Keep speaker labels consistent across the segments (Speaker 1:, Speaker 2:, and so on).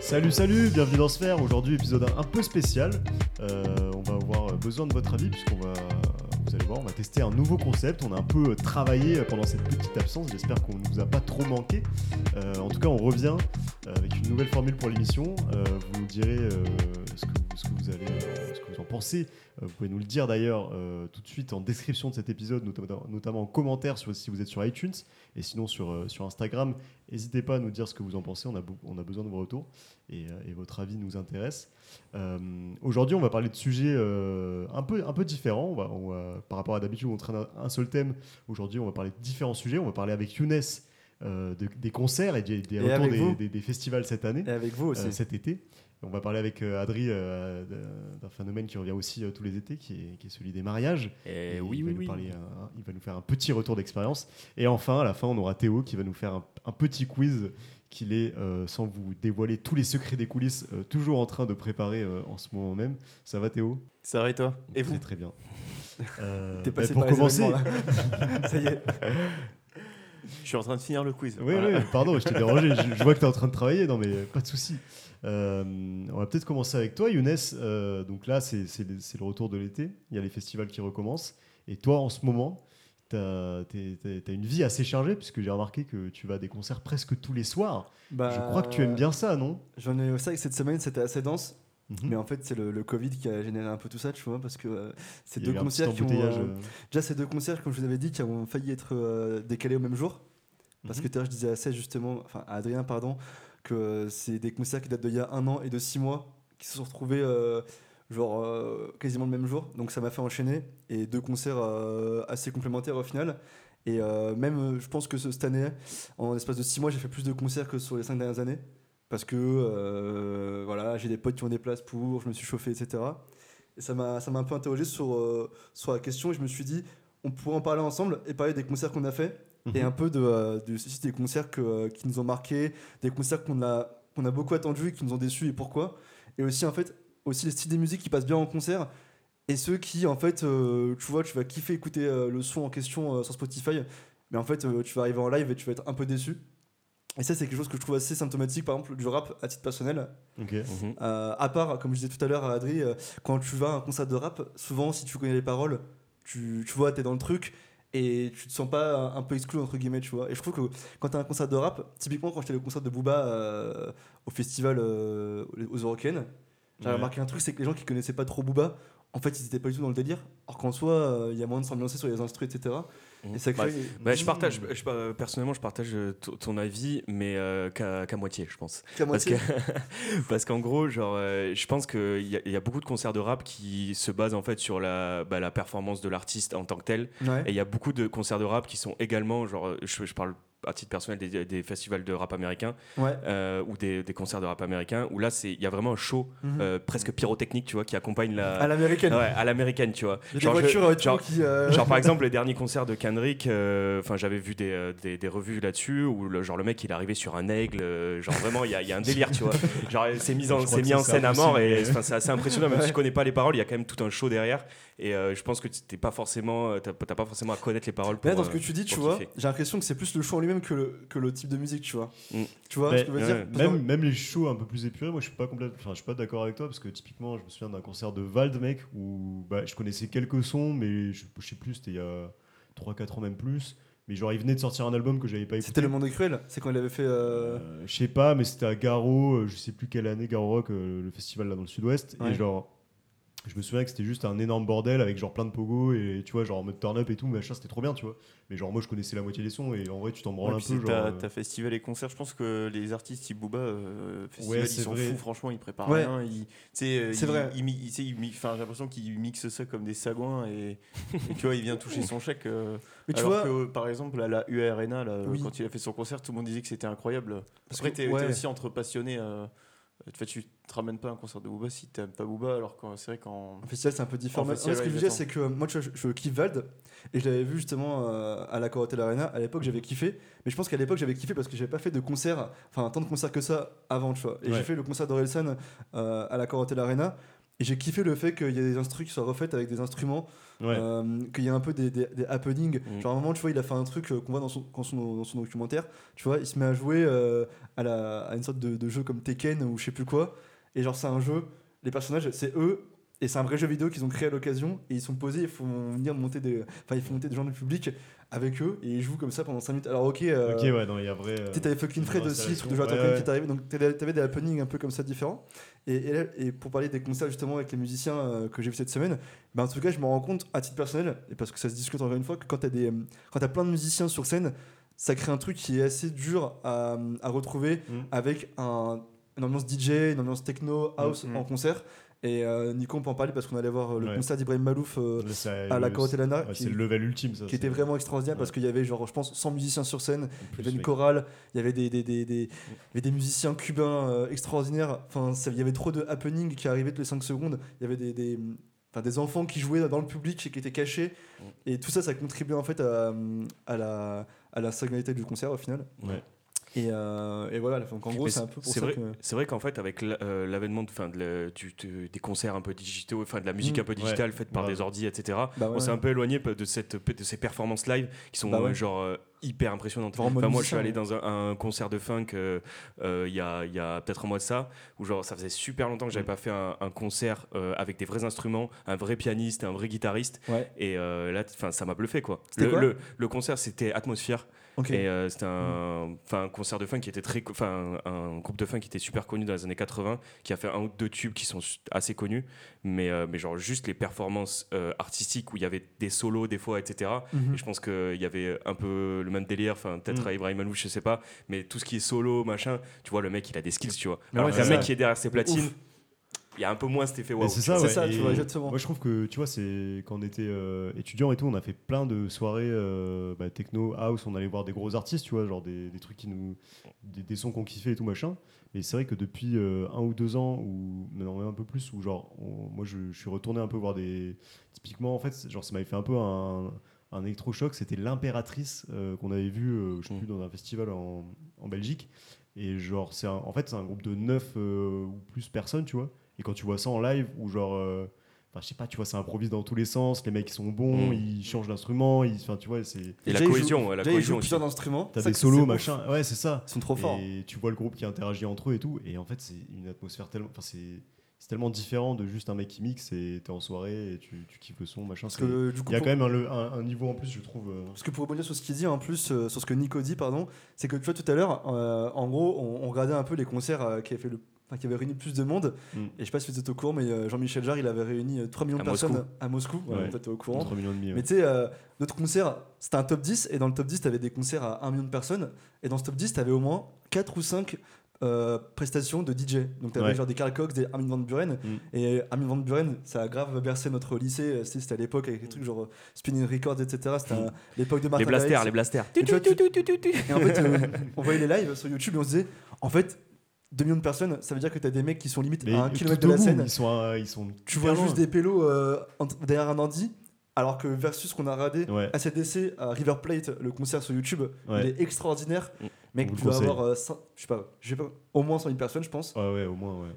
Speaker 1: Salut, salut, bienvenue dans Sphère. Aujourd'hui, épisode un peu spécial. Euh, on va avoir besoin de votre avis puisqu'on va, vous allez voir, on va tester un nouveau concept. On a un peu travaillé pendant cette petite absence. J'espère qu'on ne vous a pas trop manqué. Euh, en tout cas, on revient Euh, avec une nouvelle formule pour l'émission. Euh, vous nous direz euh, ce, que, ce que vous allez, euh, ce que vous en pensez. Euh, vous pouvez nous le dire d'ailleurs euh, tout de suite en description de cet épisode, notamment, notamment en commentaire sur- si vous êtes sur iTunes et sinon sur, euh, sur Instagram. N'hésitez pas à nous dire ce que vous en pensez. On a, beau- on a besoin de vos retours et, euh, et votre avis nous intéresse. Euh, Aujourd'hui, on va parler de sujets euh, un peu, un peu différents. On va- on va- par rapport à d'habitude, on traîne un- un seul thème. Aujourd'hui, on va parler de différents sujets. On va parler avec Younes. euh, de- des concerts et des, des
Speaker 2: Et
Speaker 1: retours
Speaker 2: avec
Speaker 1: des-
Speaker 2: vous.
Speaker 1: des- des festivals cette année
Speaker 2: Et avec vous aussi.
Speaker 1: euh, cet été. Et on va parler avec euh, Adri euh, d'un- d'un phénomène qui revient aussi euh, tous les étés, qui est, qui est celui des mariages.
Speaker 3: Et
Speaker 1: Et
Speaker 3: Eh oui,
Speaker 1: il, va
Speaker 3: oui,
Speaker 1: nous
Speaker 3: oui.
Speaker 1: parler, euh, il va nous faire un petit retour d'expérience. Et enfin, à la fin, on aura Théo qui va nous faire un, un petit quiz qu'il est, euh, sans vous dévoiler tous les secrets des coulisses, euh, toujours en train de préparer euh, en ce moment même. Ça va Théo
Speaker 2: Ça va et toi Et vous
Speaker 1: Très très bien. Euh,
Speaker 2: T'es
Speaker 1: bah,
Speaker 2: passé
Speaker 1: pour
Speaker 2: par les
Speaker 1: commencer,
Speaker 2: événements, là. Ça y est.
Speaker 3: Je suis en train de finir le quiz.
Speaker 1: Oui,
Speaker 3: Voilà.
Speaker 1: oui, pardon, je t'ai dérangé. Je, je vois que tu es en train de travailler, non, mais pas de souci. Euh, on va peut-être commencer avec toi, Younes. Euh, donc là, c'est c'est le c'est le retour de l'été. Il y a les festivals qui recommencent. Et toi, en ce moment, tu as, une vie assez chargée, puisque j'ai remarqué que tu vas à des concerts presque tous les soirs.
Speaker 2: Bah,
Speaker 1: Je crois que tu aimes bien ça, non
Speaker 2: J'en ai ça que cette semaine, c'était assez dense.
Speaker 1: Mhm.
Speaker 2: Mais en fait, c'est le, le Covid qui a généré un peu tout ça, tu vois, parce que euh, ces
Speaker 1: Il y a
Speaker 2: deux
Speaker 1: eu un petit
Speaker 2: concerts qui ont.
Speaker 1: embouteillage,
Speaker 2: euh,
Speaker 1: euh,
Speaker 2: déjà, ces deux concerts, comme je vous avais dit, qui ont failli être euh, décalés au même jour. Parce
Speaker 1: Mhm.
Speaker 2: que tout à l'heure, je disais à Seth, justement, enfin à Adrien, pardon, que euh, c'est des concerts qui datent d'il y a un an et de six mois qui se sont retrouvés euh, genre euh, quasiment le même jour. Donc ça m'a fait enchaîner et deux concerts euh, assez complémentaires au final. Et euh, même, euh, je pense que ce- cette année, en l'espace de six mois, j'ai fait plus de concerts que sur les cinq dernières années. Parce que euh, voilà, j'ai des potes qui ont des places pour, je me suis chauffé, etc. Et ça m'a ça m'a un peu interrogé sur, euh, sur la question et je me suis dit, on pourrait en parler ensemble et parler des concerts qu'on a fait et un peu de, euh, de- aussi des concerts que, euh, qui nous ont marqués, des concerts qu'on a, qu'on a beaucoup attendus et qui nous ont déçus et pourquoi. Et aussi, en fait, aussi les styles des musiques qui passent bien en concert et ceux qui, en fait, euh, tu vois, tu vas kiffer écouter euh, le son en question euh, sur Spotify, mais en fait, euh, tu vas arriver en live et tu vas être un peu déçu. Et ça, c'est quelque chose que je trouve assez symptomatique, par exemple, du rap à titre personnel.
Speaker 1: Ok.
Speaker 3: Mhm.
Speaker 2: Euh, à part, comme je disais tout à l'heure à Adri, euh, quand tu vas à un concert de rap, souvent, si tu connais les paroles, tu, tu vois, t'es dans le truc et tu te sens pas euh, un peu exclu, entre guillemets, tu vois. Et je trouve que quand t'as un concert de rap, typiquement quand j'étais au concert de Booba euh, au festival euh, aux Eurocaines, j'avais
Speaker 1: Ouais.
Speaker 2: remarqué un truc, c'est que les gens qui connaissaient pas trop Booba, en fait, ils étaient pas du tout dans le délire. Alors qu'en soi, euh, il y a moyen de s'ambiancer sur les instruments, etc. Et ça crée.
Speaker 3: Bref. Bah, je partage, je- euh, personnellement, je partage euh, t- ton avis, mais euh, qu'à qu'à moitié, je pense.
Speaker 2: qu'à
Speaker 3: Parce
Speaker 2: moitié.
Speaker 3: que, parce qu'en gros, genre, euh, je pense qu'il y, a- il y a beaucoup de concerts de rap qui se basent en fait sur la, bah, la performance de l'artiste en tant que tel.
Speaker 2: Ouais.
Speaker 3: Et il y a beaucoup de concerts de rap qui sont également, genre, euh, je, je parle à titre personnel des, des festivals de rap américains
Speaker 2: Ouais.
Speaker 3: euh, ou des, des concerts de rap américains où là, c'est- il y a vraiment un show
Speaker 2: Mhm.
Speaker 3: euh, presque pyrotechnique, tu vois, qui accompagne la.
Speaker 2: à l'américaine.
Speaker 3: Ouais, à l'américaine, tu vois.
Speaker 2: Il y a des
Speaker 3: Genre, je-
Speaker 2: voitures euh, tu
Speaker 3: genre-
Speaker 2: vois, qui. euh,
Speaker 3: Genre par exemple les derniers concerts de Kendrick, euh, enfin j'avais vu des, euh, des, des revues là-dessus où le, genre le mec il est arrivé sur un aigle, euh, genre vraiment il y, a- il y a un délire tu vois, genre il s'est mis en,
Speaker 1: Je crois que
Speaker 3: s'est mis
Speaker 1: ça,
Speaker 3: en
Speaker 1: c'est
Speaker 3: scène à mort et
Speaker 1: impossible.
Speaker 3: enfin, c'est assez impressionnant même si
Speaker 2: Ouais.
Speaker 3: tu connais pas les paroles il y a quand même tout un show derrière et euh, je pense que t'es pas forcément euh, t'as t'as pas forcément à connaître les paroles
Speaker 2: Mais
Speaker 3: pour.
Speaker 2: là, dans ce que
Speaker 3: euh,
Speaker 2: tu dis, tu
Speaker 3: pour
Speaker 2: vois,
Speaker 3: kiffer.
Speaker 2: j'ai l'impression que c'est plus le show en lui-même que le, que le type de musique, tu vois.
Speaker 3: Mm.
Speaker 2: Tu vois
Speaker 1: Mais,
Speaker 2: ce que je veux
Speaker 3: ouais,
Speaker 2: dire Parce
Speaker 1: Même,
Speaker 2: que-
Speaker 1: même les shows un peu plus épurés, moi je suis pas complète, enfin je suis pas d'accord avec toi parce que typiquement je me souviens d'un concert de Vald mec où bah, je connaissais quelques sons mais je, je sais plus c'était il y a 3-4 ans même plus mais genre il venait de sortir un album que j'avais pas écouté.
Speaker 2: C'était le monde est cruel, c'est quand il avait fait. euh,
Speaker 1: Euh, je sais pas mais c'était à Garo, euh, je sais plus quelle année Garo Rock, euh, le festival là dans le sud-ouest et
Speaker 2: Ouais.
Speaker 1: genre je me souviens que c'était juste un énorme bordel avec genre plein de pogo et tu vois genre en mode turn up et tout machin c'était trop bien tu vois mais genre moi je connaissais la moitié des sons et en vrai tu t'en branles
Speaker 4: Ouais,
Speaker 1: un
Speaker 4: puis
Speaker 1: peu
Speaker 4: c'est
Speaker 1: genre
Speaker 4: t'as-
Speaker 1: euh,
Speaker 4: t'as festival et concert. Je pense que les artistes type Booba, euh, festival,
Speaker 1: Ouais,
Speaker 4: ils
Speaker 1: c'est
Speaker 4: s'en
Speaker 1: vrai.
Speaker 4: foutent, franchement, ils préparent
Speaker 2: Ouais.
Speaker 4: rien. Ils, tu sais, euh,
Speaker 2: C'est
Speaker 4: ils-
Speaker 2: vrai.
Speaker 4: ils mi- ils- tu sais, ils mi- enfin, j'ai l'impression qu'ils mixent ça comme des sagouins et, et tu vois, il vient toucher son chèque. euh,
Speaker 2: Mais tu
Speaker 4: alors
Speaker 2: vois.
Speaker 4: que, par exemple, à la UARNA, là, euh,
Speaker 2: Oui.
Speaker 4: quand il a fait son concert, tout le monde disait que c'était incroyable.
Speaker 2: Parce
Speaker 4: Après,
Speaker 2: que-
Speaker 4: t'es t'es
Speaker 2: ouais.
Speaker 4: aussi entre passionnés. euh, en fait, tu te ramènes pas à un concert de Booba si t'aimes pas Booba, alors que c'est vrai qu'en.
Speaker 2: Un festival, c'est un peu différent.
Speaker 4: En
Speaker 2: Mais-
Speaker 4: festival,
Speaker 2: ouais, ce que je
Speaker 4: ouais,
Speaker 2: veux dire, c'est
Speaker 4: exactement.
Speaker 2: que euh, moi, tu vois, je, je kiffe Vald et je l'avais vu justement euh, à la Corotel Arena. À l'époque, j'avais kiffé, mais je pense qu'à l'époque, j'avais kiffé parce que j'avais pas fait de concert, enfin, tant de concerts que ça avant, tu vois. Et
Speaker 1: Ouais.
Speaker 2: j'ai fait le concert d'Orelsan euh, à la Corotel Arena. Et j'ai kiffé le fait qu'il y ait des instrus qui soient refaites avec des instruments,
Speaker 1: Ouais.
Speaker 2: euh, qu'il y ait un peu des, des- des happenings.
Speaker 3: Mm.
Speaker 2: Genre, à un moment, tu vois, il a fait un truc euh, qu'on voit dans son, dans son- dans son documentaire. Tu vois, il se met à jouer euh, à, la, à une sorte de, de jeu comme Tekken ou je sais plus quoi. Et genre, c'est un jeu, les personnages, c'est eux. Et c'est un vrai jeu vidéo qu'ils ont créé à l'occasion. Et ils sont posés, ils font venir monter des, enfin, ils font monter des gens du public avec eux. Et ils jouent comme ça pendant 5 minutes. Alors, ok. euh,
Speaker 1: ok, ouais, non, il y a vrai. euh,
Speaker 2: tu sais, t'avais Fucking Fred
Speaker 1: Une
Speaker 2: aussi, le truc de
Speaker 1: installation,
Speaker 2: Jonathan
Speaker 1: ouais,
Speaker 2: Cohen
Speaker 1: ouais.
Speaker 2: qui est arrivé. Donc t'avais t'avais des happenings un peu comme ça différents. Et, et là- et pour parler des concerts justement avec les musiciens euh, que j'ai vu cette semaine, ben en tout cas, je me rends compte à titre personnel, et parce que ça se discute encore une fois, que quand t'as des, euh, quand t'as plein de musiciens sur scène, ça crée un truc qui est assez dur à, à retrouver
Speaker 1: Mm.
Speaker 2: avec un, une ambiance DJ, une ambiance techno, house
Speaker 4: Mm, mm.
Speaker 2: en concert. Et euh, Nico, on peut en parler parce qu'on allait voir euh, le
Speaker 1: Ouais.
Speaker 2: concert d'Ibrahim Malouf euh,
Speaker 1: c'est-
Speaker 2: à la
Speaker 1: c'est-
Speaker 2: Corotellana,
Speaker 1: ouais,
Speaker 2: Ah, qui-
Speaker 1: c'est le level ultime, ça.
Speaker 2: qui était vraiment extraordinaire
Speaker 1: Ouais.
Speaker 2: parce qu'il y avait genre, je pense, 100 musiciens sur scène. Il y avait une
Speaker 1: corps
Speaker 2: chorale, il y avait des, des, des, des, il y avait des musiciens cubains euh, extraordinaires. Enfin, ça- il y avait trop de happening qui arrivaient toutes les 5 secondes. Il y avait des, des, enfin, des enfants qui jouaient dans le public et qui étaient cachés.
Speaker 3: Mm.
Speaker 2: Et tout ça, ça contribuait en fait à, à la, à la singulalité du concert au final.
Speaker 1: Ouais.
Speaker 2: Et, euh, et voilà, donc en gros,
Speaker 3: Mais
Speaker 2: c'est un peu pour
Speaker 3: c'est
Speaker 2: ça
Speaker 3: vrai,
Speaker 2: que.
Speaker 3: C'est vrai qu'en fait, avec l'- euh, l'avènement de, enfin, de le- du- du- des concerts un peu digitaux, enfin de la musique
Speaker 2: Mm.
Speaker 3: un peu digitale faite par
Speaker 1: Grave.
Speaker 3: des ordi, etc.,
Speaker 2: Bah
Speaker 3: on
Speaker 2: ouais.
Speaker 3: s'est un peu éloigné de, cette, de ces performances live qui sont
Speaker 2: Bah ouais.
Speaker 3: euh, genre euh, hyper impressionnantes.
Speaker 2: Vraiment
Speaker 3: Enfin, moi, je suis
Speaker 2: musicien,
Speaker 3: allé
Speaker 2: ouais.
Speaker 3: dans un, un concert de funk euh, euh, il y a, il y a peut-être un mois de ça, où genre ça faisait super longtemps que
Speaker 2: Mm.
Speaker 3: j'avais pas fait un, un concert euh, avec des vrais instruments, un vrai pianiste, un vrai guitariste.
Speaker 2: Ouais.
Speaker 3: Et euh, là, enfin, ça m'a bluffé quoi.
Speaker 2: C'était
Speaker 3: le,
Speaker 2: quoi
Speaker 3: le- le concert, c'était Atmosphere.
Speaker 2: Ok. Mm.
Speaker 3: Et euh, c'était un, enfin, un concert de funk qui était très. co- Enfin, un, un groupe de funk qui était super connu dans les années 80, qui a fait un ou deux tubes qui sont su- assez connus. Mais, euh, mais genre, juste les performances euh, artistiques où il y avait des solos, des fois, etc.
Speaker 2: Mhm.
Speaker 3: Et je pense qu'il y avait un peu le même délire, enfin, peut-être
Speaker 1: Mm.
Speaker 3: à Ibrahim Alouf, je sais pas. Mais tout ce qui est solo, machin, tu vois, le mec, il a des skills, tu vois.
Speaker 2: Mais
Speaker 3: Alors
Speaker 2: Ah ouais,
Speaker 3: qu'un
Speaker 2: c'est
Speaker 3: mec
Speaker 2: ça.
Speaker 3: qui est derrière ses platines,
Speaker 2: Ouf.
Speaker 3: il y a un peu moins cet effet
Speaker 1: Mais
Speaker 3: waouh.
Speaker 1: c'est ça,
Speaker 2: C'est
Speaker 1: ouais,
Speaker 2: ça, tu
Speaker 1: et-
Speaker 2: vois, exactement.
Speaker 1: Moi, je trouve que, tu vois, c'est quand on était euh, étudiant et tout, on a fait plein de soirées euh, bah, techno, house, on allait voir des gros artistes, tu vois, genre des, des trucs qui nous. des, des sons qu'on kiffait et tout machin. Mais c'est vrai que depuis euh, un ou deux ans, ou non, même un peu plus, où genre, on- moi, je, je suis retourné un peu voir des. Typiquement, en fait, c'est- genre, ça m'avait fait un peu un. Un électrochoc, c'était l'impératrice euh, qu'on avait vu, euh, je sais plus, dans un festival en, en Belgique. Et genre, c'est un- en fait, c'est un groupe de 9 ou plus personnes, tu vois. Et quand tu vois ça en live, ou genre, euh, Enfin, je sais pas, tu vois, ça improvise dans tous les sens, les mecs ils sont bons,
Speaker 3: Mm.
Speaker 1: ils changent d'instrument, ils... enfin, tu vois, c'est...
Speaker 3: Et la
Speaker 2: Déjà, il
Speaker 3: cohésion, ouais, la
Speaker 2: Déjà, ils
Speaker 3: cohésion
Speaker 2: jouent
Speaker 3: aussi.
Speaker 2: plusieurs instruments.
Speaker 1: T'as
Speaker 2: Ça,
Speaker 1: des
Speaker 2: c'est
Speaker 1: solos,
Speaker 2: ouf.
Speaker 1: machin, ouais, c'est ça.
Speaker 2: Ils sont trop forts.
Speaker 1: Et tu vois le groupe qui interagit entre eux et tout, et en fait, c'est une atmosphère tellement... Enfin, c'est... c'est tellement différent de juste un mec qui mixe et t'es en soirée et tu, tu kiffes le son, machin.
Speaker 2: Parce
Speaker 1: c'est-
Speaker 2: que du coup,
Speaker 1: Il y a
Speaker 2: pour-
Speaker 1: quand même un, le- un- un niveau en plus, je trouve. euh,
Speaker 2: Parce que pour rebondir sur ce qu'il dit, en plus, euh, sur ce que Nico dit, pardon, c'est que tu vois tout à l'heure, euh, en gros, on, on regardait un peu les concerts euh, qui, avaient fait le, enfin, qui avaient réuni le plus de monde.
Speaker 1: Mm.
Speaker 2: Et je sais pas si vous êtes au courant, mais euh, Jean-Michel Jarre, il avait réuni euh, 3 millions de
Speaker 3: À
Speaker 2: personnes
Speaker 3: Moscou.
Speaker 2: à Moscou.
Speaker 1: Ouais.
Speaker 2: Ouais, toi, t'es au courant.
Speaker 1: 3 millions et demi. ouais.
Speaker 2: Mais tu sais, euh, notre concert, c'était un top 10, et dans le top 10, t'avais des concerts à 1 million de personnes, et dans ce top 10, t'avais au moins 4 ou 5 euh, prestations de DJ. Donc t'avais
Speaker 1: Ouais.
Speaker 2: genre des Carl Cox, des Armin Van Buren,
Speaker 1: Mm.
Speaker 2: et Armin Van Buren, ça a grave bercé notre lycée, euh, c'était c'était à l'époque avec des trucs genre euh, Spinning Records, etc. C'était euh, l'époque de Martin
Speaker 3: Les blasters,
Speaker 2: Garrix.
Speaker 3: les blasters.
Speaker 2: Et, tu vois, tu- et en fait, euh, on voyait les lives sur YouTube, et on se disait, en fait, 2 millions de personnes, ça veut dire que t'as des mecs qui sont limite
Speaker 1: Mais
Speaker 2: à 1
Speaker 1: tout
Speaker 2: km de
Speaker 1: au
Speaker 2: la
Speaker 1: bout,
Speaker 2: scène
Speaker 1: Ils sont, à- ils sont
Speaker 2: tu vois
Speaker 1: hyper
Speaker 2: juste
Speaker 1: loin.
Speaker 2: des pélos euh, en- derrière un ordi, alors que versus qu'on a radé
Speaker 1: Ouais.
Speaker 2: ACDC à River Plate, le concert sur YouTube,
Speaker 1: Ouais.
Speaker 2: il est extraordinaire.
Speaker 3: Mm.
Speaker 1: On
Speaker 2: Mec,
Speaker 1: vous
Speaker 2: tu
Speaker 1: le
Speaker 2: dois
Speaker 1: conseille.
Speaker 2: avoir euh, cin- je sais pas, je sais pas, au moins 100 000 personnes, je pense.
Speaker 1: Ouais, ouais, au moins, ouais.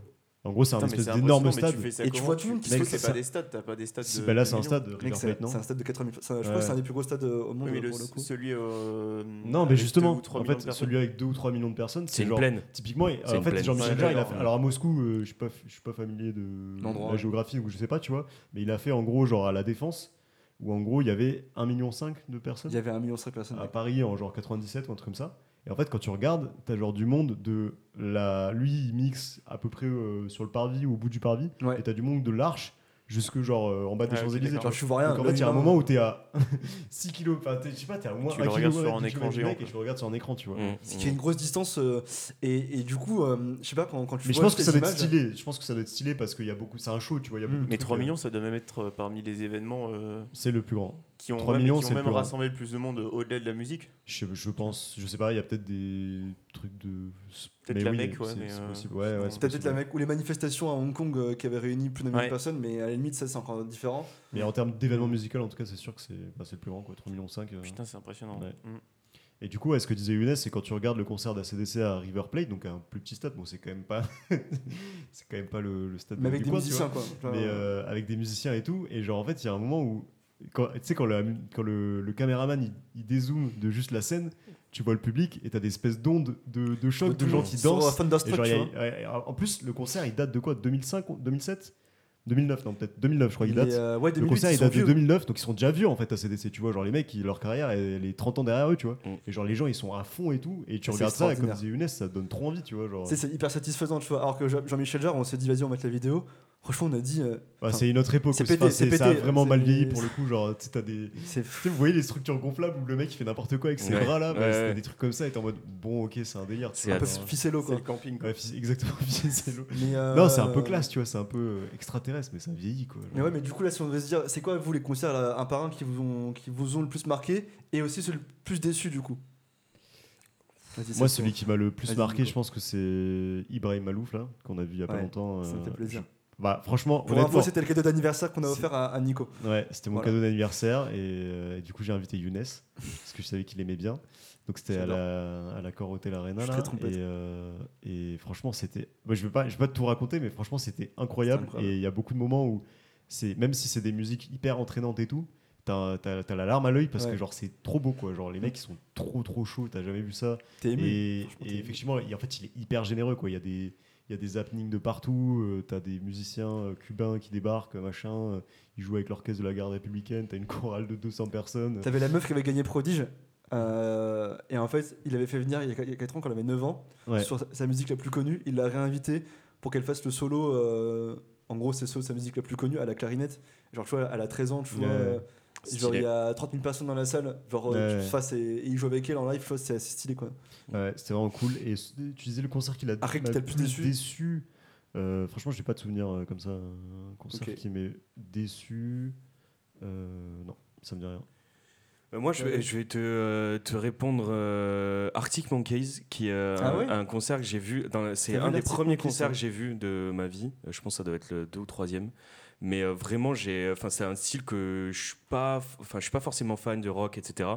Speaker 1: En gros, c'est un
Speaker 4: Putain, mais
Speaker 1: espèce
Speaker 4: c'est
Speaker 1: d'énorme
Speaker 4: impressionnant, mais
Speaker 1: stade.
Speaker 4: tu fais ça
Speaker 2: Et tu
Speaker 4: comment
Speaker 2: vois tout le monde qui se
Speaker 1: Mec,
Speaker 2: fout,
Speaker 1: c'est
Speaker 4: C'est
Speaker 1: ça.
Speaker 4: pas des stades, t'as pas des stades.
Speaker 1: Si,
Speaker 4: de
Speaker 1: bah là,
Speaker 4: 10
Speaker 1: c'est un
Speaker 4: millions.
Speaker 1: stade, River
Speaker 2: Mec, c'est
Speaker 1: Plate, non
Speaker 2: c'est un stade de 80 000 ça, Je
Speaker 1: Ouais.
Speaker 2: crois que c'est un des plus gros stades euh, au monde
Speaker 4: Oui, mais
Speaker 2: euh,
Speaker 4: le-
Speaker 2: pour le coup.
Speaker 4: celui. euh,
Speaker 1: Non, mais
Speaker 4: avec
Speaker 1: justement,
Speaker 4: deux ou trois
Speaker 1: en
Speaker 4: millions
Speaker 1: fait,
Speaker 4: de personnes.
Speaker 1: celui avec 2 ou 3 millions de personnes,
Speaker 3: C'est
Speaker 1: c'est
Speaker 3: une
Speaker 1: genre.
Speaker 3: plaine.
Speaker 1: Typiquement, il-
Speaker 3: C'est
Speaker 1: en
Speaker 3: une
Speaker 1: fait,
Speaker 3: plaine.
Speaker 1: Jean-Michel
Speaker 4: Ouais,
Speaker 1: Jarre, il a
Speaker 4: d'accord,
Speaker 1: fait.
Speaker 4: ouais.
Speaker 1: Alors à Moscou, euh, je suis pas, je suis pas familier de
Speaker 2: L'endroit,
Speaker 1: la
Speaker 2: ouais.
Speaker 1: géographie, donc je sais pas, tu vois, mais il a fait en gros genre à la Défense, où en gros il y avait 1,5 million de personnes
Speaker 2: Il y avait 1,5 million de personnes.
Speaker 1: à
Speaker 2: mec.
Speaker 1: Paris en genre 97 ou un truc comme ça. Et en fait, quand tu regardes, t'as genre du monde de la, lui, il mixe à peu près euh, sur le parvis ou au bout du parvis,
Speaker 2: Ouais.
Speaker 1: et t'as du monde de l'arche jusque genre euh, en bas des
Speaker 4: Ouais, ok,
Speaker 1: Champs Élysées.
Speaker 4: d'accord.
Speaker 2: Genre, je vois rien.
Speaker 1: Donc en
Speaker 2: le
Speaker 1: fait, il y a un
Speaker 2: minimum.
Speaker 1: moment où t'es à 6 kilos, enfin, t'es- je sais pas, t'es à au moins
Speaker 4: Tu
Speaker 1: 1
Speaker 4: le
Speaker 1: kilo
Speaker 4: regardes
Speaker 1: ouais,
Speaker 4: sur un
Speaker 1: du
Speaker 4: écran
Speaker 1: kilomètre du
Speaker 4: géant,
Speaker 1: mec,
Speaker 4: quoi.
Speaker 1: et tu le regardes sur un écran, tu vois.
Speaker 3: Mm,
Speaker 2: C'est qu'il y a une grosse distance. euh, et, et du coup, euh, je sais pas, quand, quand tu
Speaker 1: Mais je
Speaker 2: vois
Speaker 1: pense que
Speaker 2: ces
Speaker 1: ça doit être
Speaker 2: images-
Speaker 1: stylé. Je pense que ça doit être stylé parce qu'il y a beaucoup. C'est un show, tu vois. il Y a
Speaker 2: Mm.
Speaker 1: beaucoup de
Speaker 4: Mais
Speaker 1: trucs,
Speaker 4: 3
Speaker 1: euh,
Speaker 4: millions, ça doit même être euh, parmi les événements euh,
Speaker 1: C'est le plus grand.
Speaker 4: qui ont
Speaker 1: 3
Speaker 4: même,
Speaker 1: millions,
Speaker 4: qui ont
Speaker 1: c'est hein.
Speaker 4: même
Speaker 1: plus grand.
Speaker 4: rassemblé le plus de monde euh, au-delà de la musique.
Speaker 1: Je, je pense, je sais pas. Il y a peut-être des trucs de.
Speaker 4: Peut-être
Speaker 1: mais
Speaker 4: la
Speaker 1: oui,
Speaker 4: Mecque, ouais,
Speaker 1: c'est-
Speaker 4: mais,
Speaker 1: C'est
Speaker 4: euh,
Speaker 1: possible. Ouais, ouais,
Speaker 4: sinon-
Speaker 1: c'est
Speaker 2: T'as peut-être
Speaker 1: possible.
Speaker 2: la mec ou les manifestations à Hong Kong euh, qui avaient réuni plus d'un million
Speaker 4: Ouais.
Speaker 2: de personnes, mais à la limite, ça c'est encore différent.
Speaker 1: Mais en termes d'événements musicaux, en tout cas, c'est sûr que c'est bah, c'est le plus grand, quoi. 3 millions 5.
Speaker 4: Putain, c'est impressionnant.
Speaker 1: Ouais.
Speaker 4: Mm.
Speaker 1: Et du coup, ouais, ce que disait Younes, c'est quand tu regardes le concert d'ACDC à River Plate, donc un plus petit stade, bon, c'est quand même pas, c'est quand même pas le, le stade
Speaker 2: Mais avec
Speaker 1: du
Speaker 2: des
Speaker 1: coin, tu vois
Speaker 2: musiciens, quoi. Genre,
Speaker 1: mais euh, avec des musiciens et tout. Et genre, en fait, il y a un moment où, quand- tu sais, quand, la mu- quand le, le caméraman il, il dézoome de juste la scène, tu vois le public et t'as des espèces d'ondes de, de choc, de, gens qui
Speaker 2: sur, euh,
Speaker 1: dansent. Et
Speaker 2: Thunderstruck,
Speaker 1: genre,
Speaker 2: tu
Speaker 1: il y a-
Speaker 2: vois.
Speaker 1: ouais, en plus, le concert il date de quoi 2005, 2007 2009, non, peut-être 2009, je crois qu'il date.
Speaker 2: Mais, euh, ouais,
Speaker 1: le
Speaker 2: 2008,
Speaker 1: concert
Speaker 2: ils
Speaker 1: il
Speaker 2: sont
Speaker 1: date de
Speaker 2: vieux.
Speaker 1: 2009, donc ils sont déjà vieux en fait à CDC. Tu vois, genre les mecs, ils- leur carrière, elle est 30 ans derrière eux, tu vois.
Speaker 3: Mm.
Speaker 1: Et genre les gens, ils sont à fond et tout. Et tu
Speaker 2: C'est
Speaker 1: regardes ça, et comme
Speaker 2: extraordinaire.
Speaker 1: disait Younes, ça donne trop envie, tu vois. Genre,
Speaker 2: Tu sais, C'est hyper satisfaisant, tu vois. Alors que Jean- Jean-Michel Jarre, on s'est dit, vas-y, on va mettre la vidéo. Franchement, on a dit, euh,
Speaker 1: Bah, c'est une autre époque.
Speaker 2: c'est
Speaker 1: aussi.
Speaker 2: pété,
Speaker 1: Enfin,
Speaker 2: c'est
Speaker 1: c'est- ça a
Speaker 2: pété,
Speaker 1: vraiment mal
Speaker 2: c'est-
Speaker 1: vieilli pour le coup. Genre, tu sais, t'as des
Speaker 2: c'est
Speaker 1: Tu sais, vous voyez les structures gonflables où le mec il fait n'importe quoi avec ses
Speaker 3: Ouais.
Speaker 1: bras là, bah,
Speaker 3: Ouais,
Speaker 1: c'était
Speaker 3: ouais.
Speaker 1: des trucs comme ça, et t'es en mode bon, ok, c'est un délire. tu
Speaker 3: C'est
Speaker 1: vois,
Speaker 2: un peu
Speaker 1: genre,
Speaker 2: ficello,
Speaker 4: C'est
Speaker 2: quoi.
Speaker 4: le camping. quoi.
Speaker 1: ouais, fis- exactement, c'est l'eau.
Speaker 2: Mais, euh,
Speaker 1: Non, c'est un peu classe, tu vois, c'est un peu euh, extraterrestre, mais ça vieillit quoi. genre.
Speaker 2: Mais ouais, mais du coup, là, si on devait se dire, c'est quoi, vous, les concerts, là, un par un, qui vous ont, qui vous ont le plus marqué et aussi ceux le plus déçu, du coup Vas-y,
Speaker 1: Moi,
Speaker 2: ça,
Speaker 1: celui qui m'a le plus
Speaker 2: Vas-y,
Speaker 1: marqué,
Speaker 2: Nico.
Speaker 1: je pense que c'est Ibrahim Malouf là, qu'on a vu il y a pas
Speaker 2: Ouais,
Speaker 1: longtemps.
Speaker 2: Ça me
Speaker 1: euh,
Speaker 2: fait plaisir.
Speaker 1: Bah, franchement,
Speaker 2: Pour
Speaker 1: honnêtement,
Speaker 2: info, c'était le cadeau d'anniversaire qu'on a
Speaker 1: C'est-
Speaker 2: offert à, à Nico.
Speaker 1: Ouais, c'était mon
Speaker 2: Voilà.
Speaker 1: cadeau d'anniversaire et, euh, et du coup j'ai invité Younes parce que je savais qu'il aimait bien. Donc c'était à la, à la Cor Hotel Arena
Speaker 2: Je suis
Speaker 1: là,
Speaker 2: très trompette.
Speaker 1: et, euh, et franchement c'était. moi je vais pas, je vais pas tout raconter, mais franchement c'était incroyable,
Speaker 2: C'était incroyable.
Speaker 1: et il y a beaucoup de moments où c'est même si c'est des musiques hyper entraînantes et tout, t'as t'as- t'as la larme à l'œil parce que
Speaker 2: Ouais. Mm.
Speaker 1: genre c'est trop beau quoi. Genre les mecs ils sont trop trop chauds, t'as jamais vu ça.
Speaker 2: T'es ému.
Speaker 1: Et,
Speaker 2: franchement,
Speaker 1: et
Speaker 2: t'es-
Speaker 1: effectivement, il- en fait, il est hyper généreux. Quoi. Il, y a des, il y a des happenings de partout. euh, t'as des musiciens euh, cubains qui débarquent, euh, machin. euh, ils jouent avec l'orchestre de la garde républicaine. T'as une chorale de 200 personnes.
Speaker 2: T'avais la meuf qui avait gagné Prodige. euh, et en fait, il avait fait venir il y a 4 ans, quand elle avait 9 ans,
Speaker 1: Ouais.
Speaker 2: sur sa- sa musique la plus connue. Il l'a réinvitée pour qu'elle fasse le solo. euh, en gros, c'est so- sa musique la plus connue à la clarinette. Genre, tu vois, elle a 13 ans, tu vois.
Speaker 1: Ouais.
Speaker 2: euh, genre,
Speaker 3: Stylé.
Speaker 2: il y a 30 000 personnes dans la salle. Genre, euh,
Speaker 1: Ouais.
Speaker 2: tu fasses et, et il joue avec elle en live, tu vois, c'est assez stylé quoi.
Speaker 1: Ouais, c'était vraiment cool. Et c- tu disais le concert qu'il a
Speaker 2: Après,
Speaker 1: m'a
Speaker 2: Ah, t'as le plus déçu
Speaker 1: Euh, franchement, j'ai pas de souvenir euh, comme ça. Un concert
Speaker 2: Ok.
Speaker 1: qui m'est déçu. Euh, non, ça me dit rien.
Speaker 3: Euh, Moi, je vais,
Speaker 2: Ouais.
Speaker 3: je vais te, euh, te répondre euh, Arctic Monkeys, qui est euh,
Speaker 2: Ah
Speaker 3: un,
Speaker 2: ouais
Speaker 3: un concert que j'ai vu. dans la- C'est
Speaker 2: T'as vu
Speaker 3: un des
Speaker 2: l'Arctic
Speaker 3: premiers
Speaker 2: Monkeys,
Speaker 3: concerts
Speaker 2: ouais.
Speaker 3: que j'ai vu de ma vie. Euh, Je pense que ça doit être le deux ou troisième. Mais euh, vraiment, j'ai, enfin, c'est un style que je suis pas, f- enfin, je suis pas forcément fan de rock, etc.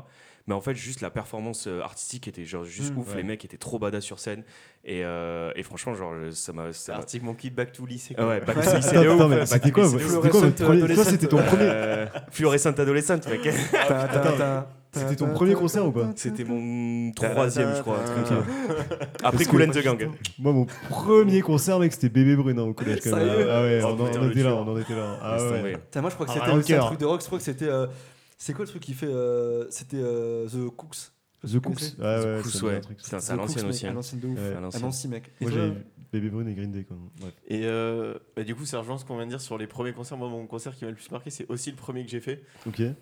Speaker 3: Mais en fait, juste la performance euh, artistique était genre juste
Speaker 2: Mm,
Speaker 3: ouf.
Speaker 1: ouais.
Speaker 3: Les mecs étaient trop badass sur scène. Et, euh, et franchement, genre, je- ça m'a,
Speaker 4: C'est
Speaker 3: ça m'a-
Speaker 4: Arctic Monkey Back to Lycée.
Speaker 3: Ah ouais,
Speaker 4: quoi.
Speaker 3: bah, c'est- c'est
Speaker 1: Attends,
Speaker 3: de ouf,
Speaker 1: attends, mais
Speaker 3: bah,
Speaker 1: c'était quoi,
Speaker 3: c'est de
Speaker 1: c'était
Speaker 3: ouf.
Speaker 1: quoi votre
Speaker 2: Fluorescente,
Speaker 1: premier- toi, c'était ton premier,
Speaker 3: Euh, Fluorescente adolescente, mec.
Speaker 2: Tin, tin,
Speaker 1: Attends,
Speaker 2: tin,
Speaker 1: c'était
Speaker 2: tin,
Speaker 1: ton
Speaker 2: tin,
Speaker 1: premier
Speaker 2: tin,
Speaker 1: concert ou pas
Speaker 3: C'était mon troisième, je crois. un truc comme ça.
Speaker 1: Ok.
Speaker 3: Après
Speaker 1: Parce que-
Speaker 3: Cool and the Gang.
Speaker 1: Moi, mon premier concert, mec, c'était Bébé Brunin au collège. Quand même.
Speaker 2: Sérieux
Speaker 1: Ah ouais,
Speaker 3: Oh,
Speaker 1: on, en-
Speaker 3: putain,
Speaker 1: on
Speaker 3: le
Speaker 1: était là,
Speaker 3: tueur.
Speaker 1: on en était là. Ah
Speaker 3: Laisse
Speaker 1: ouais.
Speaker 3: tomber.
Speaker 2: Putain, moi je crois que
Speaker 1: Ah,
Speaker 2: c'était
Speaker 1: rien au
Speaker 2: aussi un
Speaker 1: cœur.
Speaker 2: truc de rock, je crois que c'était. euh, c'est quoi le truc qui fait. euh, c'était euh, The Cooks
Speaker 1: The Cooks. Ouais, ouais,
Speaker 2: The
Speaker 3: Cooks,
Speaker 1: ça me dit
Speaker 3: ouais.
Speaker 1: un truc, ça.
Speaker 3: Putain, c'est à
Speaker 2: The Cooks,
Speaker 3: l'ancienne
Speaker 2: mec,
Speaker 3: aussi.
Speaker 2: À
Speaker 3: hein.
Speaker 2: l'ancienne de ouf.
Speaker 1: Ouais.
Speaker 3: À
Speaker 2: À
Speaker 3: l'ancienne.
Speaker 2: Nancy, mec. Et
Speaker 1: Moi,
Speaker 2: toi,
Speaker 1: j'avais vu Bébé Brune et Green Day quand même. Bref.
Speaker 4: Et euh, bah, du coup, ça rejoint ce qu'on vient de dire sur les premiers concerts. Moi, mon concert qui m'a le plus marqué, c'est aussi le premier que j'ai fait.
Speaker 1: Ok. Et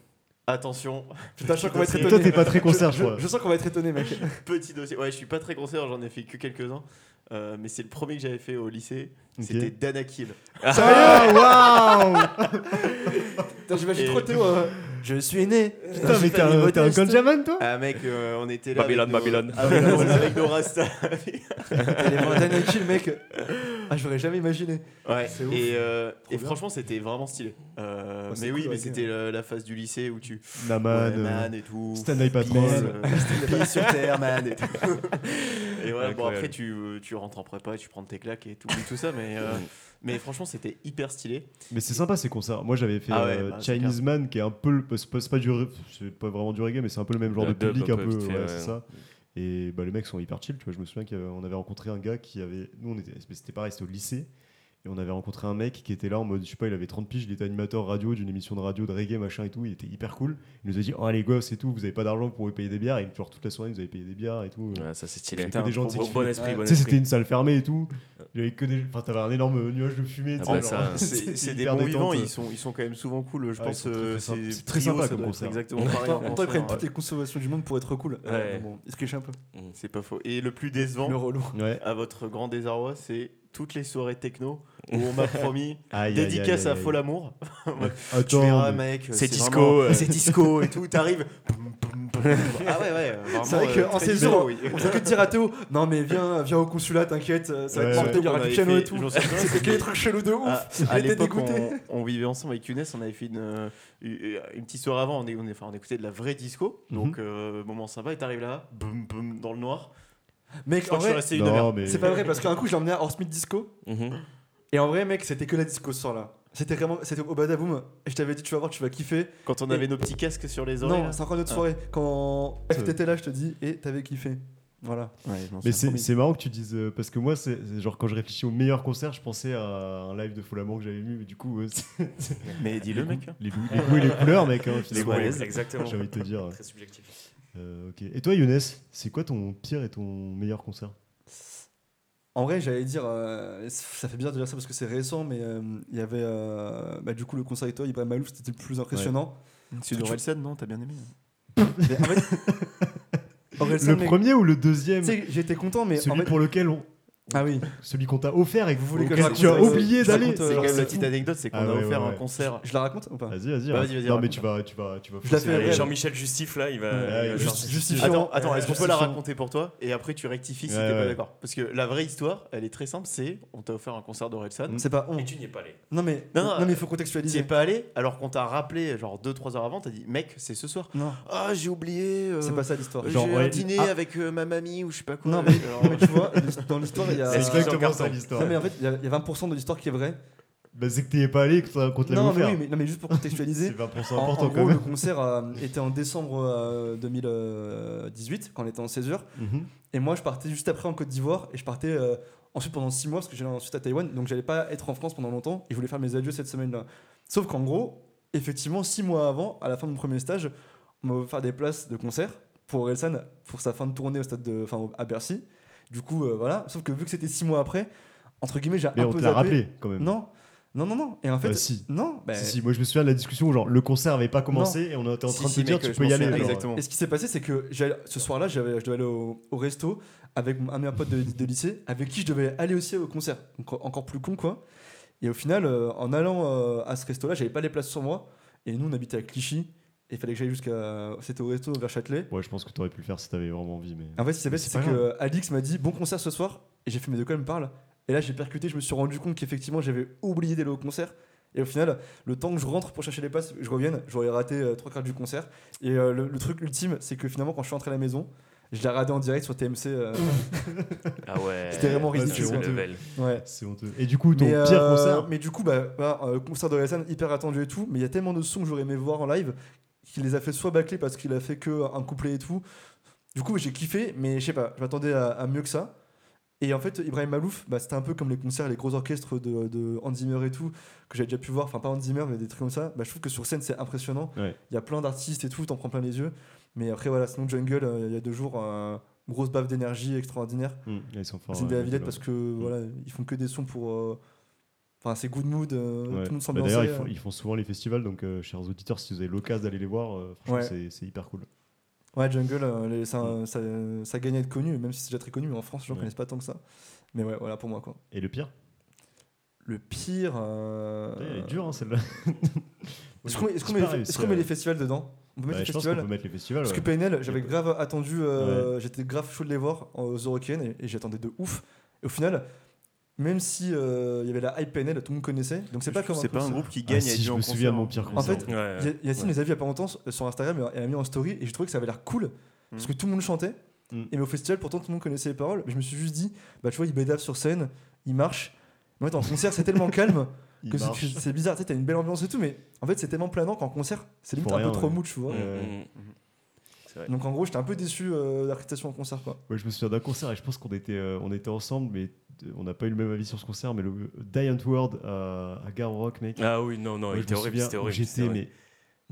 Speaker 4: Attention,
Speaker 2: Putain, je sens qu'on va être
Speaker 1: toi,
Speaker 2: étonné.
Speaker 1: t'es pas très concert, je
Speaker 2: je,
Speaker 1: crois.
Speaker 2: je sens qu'on va être étonné, mec.
Speaker 4: petit dossier. Ouais, je suis pas très concert, j'en ai fait que quelques-uns. Euh, mais c'est le premier que j'avais fait au lycée.
Speaker 1: Ok.
Speaker 4: C'était Dana Kill.
Speaker 2: Ah.
Speaker 1: Sérieux Waouh
Speaker 2: Putain, j'imagine
Speaker 4: Et-
Speaker 2: trop Théo. euh, je suis né.
Speaker 1: Putain, mais t'es un- t'es un Conjaman, toi
Speaker 4: Ah, mec, euh, on était là.
Speaker 3: Babylone,
Speaker 4: avec nos- Ah,
Speaker 3: Babylone.
Speaker 4: Avec, nos- avec nos Rasta.
Speaker 2: Elle est Montana Kill, mec. Ah, j'aurais jamais imaginé.
Speaker 4: Ouais,
Speaker 2: C'est ouf.
Speaker 4: et, euh, et
Speaker 2: bien.
Speaker 4: franchement, c'était vraiment stylé. Euh,
Speaker 2: Ouais, c'est
Speaker 4: mais oui,
Speaker 2: cool,
Speaker 4: mais
Speaker 2: ok.
Speaker 4: c'était la, la phase du lycée où tu. Ouais,
Speaker 1: Naman, euh,
Speaker 4: man et tout.
Speaker 1: Stanley Patrol.
Speaker 4: Peace, euh, Peace sur terre, man et tout. Et voilà, bon,
Speaker 3: Incroyable.
Speaker 4: après, tu, euh, tu rentres en prépa et tu prends tes claques et tout, et tout ça, mais, euh, mais franchement, c'était hyper stylé.
Speaker 1: Mais c'est sympa ces concerts. Moi j'avais fait
Speaker 4: Ah ouais,
Speaker 1: euh,
Speaker 4: bah, c'est
Speaker 1: Chinese Man qui est un peu le- c'est pas- c'est pas du re- c'est pas vraiment du reggae mais c'est un peu le même genre
Speaker 3: La
Speaker 1: de
Speaker 3: dub,
Speaker 1: public
Speaker 3: un
Speaker 1: un
Speaker 3: peu,
Speaker 1: peu,
Speaker 3: vite fait,
Speaker 1: ouais,
Speaker 3: ouais.
Speaker 1: c'est ça. Et bah, les mecs sont hyper chill, tu vois, je me souviens qu'on avait rencontré un gars qui avait nous on était mais c'était pareil, c'était au lycée et on avait rencontré un mec qui était là en mode je sais pas, il avait 30 piges, il était animateur radio d'une émission de radio de reggae machin et tout, il était hyper cool. Il nous a dit "Oh les gosses et tout, vous avez pas d'argent pour vous payer des bières" et genre toute la soirée, vous avez payé des bières et tout.
Speaker 3: Ouais, ça c'est stylé.
Speaker 1: C'était que des gens, tu sais,
Speaker 3: Bon-
Speaker 1: qui-
Speaker 3: bon esprit,
Speaker 2: Ouais.
Speaker 3: bon
Speaker 1: Tu sais, c'était
Speaker 3: esprit.
Speaker 1: une salle fermée et tout. Il y avait que des enfin t'avais un énorme nuage de fumée,
Speaker 3: Ah
Speaker 1: tu sais,
Speaker 3: bah,
Speaker 1: genre,
Speaker 3: ça,
Speaker 4: C'est c'est des
Speaker 1: hyper
Speaker 4: bons
Speaker 1: détente.
Speaker 4: vivants, ils sont, ils sont quand même souvent cool, je
Speaker 1: Ah, ils
Speaker 4: pense.
Speaker 1: sont très, très
Speaker 4: euh,
Speaker 1: sympas.
Speaker 4: C'est
Speaker 1: C'est très
Speaker 4: trio,
Speaker 1: sympa
Speaker 4: ça
Speaker 1: comme
Speaker 4: doit être
Speaker 1: concert.
Speaker 4: Exactement pareil en
Speaker 2: Pourtant, ils prennent
Speaker 4: concert,
Speaker 2: toutes les consommations du monde pour être cool.
Speaker 3: Ouais.
Speaker 2: Euh, bon, ils se cachent un peu.
Speaker 4: ouais. C'est pas faux. Et le plus décevant,
Speaker 2: Le relou.
Speaker 1: Ouais.
Speaker 4: à votre grand désarroi, c'est toutes les soirées techno où on m'a promis
Speaker 1: Aïe, aïe,
Speaker 4: dédicace
Speaker 1: aïe,
Speaker 4: à
Speaker 1: aïe, aïe.
Speaker 4: Fol Amour. Tu
Speaker 1: Attends,
Speaker 4: verras,
Speaker 1: mais-
Speaker 4: mec.
Speaker 3: c'est disco,
Speaker 4: vraiment-
Speaker 3: euh.
Speaker 4: C'est disco et tout. T'arrives. poum, poum, poum, poum. Ah ouais, ouais. vraiment,
Speaker 2: C'est vrai
Speaker 4: euh,
Speaker 2: qu'en
Speaker 4: très
Speaker 2: ces
Speaker 4: disco,
Speaker 2: jours,
Speaker 4: oui.
Speaker 2: on fait que de dire à Théo Non, mais viens, viens au consulat, t'inquiète, euh, ça va
Speaker 1: Ouais,
Speaker 2: être mortel, il y aura
Speaker 4: On
Speaker 2: du
Speaker 4: avait
Speaker 2: piano et
Speaker 4: fait-
Speaker 2: tout.
Speaker 4: je m'en souviens,
Speaker 2: C'était que des trucs chelous de ouf.
Speaker 4: À, Ah, à
Speaker 2: Il était
Speaker 4: l'époque,
Speaker 2: dégoûté.
Speaker 4: on, on vivait ensemble avec Younes, on avait fait une, euh, une petite soirée avant, on, est, on, est- enfin, on écoutait de la vraie disco, donc euh, moment sympa, et t'arrives là, boum boum, dans le noir. Je
Speaker 2: Mec, en
Speaker 4: crois que je suis
Speaker 2: vrai,
Speaker 4: resté une
Speaker 1: non,
Speaker 4: heure.
Speaker 1: mais-
Speaker 2: c'est pas vrai parce qu'un coup, je l'ai emmené à Horsemith Disco.
Speaker 3: Mhm.
Speaker 2: Et en vrai, mec, c'était que la disco ce soir-là. C'était vraiment, c'était au Badaboom. Et je t'avais dit, tu vas voir, tu vas kiffer.
Speaker 4: Quand on avait nos petits casques sur les oreilles.
Speaker 2: Non, c'est encore une autre
Speaker 4: Ah.
Speaker 2: soirée. Quand
Speaker 1: Ouais.
Speaker 2: t'étais là, je te dis, et t'avais kiffé. Voilà.
Speaker 1: Mais c'est c'est marrant que tu dises euh, parce que moi c'est c'est genre quand je réfléchis au meilleur concert je pensais à un live de Folamour que j'avais vu mais du coup euh, c'est-
Speaker 4: Mais dis-le, mec.
Speaker 1: les, goûts- les goûts et les couleurs mec hein,
Speaker 3: Les
Speaker 1: finalement.
Speaker 3: goûts, ex- exactement.
Speaker 1: j'ai envie de te dire
Speaker 3: Très subjectif.
Speaker 1: Euh, ok. et toi Younes c'est quoi ton pire et ton meilleur concert
Speaker 2: En vrai, j'allais dire, euh, ça fait bizarre de dire ça parce que c'est récent, mais euh, il y avait euh, bah, du coup le concert avec toi, Ibrahim Malouf, c'était le plus impressionnant.
Speaker 4: C'est de Wilson, non T'as bien aimé
Speaker 2: Mais en fait, Orelsan,
Speaker 1: le
Speaker 2: mec,
Speaker 1: premier ou le deuxième
Speaker 2: tu sais, j'étais content, mais en
Speaker 1: celui
Speaker 2: fait-
Speaker 1: pour lequel on,
Speaker 2: ah oui,
Speaker 1: celui qu'on t'a offert et que vous
Speaker 2: voulez
Speaker 1: voulez
Speaker 2: que
Speaker 1: que
Speaker 2: je
Speaker 1: tu as
Speaker 2: raconte, euh,
Speaker 1: oublié
Speaker 2: je raconte,
Speaker 1: d'aller
Speaker 2: euh,
Speaker 4: C'est quand même
Speaker 2: c'est
Speaker 4: la petite
Speaker 2: fou.
Speaker 4: anecdote, c'est qu'on
Speaker 1: Ah
Speaker 4: a
Speaker 1: ouais,
Speaker 4: offert
Speaker 1: ouais, ouais.
Speaker 4: un concert.
Speaker 2: je la raconte ou pas
Speaker 1: vas-y vas-y
Speaker 4: Vas-y,
Speaker 1: raconte.
Speaker 4: vas-y,
Speaker 1: non mais
Speaker 4: raconte.
Speaker 1: tu vas tu vas tu vas
Speaker 2: Je
Speaker 1: foncer.
Speaker 2: la fais,
Speaker 1: Allez,
Speaker 2: ouais.
Speaker 1: Jean-Mi-
Speaker 3: Jean-Michel Justif, là, il va.
Speaker 1: Ouais,
Speaker 3: il va
Speaker 1: ouais,
Speaker 3: faire
Speaker 1: juste-
Speaker 3: justice.
Speaker 2: justifiant.
Speaker 4: Attends, attends
Speaker 2: Ouais,
Speaker 4: est-ce qu'on peut
Speaker 2: justifiant.
Speaker 4: la raconter pour toi Et après, tu rectifies si
Speaker 1: euh, Ouais,
Speaker 4: t'es
Speaker 1: ouais.
Speaker 4: pas d'accord. Parce que la vraie histoire, elle est très simple c'est on t'a offert un concert d'Orelsan.
Speaker 2: C'est pas on.
Speaker 3: Et tu n'y es pas allé.
Speaker 2: Non mais,
Speaker 4: Non,
Speaker 2: non,
Speaker 4: non,
Speaker 2: mais il faut
Speaker 4: T'y
Speaker 2: contextualiser.
Speaker 4: es pas allé alors qu'on t'a rappelé genre 2-3 heures avant, t'as dit mec, c'est ce soir.
Speaker 2: Non,
Speaker 4: Ah, j'ai oublié. euh,
Speaker 2: c'est pas ça l'histoire.
Speaker 4: euh,
Speaker 1: Genre,
Speaker 4: j'ai
Speaker 1: ouais.
Speaker 4: un dîner
Speaker 2: Ah.
Speaker 4: avec euh, ma mamie ou je sais pas quoi.
Speaker 2: Non mais,
Speaker 4: Alors,
Speaker 2: non, mais tu vois, dans l'histoire il y a.
Speaker 1: c'est
Speaker 4: Est-ce que-
Speaker 1: exactement ça
Speaker 4: Non,
Speaker 1: l'histoire
Speaker 2: Non mais en fait, il y a il y a 20% de l'histoire qui est vraie.
Speaker 1: Bah, c'est que t'y es pas allé et que t'as- qu'on te l'avait
Speaker 2: Non mais,
Speaker 1: offert
Speaker 2: oui, mais, non mais juste pour
Speaker 1: c'est
Speaker 2: contextualiser,
Speaker 1: 20%
Speaker 2: En- en,
Speaker 1: important
Speaker 2: gros,
Speaker 1: quand
Speaker 2: le
Speaker 1: même
Speaker 2: concert euh, était en décembre euh, 2018, quand on était en césure.
Speaker 1: Mhm.
Speaker 2: Et moi, je partais juste après en Côte d'Ivoire. Et je partais euh, ensuite pendant 6 mois, parce que j'allais ensuite à Taïwan. Donc, j'allais pas être en France pendant longtemps. Et je voulais faire mes adieux cette semaine-là. Sauf qu'en gros, effectivement, 6 mois avant, à la fin de mon premier stage, on m'a offert des places de concert pour Orelsan pour sa fin de tournée au stade de, enfin, au- à Bercy. Du coup, euh, voilà. Sauf que vu que c'était 6 mois après, entre guillemets, j'ai un
Speaker 1: mais on
Speaker 2: peu
Speaker 1: te l'a
Speaker 2: zappé.
Speaker 1: rappelé quand même
Speaker 2: Non, non, non, non. Et en fait,
Speaker 1: Bah, si
Speaker 2: non. bah,
Speaker 1: Si, si, moi je me souviens de la discussion où genre le concert avait pas commencé et on était en
Speaker 4: si,
Speaker 1: train
Speaker 4: si,
Speaker 1: de te dire
Speaker 4: mec,
Speaker 1: tu
Speaker 4: je
Speaker 1: peux
Speaker 4: m'en
Speaker 1: y aller.
Speaker 4: souviens,
Speaker 1: genre.
Speaker 4: Exactement.
Speaker 2: Et ce qui s'est passé, c'est que j'allais- ce soir-là, j'avais- je devais aller au, au resto avec mon- un meilleur pote de, de lycée, avec qui je devais aller aussi au concert. Donc en- encore plus con, quoi. Et au final, euh, en allant euh, à ce resto-là, j'avais pas les places sur moi. Et nous, on habitait à Clichy. Et il fallait que j'aille jusqu'à. C'était au resto vers Châtelet.
Speaker 1: Ouais, je pense que t'aurais pu le faire si t'avais vraiment envie, mais.
Speaker 2: En fait, ce qui s'est
Speaker 1: Mais
Speaker 2: passé,
Speaker 1: c'est
Speaker 2: c'est
Speaker 1: pas
Speaker 2: que Alix m'a dit bon concert ce soir. Et j'ai fait, mais de quoi elle me parle Et là, j'ai percuté, je me suis rendu compte qu'effectivement, j'avais oublié d'aller au concert. Et au final, le temps que je rentre pour chercher les passes, je revienne, j'aurais raté euh, trois quarts du concert. Et euh, le, le truc ultime, c'est que finalement, quand je suis rentré à la maison, je l'ai regardé en direct sur TMC. euh,
Speaker 3: Ah ouais.
Speaker 2: C'était vraiment
Speaker 1: Ouais, ridicule.
Speaker 3: C'est
Speaker 1: c'est
Speaker 3: le
Speaker 1: honteux.
Speaker 3: level.
Speaker 2: ouais.
Speaker 1: C'est honteux. Et du coup, ton
Speaker 2: mais,
Speaker 1: pire
Speaker 2: euh,
Speaker 1: concert.
Speaker 2: mais du coup, bah, voilà, euh, concert de Orelsan, hyper attendu et tout. Mais il y a tellement de sons que j'aurais aimé voir en live qu'il les a fait soit bâcler parce qu'il a fait que un couplet et tout. Du coup, j'ai kiffé, mais je sais pas, je m'attendais à, à mieux que ça. Et en fait, Ibrahim Malouf, bah, c'était un peu comme les concerts, les gros orchestres de, de Hans Zimmer et tout, que j'avais déjà pu voir, enfin pas Hans Zimmer, mais des trucs comme ça. Bah, je trouve que sur scène, c'est impressionnant. Il
Speaker 1: Ouais.
Speaker 2: y a plein d'artistes et tout, t'en prends plein les yeux. Mais après, voilà, sinon Jungle, euh, il y a deux jours, euh, grosse baffe d'énergie extraordinaire.
Speaker 1: Hmm, là, ils sont forts.
Speaker 2: Mm. C'est
Speaker 1: ouais,
Speaker 2: des
Speaker 1: les
Speaker 2: Villette
Speaker 1: gars.
Speaker 2: parce que voilà,
Speaker 1: Mm.
Speaker 2: ils font que des sons pour. euh, Enfin, c'est good mood, euh,
Speaker 1: Ouais.
Speaker 2: tout le monde
Speaker 1: Bah,
Speaker 2: s'ambiance. euh,
Speaker 1: D'ailleurs, ils, font- ils font souvent les festivals, donc euh, chers auditeurs, si vous avez l'occasion d'aller les voir, euh, franchement,
Speaker 2: Ouais.
Speaker 1: c'est- c'est hyper cool.
Speaker 2: Ouais, Jungle, euh, les- ça, ça, ça gagne à être connu, même si c'est déjà très connu, mais en France, les gens
Speaker 1: Mm. Ouais.
Speaker 2: connaissent pas tant que ça. Mais ouais, voilà pour moi quoi.
Speaker 1: Et le pire
Speaker 2: Le pire. euh,
Speaker 1: Putain, Elle est dure, hein, celle-là.
Speaker 2: Est-ce qu'on est-ce qu'on
Speaker 1: J'ai
Speaker 2: met,
Speaker 1: pas réussi
Speaker 2: est-ce qu'on met
Speaker 1: à-
Speaker 2: les festivals dedans On peut mettre
Speaker 1: Bah,
Speaker 2: les
Speaker 1: Je pense qu'on
Speaker 2: festivals
Speaker 1: peut mettre les festivals.
Speaker 2: Parce que
Speaker 1: ouais.
Speaker 2: PNL, j'avais
Speaker 1: Ouais.
Speaker 2: grave attendu, euh, j'étais grave chaud de les voir euh, aux Eurokéennes et, et j'attendais de ouf. Et au final, même si euh, il y avait la hype PNL, tout le monde connaissait, donc c'est pas comme.
Speaker 4: C'est pas un
Speaker 2: concert.
Speaker 4: groupe qui
Speaker 1: Ah,
Speaker 4: gagne.
Speaker 1: si,
Speaker 4: à être
Speaker 1: je
Speaker 4: vu
Speaker 1: me
Speaker 4: en
Speaker 1: souviens de mon pire
Speaker 4: concert.
Speaker 2: En fait,
Speaker 1: Euh,
Speaker 3: Ouais.
Speaker 2: Y- Yacine les a vus il y a pas longtemps sur- sur Instagram, elle a mis en story et j'ai trouvé que ça avait l'air cool parce
Speaker 4: Mm.
Speaker 2: que tout le monde chantait.
Speaker 1: Mm.
Speaker 2: Et mais au festival, pourtant tout le monde connaissait les paroles. Mais je me suis juste dit, bah tu vois, il bédave sur scène, il marche. Mais en fait, en concert, c'est tellement calme
Speaker 1: Il
Speaker 2: que c'est-
Speaker 1: marche.
Speaker 2: que c'est bizarre. Tu sais, t'as une belle ambiance et tout, mais en fait, c'est tellement planant qu'en concert, c'est limite
Speaker 1: Pour
Speaker 2: un
Speaker 1: rien,
Speaker 2: peu trop
Speaker 1: ouais.
Speaker 2: mou, tu vois.
Speaker 1: Ouais.
Speaker 3: Mhm.
Speaker 2: Donc en gros, j'étais un peu déçu euh, de la prestation en concert, quoi.
Speaker 1: Ouais, je me souviens d'un concert et je pense qu'on était, euh, on était ensemble, mais euh, on n'a pas eu le même avis sur ce concert. Mais le Diant World à, à Gare Rock, mec.
Speaker 3: Ah oui, non, non,
Speaker 1: Moi,
Speaker 3: il
Speaker 1: je
Speaker 3: était
Speaker 1: me
Speaker 3: horrible.
Speaker 1: souviens
Speaker 3: C'était
Speaker 1: où
Speaker 3: horrible. c'était
Speaker 1: J'étais
Speaker 3: horrible.
Speaker 1: mais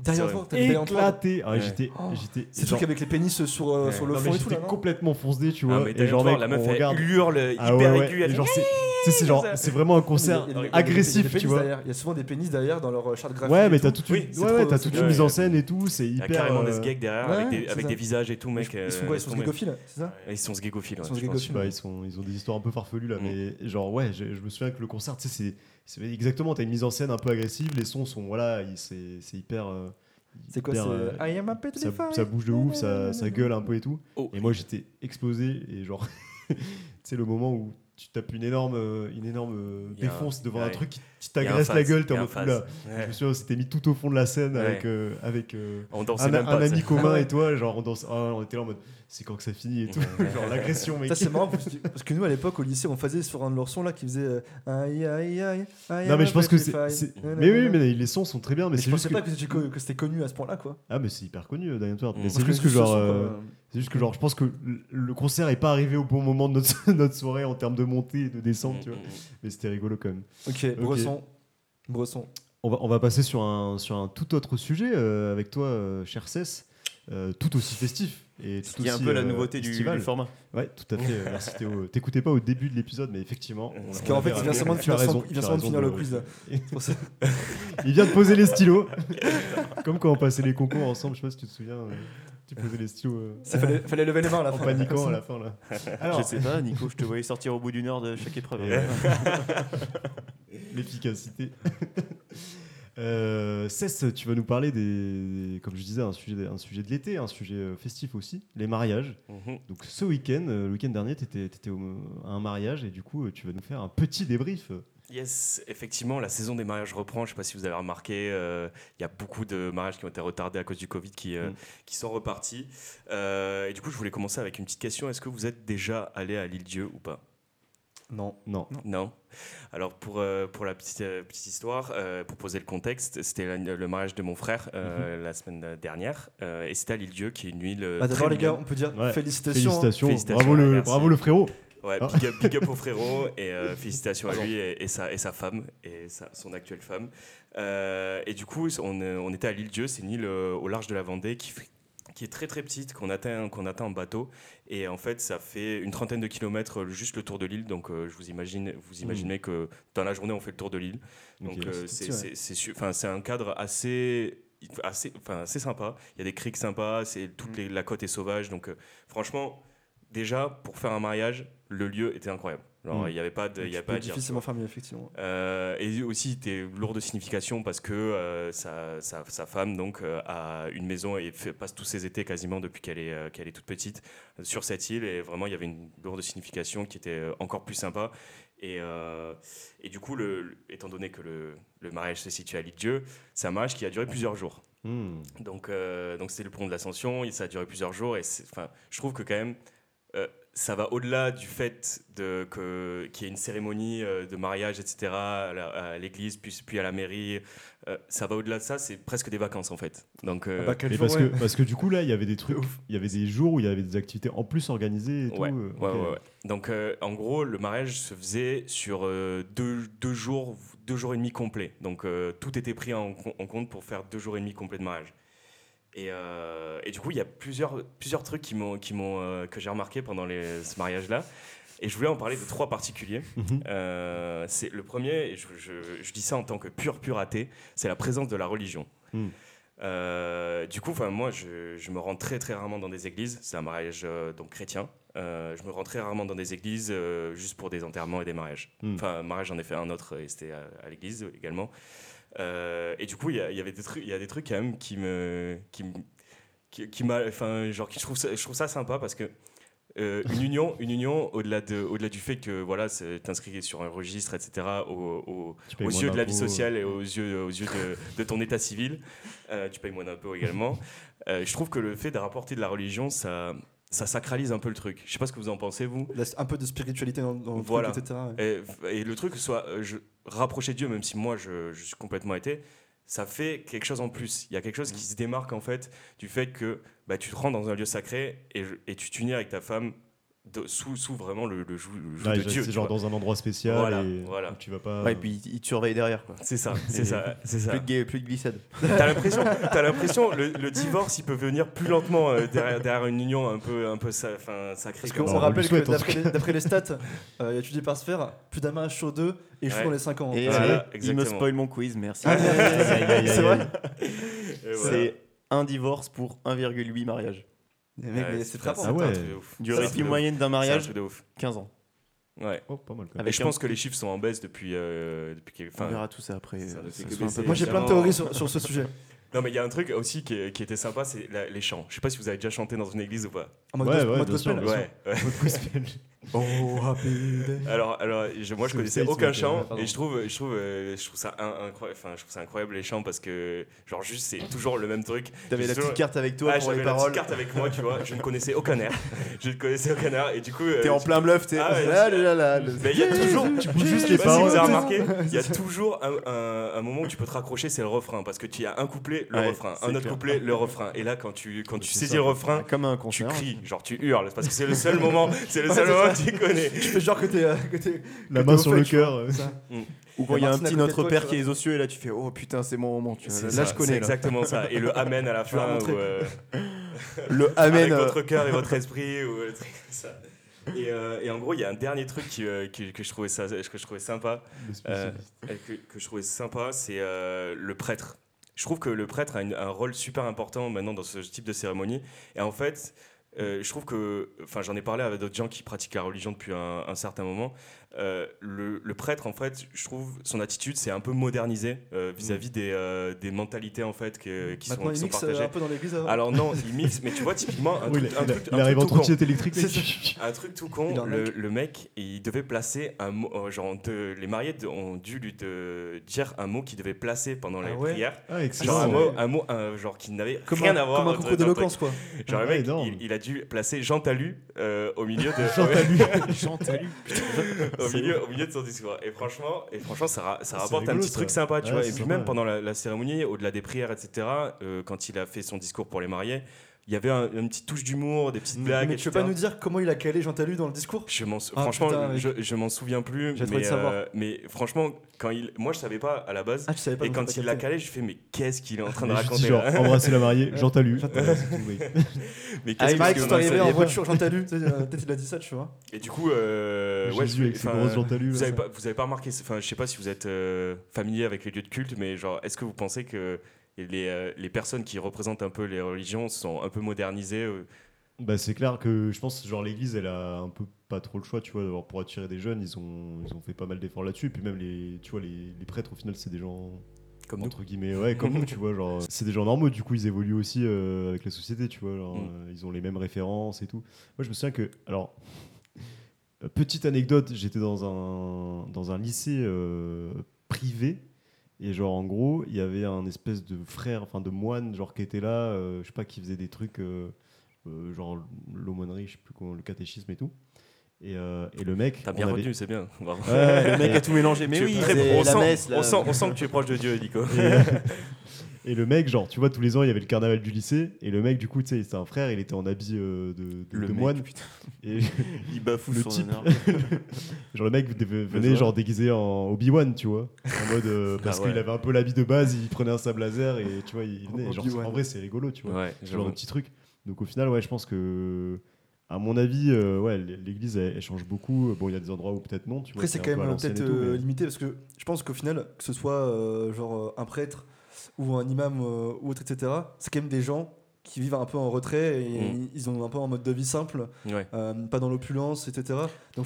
Speaker 2: Derrière
Speaker 3: vrai.
Speaker 2: toi, t'as une belle entourage.
Speaker 1: éclaté. Ah,
Speaker 3: Ouais.
Speaker 1: J'étais,
Speaker 2: Oh,
Speaker 1: j'étais.
Speaker 2: C'est le truc
Speaker 1: genre-
Speaker 2: avec les pénis sur, euh,
Speaker 3: Ouais.
Speaker 2: sur le
Speaker 1: Non, mais
Speaker 2: front et tout.
Speaker 1: j'étais
Speaker 2: Là, non
Speaker 1: complètement foncé, tu
Speaker 3: Ah,
Speaker 1: vois.
Speaker 3: mais
Speaker 1: et
Speaker 3: t'as
Speaker 1: genre,
Speaker 3: genre,
Speaker 1: mec,
Speaker 3: la meuf,
Speaker 1: on regarde.
Speaker 3: elle hurle
Speaker 1: Ah
Speaker 3: hyper
Speaker 1: ouais, ouais,
Speaker 3: aiguë. Elle
Speaker 1: et
Speaker 3: fait
Speaker 1: genre, c'est- Tu sais, c'est genre, c'est vraiment un concert
Speaker 2: Il y a- il y a- il y a- il y a
Speaker 1: agressif,
Speaker 2: des
Speaker 1: tu
Speaker 2: pénis
Speaker 1: vois.
Speaker 2: derrière. Il y a souvent des pénis derrière dans leur euh, charte graphique.
Speaker 1: Ouais,
Speaker 2: et
Speaker 1: mais
Speaker 2: tout.
Speaker 1: t'as toute une,
Speaker 3: Oui,
Speaker 2: c'est
Speaker 1: ouais,
Speaker 2: trop-
Speaker 1: ouais, t'as
Speaker 2: c'est
Speaker 1: toute
Speaker 3: trop
Speaker 1: une mise en
Speaker 3: bien.
Speaker 1: scène et tout, c'est
Speaker 3: Il y a
Speaker 1: hyper.
Speaker 3: carrément
Speaker 1: euh,
Speaker 3: des gags derrière
Speaker 2: ouais,
Speaker 3: avec, des,
Speaker 2: c'est
Speaker 3: avec
Speaker 2: ça.
Speaker 3: des visages et tout, mec. euh,
Speaker 2: Ils sont quoi Ils
Speaker 3: laisse
Speaker 2: sont
Speaker 3: tomber.
Speaker 2: gégophiles, c'est ça
Speaker 3: Ils sont sgégophiles, ouais,
Speaker 2: Ils sont
Speaker 3: je
Speaker 1: je
Speaker 3: pense.
Speaker 1: sais pas, bah, ils, sont, ils ont des histoires un peu farfelues là,
Speaker 3: Mm.
Speaker 1: mais genre, ouais, je, je me souviens que le concert, tu sais, c'est- c'est exactement, t'as une mise en scène un peu agressive, les sons sont, voilà, il- c'est c'est hyper. euh,
Speaker 2: C'est quoi
Speaker 1: hyper,
Speaker 2: c'est-
Speaker 1: euh,
Speaker 3: Ah,
Speaker 2: I am a pet
Speaker 1: ça, ça bouge de ouf, ça, ça gueule un peu et tout.
Speaker 3: Oh.
Speaker 1: Et moi j'étais explosé et genre, tu sais, le moment où tu tapes une énorme, euh, une énorme euh,
Speaker 3: Y a un-
Speaker 1: défonce devant un
Speaker 3: ouais.
Speaker 1: truc qui, qui
Speaker 3: Il y a un
Speaker 1: t'agresse la
Speaker 3: phase,
Speaker 1: gueule, t'es
Speaker 3: il y
Speaker 1: en
Speaker 3: a
Speaker 1: mode
Speaker 3: un
Speaker 1: oula.
Speaker 3: phase.
Speaker 1: Je me
Speaker 3: Ouais.
Speaker 1: souviens, on s'était mis tout au fond de la scène avec,
Speaker 3: Ouais.
Speaker 1: euh, avec euh,
Speaker 3: On dansait
Speaker 1: un,
Speaker 3: même pas.
Speaker 1: un
Speaker 3: tu sais.
Speaker 1: ami commun et toi, genre on, danse, ah, on était là en mode c'est quand que ça finit et tout.
Speaker 3: Ouais.
Speaker 1: genre l'agression, mec.
Speaker 2: Ça c'est marrant parce que- parce que nous à l'époque au lycée on faisait sur un de leurs sons là qui faisait euh, aïe aïe aïe aïe.
Speaker 1: Non mais je pense que c'est, c'est- mais oui mais les sons sont très bien mais,
Speaker 2: je
Speaker 1: c'est juste
Speaker 2: pensais
Speaker 1: que...
Speaker 2: pas que c'était co- que c'était connu à ce point-là quoi.
Speaker 1: ah mais c'est hyper connu Diane Ward mais
Speaker 3: Mm.
Speaker 1: c'est
Speaker 2: Parce
Speaker 1: juste que
Speaker 2: ce
Speaker 1: genre
Speaker 2: son,
Speaker 1: euh,
Speaker 2: quoi,
Speaker 1: c'est juste que genre je pense que le- le concert est pas arrivé au bon moment de notre, notre soirée en termes de montée et de descente
Speaker 2: Mm,
Speaker 1: tu vois mais c'était rigolo quand même
Speaker 2: Ok, Bresson. Bresson.
Speaker 1: on va on va passer sur un sur un tout autre sujet euh, avec toi euh, cher Cess euh, tout aussi festif et tout
Speaker 4: Il y a un
Speaker 1: aussi,
Speaker 4: peu la
Speaker 1: euh,
Speaker 4: nouveauté du,
Speaker 1: estival.
Speaker 4: du format.
Speaker 1: ouais tout à fait euh, merci Théo t'écoutais pas au début de l'épisode mais effectivement on-
Speaker 3: Parce
Speaker 1: on
Speaker 2: qu'en
Speaker 1: avait
Speaker 2: fait, il vient
Speaker 1: raison.
Speaker 2: seulement de
Speaker 1: Tu as
Speaker 2: finir son-
Speaker 1: raison,
Speaker 2: il vient
Speaker 1: tu as
Speaker 2: seulement de
Speaker 1: raison
Speaker 2: finir le
Speaker 1: de-
Speaker 2: quiz. C'est pour ça.
Speaker 1: Il vient de poser les stylos. Comme quand on passait les concours ensemble, je sais pas si tu te souviens, euh, tu posais les stylos euh,
Speaker 2: Ça fallait, fallait lever les mains à la
Speaker 1: en
Speaker 2: fin.
Speaker 1: paniquant à la fin là.
Speaker 4: Je
Speaker 1: Alors, euh,
Speaker 4: sais pas, Nico, je te voyais sortir au bout d'une heure de chaque épreuve.
Speaker 3: Ouais.
Speaker 1: l'efficacité. Euh, Cess, tu vas nous parler des, comme je disais, un sujet, un sujet de l'été, un sujet euh, festif aussi, les mariages.
Speaker 3: Mhm.
Speaker 1: Donc ce week-end, euh, le week-end dernier, tu étais, à un mariage et du coup, euh, tu vas nous faire un petit débrief.
Speaker 3: Yes, effectivement, la saison des mariages reprend. Je ne sais pas si vous avez remarqué, euh, il y a beaucoup de mariages qui ont été retardés à cause du Covid qui, euh,
Speaker 1: Mm.
Speaker 3: qui sont repartis. Euh, et du coup, je voulais commencer avec une petite question. Est-ce que vous êtes déjà allé à l'île Dieu ou pas
Speaker 2: Non.
Speaker 1: Non.
Speaker 3: Non. Alors, pour, euh, pour la petite, euh, petite histoire, euh, pour poser le contexte, c'était la- le mariage de mon frère euh, la semaine dernière. euh, et c'était à l'île Dieu, qui est une île. euh,
Speaker 2: Bah,
Speaker 3: très
Speaker 2: D'abord les gars,
Speaker 3: mignonne.
Speaker 2: on peut dire
Speaker 1: Ouais.
Speaker 2: félicitations.
Speaker 1: Félicitations,
Speaker 3: Félicitations,
Speaker 1: bravo, le,
Speaker 3: merci.
Speaker 1: bravo le frérot.
Speaker 3: Ouais,
Speaker 1: Ah.
Speaker 3: big up, big up au frérot et euh, félicitations à lui et, et sa, et sa femme et sa- son actuelle femme. Euh, et du coup, on, euh, on était à l'île Dieu, c'est une île euh, au large de la Vendée qui, fait- qui est très très petite, qu'on atteint, qu'on atteint en bateau. Et en fait, ça fait une trentaine de kilomètres euh, juste le tour de l'île. Donc, euh, je vous imagine, vous imaginez que dans la journée, on fait le tour de l'île. Donc,
Speaker 1: Ok.
Speaker 3: euh,
Speaker 2: c'est
Speaker 3: c'est
Speaker 2: petit, ouais.
Speaker 3: c'est- c'est su- enfin, c'est un cadre assez assez enfin assez sympa il y a des criques sympas c'est
Speaker 2: Mm.
Speaker 3: toute les- la côte est sauvage donc euh, franchement déjà pour faire un mariage le lieu était incroyable Genre,
Speaker 1: Mm.
Speaker 3: il n'y avait pas de il y
Speaker 2: Tu
Speaker 3: a
Speaker 2: peux
Speaker 3: pas à dire, tu
Speaker 2: difficilement faire mieux effectivement.
Speaker 3: euh, et aussi, était lourd de signification parce que euh, sa, sa- sa femme donc euh, a une maison et fait- passe tous ses étés quasiment depuis qu'elle est, euh, qu'elle est toute petite euh, sur cette île. Et vraiment, il y avait une lourde signification qui était euh, encore plus sympa. Et, euh, et du coup, le, le- étant donné que le, le mariage se situe à l'île Dieu, c'est un mariage qui a duré plusieurs jours.
Speaker 1: Hmm.
Speaker 3: Donc, euh, donc c'était le pont de l'Ascension. et Ça a duré plusieurs jours. Et c'est- enfin, je trouve que quand même, euh, ça va au-delà du fait de que qu'il y ait une cérémonie euh, de mariage, etc. à la- à l'église, puis, puis à la mairie. Euh, ça va au-delà de ça. C'est presque des vacances en fait. Donc, euh,
Speaker 2: Ah bah, quel
Speaker 1: Mais
Speaker 2: jour,
Speaker 1: parce,
Speaker 2: ouais.
Speaker 1: que, parce que du coup, là, il y avait des trucs,
Speaker 2: De
Speaker 1: il y avait des jours où il y avait des activités en plus organisées et tout.
Speaker 3: Ouais,
Speaker 1: euh,
Speaker 3: ouais,
Speaker 1: ok.
Speaker 3: ouais, ouais. Donc, euh, en gros, le mariage se faisait sur euh, deux, deux jours, deux jours et demi complets. Donc, euh, tout était pris en, co- en compte pour faire deux jours et demi complets de mariage. Et, euh, et du coup, il y a plusieurs, plusieurs trucs qui m'ont, qui m'ont, euh, que j'ai remarqué pendant les- ce mariage-là. Et je voulais en parler de trois particuliers.
Speaker 1: Mhm.
Speaker 3: Euh, c'est le premier, et je, je- je dis ça en tant que pur pur athée, c'est la présence de la religion.
Speaker 1: Mm.
Speaker 3: Euh, du coup, 'fin, moi, je, je me rends très très rarement dans des églises. C'est un mariage euh, donc chrétien. Euh, je me rends très rarement dans des églises euh, juste pour des enterrements et des mariages.
Speaker 1: Mm.
Speaker 3: Enfin, un mariage, j'en ai fait un autre et c'était à, à l'église également. Euh, et du coup, il y, a- il y avait des trucs, il y a des trucs quand même qui me, qui, me- qui, qui m'a, enfin, genre, qui- je trouve ça, je trouve ça sympa parce que euh, une union, une union au-delà de, au-delà du fait que voilà, c'est- t'inscris sur un registre, etc. au- au,
Speaker 1: Tu payes
Speaker 3: aux
Speaker 1: moins
Speaker 3: yeux de la vie
Speaker 1: d'impôts. euh.
Speaker 3: sociale et aux yeux, aux yeux de, de ton état civil. Euh, tu payes moins d'impôts également. Euh, je trouve que le fait de rapporter de la religion, ça, ça sacralise un peu le truc. Je sais pas ce que vous en pensez, vous.
Speaker 2: La- Un peu de spiritualité dans, dans le
Speaker 3: Voilà.
Speaker 2: truc, etc. ouais.
Speaker 3: Et, et le truc, soit euh, je, rapprocher Dieu, même si moi je, je suis complètement été, ça fait quelque chose en plus. Il y a quelque
Speaker 1: Mm.
Speaker 3: chose qui se démarque en fait du fait que bah, tu te rends dans un lieu sacré et, je- et tu t'unis avec ta femme de- sous, sous vraiment le, le joug le joug
Speaker 1: Là,
Speaker 3: de
Speaker 1: je-
Speaker 3: Dieu.
Speaker 1: c'est
Speaker 3: tu
Speaker 1: genre
Speaker 3: vois.
Speaker 1: dans un endroit spécial
Speaker 3: Voilà,
Speaker 1: et
Speaker 3: voilà.
Speaker 1: tu vas pas.
Speaker 4: Ouais, et puis il te surveille derrière quoi.
Speaker 3: C'est ça, c'est ça, c'est ça.
Speaker 4: Plus de, gay- plus de glissade.
Speaker 3: T'as l'impression, t'as l'impression, le, le divorce, il peut venir plus lentement euh, derrière, derrière une union un peu, un peu sa- enfin, sacrée.
Speaker 2: Parce
Speaker 3: comme
Speaker 2: qu'on
Speaker 1: on
Speaker 3: ça.
Speaker 1: lui
Speaker 2: rappelle que
Speaker 1: souhaite, en
Speaker 2: d'après
Speaker 1: tout
Speaker 2: les, d'après les stats euh, étudiées par Sphère, plus d'un mariage sur deux échoue
Speaker 3: Ouais.
Speaker 2: dans les 5 ans.
Speaker 4: Et
Speaker 3: Voilà,
Speaker 4: allez, il me
Speaker 3: exactement.
Speaker 4: spoil mon quiz, merci.
Speaker 1: Aïe, aïe, aïe,
Speaker 4: C'est vrai.
Speaker 1: aïe.
Speaker 3: Et voilà.
Speaker 4: C'est un divorce pour 1,8 mariages.
Speaker 2: Mais mec, mais c'est
Speaker 3: très
Speaker 2: frappant.
Speaker 1: Ah ouais.
Speaker 4: Durée de vie moyenne d'un
Speaker 3: mariage.
Speaker 4: mariage,
Speaker 3: de ouf.
Speaker 4: 15 ans.
Speaker 3: Ouais.
Speaker 1: Oh, pas mal quand même.
Speaker 4: Avec
Speaker 3: Et je
Speaker 4: un-
Speaker 3: pense que les chiffres sont en baisse depuis. euh, depuis qu'il-
Speaker 4: On
Speaker 3: enfin,
Speaker 4: verra tout ça après.
Speaker 3: ça
Speaker 4: euh,
Speaker 3: ne fait
Speaker 4: ce
Speaker 3: que
Speaker 4: soit un peu
Speaker 3: baisser.
Speaker 2: Moi j'ai plein de théories sur, sur ce sujet.
Speaker 3: non, mais il y a un truc aussi qui, est- qui était sympa, c'est la- les chants. Je sais pas si vous avez déjà chanté dans une église ou pas.
Speaker 2: En mode,
Speaker 1: Ouais,
Speaker 2: gos-
Speaker 1: ouais,
Speaker 2: mode
Speaker 1: bien sûr,
Speaker 2: gospel.
Speaker 1: bien sûr.
Speaker 3: Ouais. ouais.
Speaker 1: Votre gospel.
Speaker 2: Oh, happy day.
Speaker 3: Alors, alors je- moi je
Speaker 1: C'est
Speaker 3: connaissais
Speaker 1: le States,
Speaker 3: aucun
Speaker 1: mec,
Speaker 3: chant
Speaker 1: euh, pardon.
Speaker 3: et je trouve, je trouve, euh, je trouve ça in- incroyable. Enfin, je trouve ça incroyable les chants parce que genre juste c'est toujours le même truc.
Speaker 4: T'avais la
Speaker 3: Toujours-
Speaker 4: petite carte avec toi
Speaker 3: Ah,
Speaker 4: pour
Speaker 3: j'avais
Speaker 4: les
Speaker 3: la petite
Speaker 4: paroles.
Speaker 3: carte avec moi, tu vois. Je ne connaissais aucun air. Je ne connaissais aucun air et du coup. euh,
Speaker 4: T'es en plein bluff, t'es.
Speaker 3: Ah ouais,
Speaker 4: là,
Speaker 3: je-
Speaker 4: là, là, là.
Speaker 3: Mais il y a toujours, tu
Speaker 1: bouges juste
Speaker 3: je sais
Speaker 1: les
Speaker 3: pas si vous avez
Speaker 1: paroles.
Speaker 3: remarqué, il y a toujours un, un- un moment où tu peux te raccrocher, c'est le refrain, parce que tu as un couplet, le
Speaker 4: Ouais,
Speaker 3: refrain,
Speaker 4: c'est
Speaker 3: un autre
Speaker 4: clair.
Speaker 3: couplet, le refrain. Et là, quand tu, quand tu
Speaker 1: C'est
Speaker 3: saisis
Speaker 1: ça.
Speaker 3: le refrain,
Speaker 4: Comme un
Speaker 3: tu
Speaker 4: concert.
Speaker 3: cries, genre tu hurles, parce que c'est le seul moment, c'est le
Speaker 2: Ouais,
Speaker 3: seul
Speaker 2: c'est
Speaker 3: moment
Speaker 2: ça.
Speaker 3: que tu connais.
Speaker 2: Tu fais genre que t'es. euh, que t'es-
Speaker 1: La
Speaker 2: que
Speaker 1: main
Speaker 2: t'es au
Speaker 1: sur
Speaker 2: fait,
Speaker 1: le
Speaker 2: tu
Speaker 1: cœur.
Speaker 2: vois,
Speaker 1: euh.
Speaker 2: ça.
Speaker 4: Ou quand il y a
Speaker 2: Martine
Speaker 4: un
Speaker 2: à
Speaker 4: petit
Speaker 2: côté de
Speaker 4: Notre
Speaker 2: toi,
Speaker 4: Père
Speaker 2: tu
Speaker 4: qui est aux cieux et là tu fais Oh putain, c'est mon moment. Tu vois.
Speaker 3: C'est
Speaker 4: Là,
Speaker 3: ça,
Speaker 4: je
Speaker 3: C'est
Speaker 4: connais. là.
Speaker 3: exactement ça. Et le Amen à la
Speaker 2: Je vais
Speaker 3: fin,
Speaker 2: remontrer.
Speaker 3: ou, euh,
Speaker 4: Le
Speaker 3: avec
Speaker 4: Amen. euh,
Speaker 3: votre cœur et votre esprit, ou un truc comme ça. Et, euh, et en gros, il y a un dernier truc qui, euh, qui- que, je trouvais ça, que je trouvais sympa.
Speaker 1: Le spécialiste.
Speaker 3: Euh, que, que je trouvais sympa, c'est euh, le prêtre. Je trouve que le prêtre a une- un rôle super important maintenant dans ce type de cérémonie. Et en fait, euh, je trouve que, enfin, j'en ai parlé avec d'autres gens qui pratiquent la religion depuis un, un certain moment. Euh, le, le prêtre, en fait, je trouve son attitude, c'est un peu modernisée euh, vis-à-vis des, euh, des mentalités en fait que- qui, sont,
Speaker 2: Maintenant il
Speaker 3: qui sont Ah,
Speaker 2: mixe euh,
Speaker 3: partagées.
Speaker 2: un peu dans l'église. avant.
Speaker 3: Alors non, il mixe, mais tu vois typiquement un
Speaker 1: Oui,
Speaker 3: truc,
Speaker 1: il,
Speaker 3: un
Speaker 1: a-
Speaker 3: truc-
Speaker 1: il
Speaker 3: un
Speaker 1: arrive
Speaker 3: truc
Speaker 1: en
Speaker 3: tout con.
Speaker 1: trottinette électrique.
Speaker 2: C'est
Speaker 1: mec.
Speaker 3: Un truc tout
Speaker 2: Il
Speaker 3: con,
Speaker 2: en
Speaker 3: le,
Speaker 2: manque.
Speaker 3: le mec, il devait placer un mot. euh, genre, de- les mariés de- ont dû lui de- dire un mot qu'il devait placer pendant
Speaker 2: Ah
Speaker 3: les
Speaker 2: ouais
Speaker 3: prières.
Speaker 1: Ah, excellent.
Speaker 3: Genre, un
Speaker 2: ouais.
Speaker 3: mot, un mot un- genre, qui n'avait
Speaker 2: Comme
Speaker 3: rien
Speaker 2: un-
Speaker 3: à voir.
Speaker 2: Comme un
Speaker 3: entre-
Speaker 2: concours
Speaker 3: d'un truc.
Speaker 2: d'éloquence quoi.
Speaker 3: Genre, le
Speaker 1: Ah,
Speaker 3: mec,
Speaker 1: énorme.
Speaker 3: il, il a dû placer Jean Talu euh, au milieu de.
Speaker 1: Jean Talu.
Speaker 4: Jean Talu.
Speaker 3: au, milieu, au milieu de son discours. Et franchement, et franchement ça, ra- ça
Speaker 1: C'est
Speaker 3: rapporte un
Speaker 1: rigolo,
Speaker 3: petit
Speaker 1: ça.
Speaker 3: truc sympa, tu
Speaker 1: Ouais,
Speaker 3: vois.
Speaker 1: c'est
Speaker 3: Et puis
Speaker 1: sympa,
Speaker 3: même
Speaker 1: ouais.
Speaker 3: pendant la, la cérémonie, au-delà des prières, etc., euh, quand il a fait son discours pour les mariés, il y avait un- une petite touche d'humour, des petites blagues.
Speaker 2: Mais tu peux
Speaker 3: etc..
Speaker 2: pas nous dire comment il a calé Jean Talu dans le discours
Speaker 3: Je m'en sou-
Speaker 2: Ah,
Speaker 3: franchement,
Speaker 2: putain, mec.
Speaker 3: je, je m'en souviens plus.
Speaker 2: J'ai trop
Speaker 3: Mais,
Speaker 2: de savoir.
Speaker 3: euh, mais franchement, quand il, moi je savais pas à la base.
Speaker 2: Ah, tu savais pas
Speaker 3: et
Speaker 2: donc t'as
Speaker 3: quand
Speaker 2: pas
Speaker 3: il l'a
Speaker 2: capté.
Speaker 3: calé, je fais mais qu'est-ce qu'il est en train de
Speaker 1: Et je dis
Speaker 3: raconter
Speaker 1: genre,
Speaker 3: là hein.
Speaker 1: embrasser la mariée, Jean Talu.
Speaker 2: Jean
Speaker 1: Voilà, c'est tout, oui.
Speaker 3: Mais
Speaker 2: Ah,
Speaker 3: qu'est-ce
Speaker 2: il paraît
Speaker 3: que-
Speaker 2: que c'est arrivé
Speaker 1: ça y
Speaker 2: en
Speaker 1: est.
Speaker 2: voiture, Jean Talu. Tu sais, euh, Peut-être il a dit ça, tu vois.
Speaker 3: Et du coup, euh, ouais,
Speaker 1: Jésus
Speaker 3: je-
Speaker 1: avec ses
Speaker 3: enfin,
Speaker 1: grosses Jean Talu.
Speaker 3: vous
Speaker 1: là.
Speaker 3: avez pas, vous avez pas remarqué, enfin je sais pas si vous êtes euh, familier avec les lieux de culte, mais genre est-ce que vous pensez que les, euh, les personnes qui représentent un peu les religions sont un peu modernisées euh,
Speaker 1: Bah, c'est clair que je pense genre l'église elle a un peu pas trop le choix tu vois d'avoir pour attirer des jeunes ils ont ils ont fait pas mal d'efforts là-dessus et puis même les tu vois les, les prêtres au final c'est des gens
Speaker 3: comme nous
Speaker 1: entre guillemets ouais comme nous tu vois genre euh, c'est des gens normaux du coup ils évoluent aussi euh, avec la société tu vois genre,
Speaker 3: Mm.
Speaker 1: euh, ils ont les mêmes références et tout moi je me souviens que alors euh, petite anecdote j'étais dans un dans un lycée euh, privé et genre en gros il y avait un espèce de frère enfin de moine genre qui était là euh, je sais pas qui faisait des trucs euh, euh, genre l'aumônerie je sais plus comment le catéchisme et tout et, euh, et le mec
Speaker 3: T'as
Speaker 1: on
Speaker 3: bien
Speaker 1: avait-
Speaker 3: retenu, c'est bien. bravo.
Speaker 1: Ouais, ouais,
Speaker 4: Le mec
Speaker 1: et-
Speaker 4: a tout mélangé. Mais
Speaker 3: Tu es
Speaker 4: oui,
Speaker 3: très-
Speaker 4: c'est
Speaker 3: on,
Speaker 4: la
Speaker 3: sent,
Speaker 4: messe. là.
Speaker 3: on sent- on sent que tu es proche de Dieu, Nico.
Speaker 1: euh, Et le mec, genre, tu vois, tous les ans, il y avait le carnaval du lycée. Et le mec, du coup, tu sais, c'était un frère, il était en habit euh, de, de-
Speaker 4: Le
Speaker 1: de
Speaker 4: mec,
Speaker 1: moine.
Speaker 4: putain.
Speaker 1: Et
Speaker 4: Il bafoue
Speaker 1: le
Speaker 4: son
Speaker 1: type.
Speaker 4: honneur.
Speaker 1: genre, le mec dev- venait,
Speaker 4: soir.
Speaker 1: genre, déguisé en Obi-Wan, tu vois. En mode. euh, parce
Speaker 3: Ah ouais.
Speaker 1: qu'il avait un peu l'habit de base, il prenait un sable laser et, tu vois, il venait. Et genre,
Speaker 2: Obi-Wan.
Speaker 1: en vrai, c'est rigolo, tu vois.
Speaker 3: Ouais,
Speaker 1: genre, un petit truc. Donc, au final, ouais, je pense que. À mon avis, euh, ouais, l'église, elle, elle change beaucoup. Bon, il y a des endroits où peut-être non, tu vois.
Speaker 2: Après, c'est
Speaker 1: un
Speaker 2: quand
Speaker 1: peu à
Speaker 2: même
Speaker 1: l'ancienne
Speaker 2: peut-être
Speaker 1: et tout,
Speaker 2: euh,
Speaker 1: mais-
Speaker 2: limité parce que je pense qu'au final, que ce soit euh, genre euh, un prêtre ou un imam euh, ou autre, etc., c'est quand même des gens qui vivent un peu en retrait et
Speaker 3: Mm.
Speaker 2: ils ont un peu un mode de vie simple,
Speaker 3: Ouais.
Speaker 2: euh, pas dans l'opulence, etc. Donc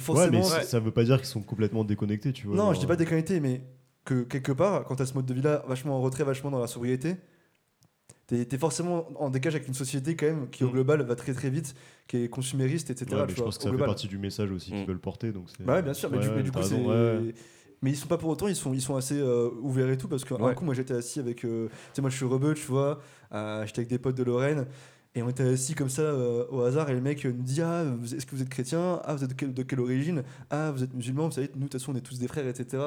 Speaker 1: Ouais,
Speaker 2: forcément,
Speaker 1: mais ça- ça veut pas dire qu'ils sont complètement déconnectés, tu vois.
Speaker 2: non,
Speaker 1: genre,
Speaker 2: je dis pas des qualités, mais que quelque part, quand t'as ce mode de vie-là, vachement en retrait, vachement dans la sobriété, t'es t'es forcément en décalage avec une société quand même qui au
Speaker 1: Mm.
Speaker 2: global va très très vite, qui est consumériste, etc.
Speaker 1: Ouais, mais
Speaker 2: tu
Speaker 1: je
Speaker 2: vois,
Speaker 1: pense que
Speaker 2: au
Speaker 1: ça fait
Speaker 2: global.
Speaker 1: partie du message aussi
Speaker 3: Mm.
Speaker 1: qu'ils veulent porter. Donc c'est-
Speaker 2: Bah ouais, bien sûr, mais,
Speaker 1: Ouais,
Speaker 2: du, mais
Speaker 1: ouais,
Speaker 2: du
Speaker 1: t'as
Speaker 2: coup, c'est.
Speaker 1: raison, ouais, ouais.
Speaker 2: Mais ils sont pas pour autant, ils sont, ils sont assez euh, ouverts et tout, parce qu'un
Speaker 3: Ouais.
Speaker 2: coup, moi j'étais assis avec. euh, tu sais, moi je suis rebeu, tu vois, euh, j'étais avec des potes de Lorraine, et on était assis comme ça euh, au hasard, et le mec euh, nous dit Ah, vous- est-ce que vous êtes chrétien Ah, vous êtes de quelle, de quelle origine Ah, vous êtes musulman, vous savez, nous de toute façon on est tous des frères, etc.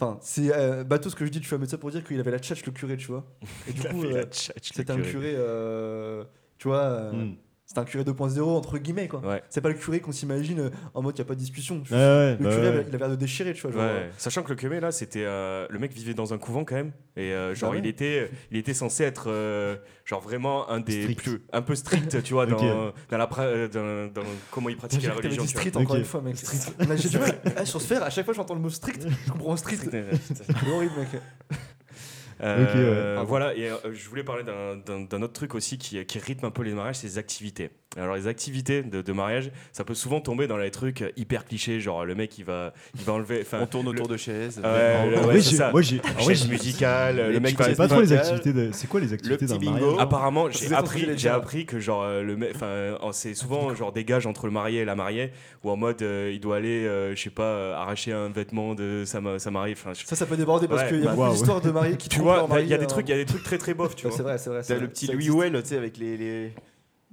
Speaker 2: Enfin, c'est euh, bateau ce que je dis, tu vois, mais ça pour dire qu'il avait la tchatche, le curé, tu vois. Et du coup, euh, c'était un curé, euh, tu vois. euh,
Speaker 1: Mm.
Speaker 2: C'est un curé 2.0 entre guillemets quoi.
Speaker 3: Ouais.
Speaker 2: C'est pas le curé qu'on s'imagine euh, en mode il n'y a pas de discussion.
Speaker 1: Ouais, ouais,
Speaker 2: le
Speaker 1: bah
Speaker 2: curé
Speaker 1: ouais.
Speaker 2: il a l'air de déchirer, tu vois. genre,
Speaker 3: Ouais. Sachant que le curé là, c'était euh, le mec vivait dans un couvent quand même, et euh, genre
Speaker 2: Bah ouais.
Speaker 3: il était, il était censé être euh, genre vraiment un des
Speaker 1: Strict.
Speaker 3: plus, un peu strict, tu vois, dans,
Speaker 1: Ok.
Speaker 3: dans la, pra- euh, dans- dans comment il
Speaker 2: J'ai
Speaker 3: pratiquait la
Speaker 2: cru que t'avais
Speaker 3: religion.
Speaker 2: dit
Speaker 3: tu vois.
Speaker 2: street encore
Speaker 1: Ok.
Speaker 2: une fois, mec. Là, j'ai du mal. Ah, sur Sphere, à chaque fois j'entends le mot street, je comprends street. C'est horrible, mec.
Speaker 3: Euh,
Speaker 1: Ok,
Speaker 2: ouais.
Speaker 3: Voilà, et euh, je voulais parler d'un- d'un d'un autre truc aussi qui, qui rythme un peu les mariages, c'est les activités. Alors les activités de, de mariage, ça peut souvent tomber dans les trucs euh, hyper clichés, genre le mec il va, il va enlever, enfin,
Speaker 4: On tourne autour de chaises.
Speaker 3: Ouais,
Speaker 1: Ah
Speaker 3: ouais,
Speaker 1: oui,
Speaker 3: c'est
Speaker 1: j'ai-
Speaker 3: ça.
Speaker 1: moi j'ai. ah ouais,
Speaker 3: chaise
Speaker 1: j'ai-
Speaker 3: musicale,
Speaker 4: Les
Speaker 3: le mec
Speaker 4: petits
Speaker 3: va
Speaker 1: C'est
Speaker 4: musique
Speaker 1: pas trop les
Speaker 4: vocale,
Speaker 1: activités. de- C'est quoi les activités
Speaker 4: petit
Speaker 1: d'un
Speaker 4: bingo.
Speaker 1: mariage
Speaker 3: Apparemment,
Speaker 2: Je sais
Speaker 3: j'ai
Speaker 2: pas ce que
Speaker 3: appris,
Speaker 2: j'allais
Speaker 3: j'ai
Speaker 2: dire.
Speaker 3: appris que genre euh, le mec, enfin, euh, c'est souvent genre des gages entre le marié et la mariée où en mode euh, il doit aller, euh, je sais pas, euh, arracher un vêtement de sa, ma- sa mariée. Enfin, je-
Speaker 2: Ça, ça peut déborder parce
Speaker 3: Ouais,
Speaker 2: qu'il y a
Speaker 1: bah,
Speaker 2: beaucoup
Speaker 1: waouh.
Speaker 2: d'histoires de mariés qui
Speaker 3: tu
Speaker 2: trompent
Speaker 3: vois,
Speaker 2: leur
Speaker 3: il y a
Speaker 2: mari,
Speaker 3: des
Speaker 2: euh,
Speaker 3: trucs, il y a des trucs très très bofs, tu
Speaker 2: Ouais, C'est
Speaker 3: vois.
Speaker 2: vrai, c'est vrai. c'est
Speaker 4: T'as
Speaker 2: vrai.
Speaker 4: le petit
Speaker 2: Ça
Speaker 4: Louis
Speaker 2: existe.
Speaker 4: Well, tu sais, avec les. les-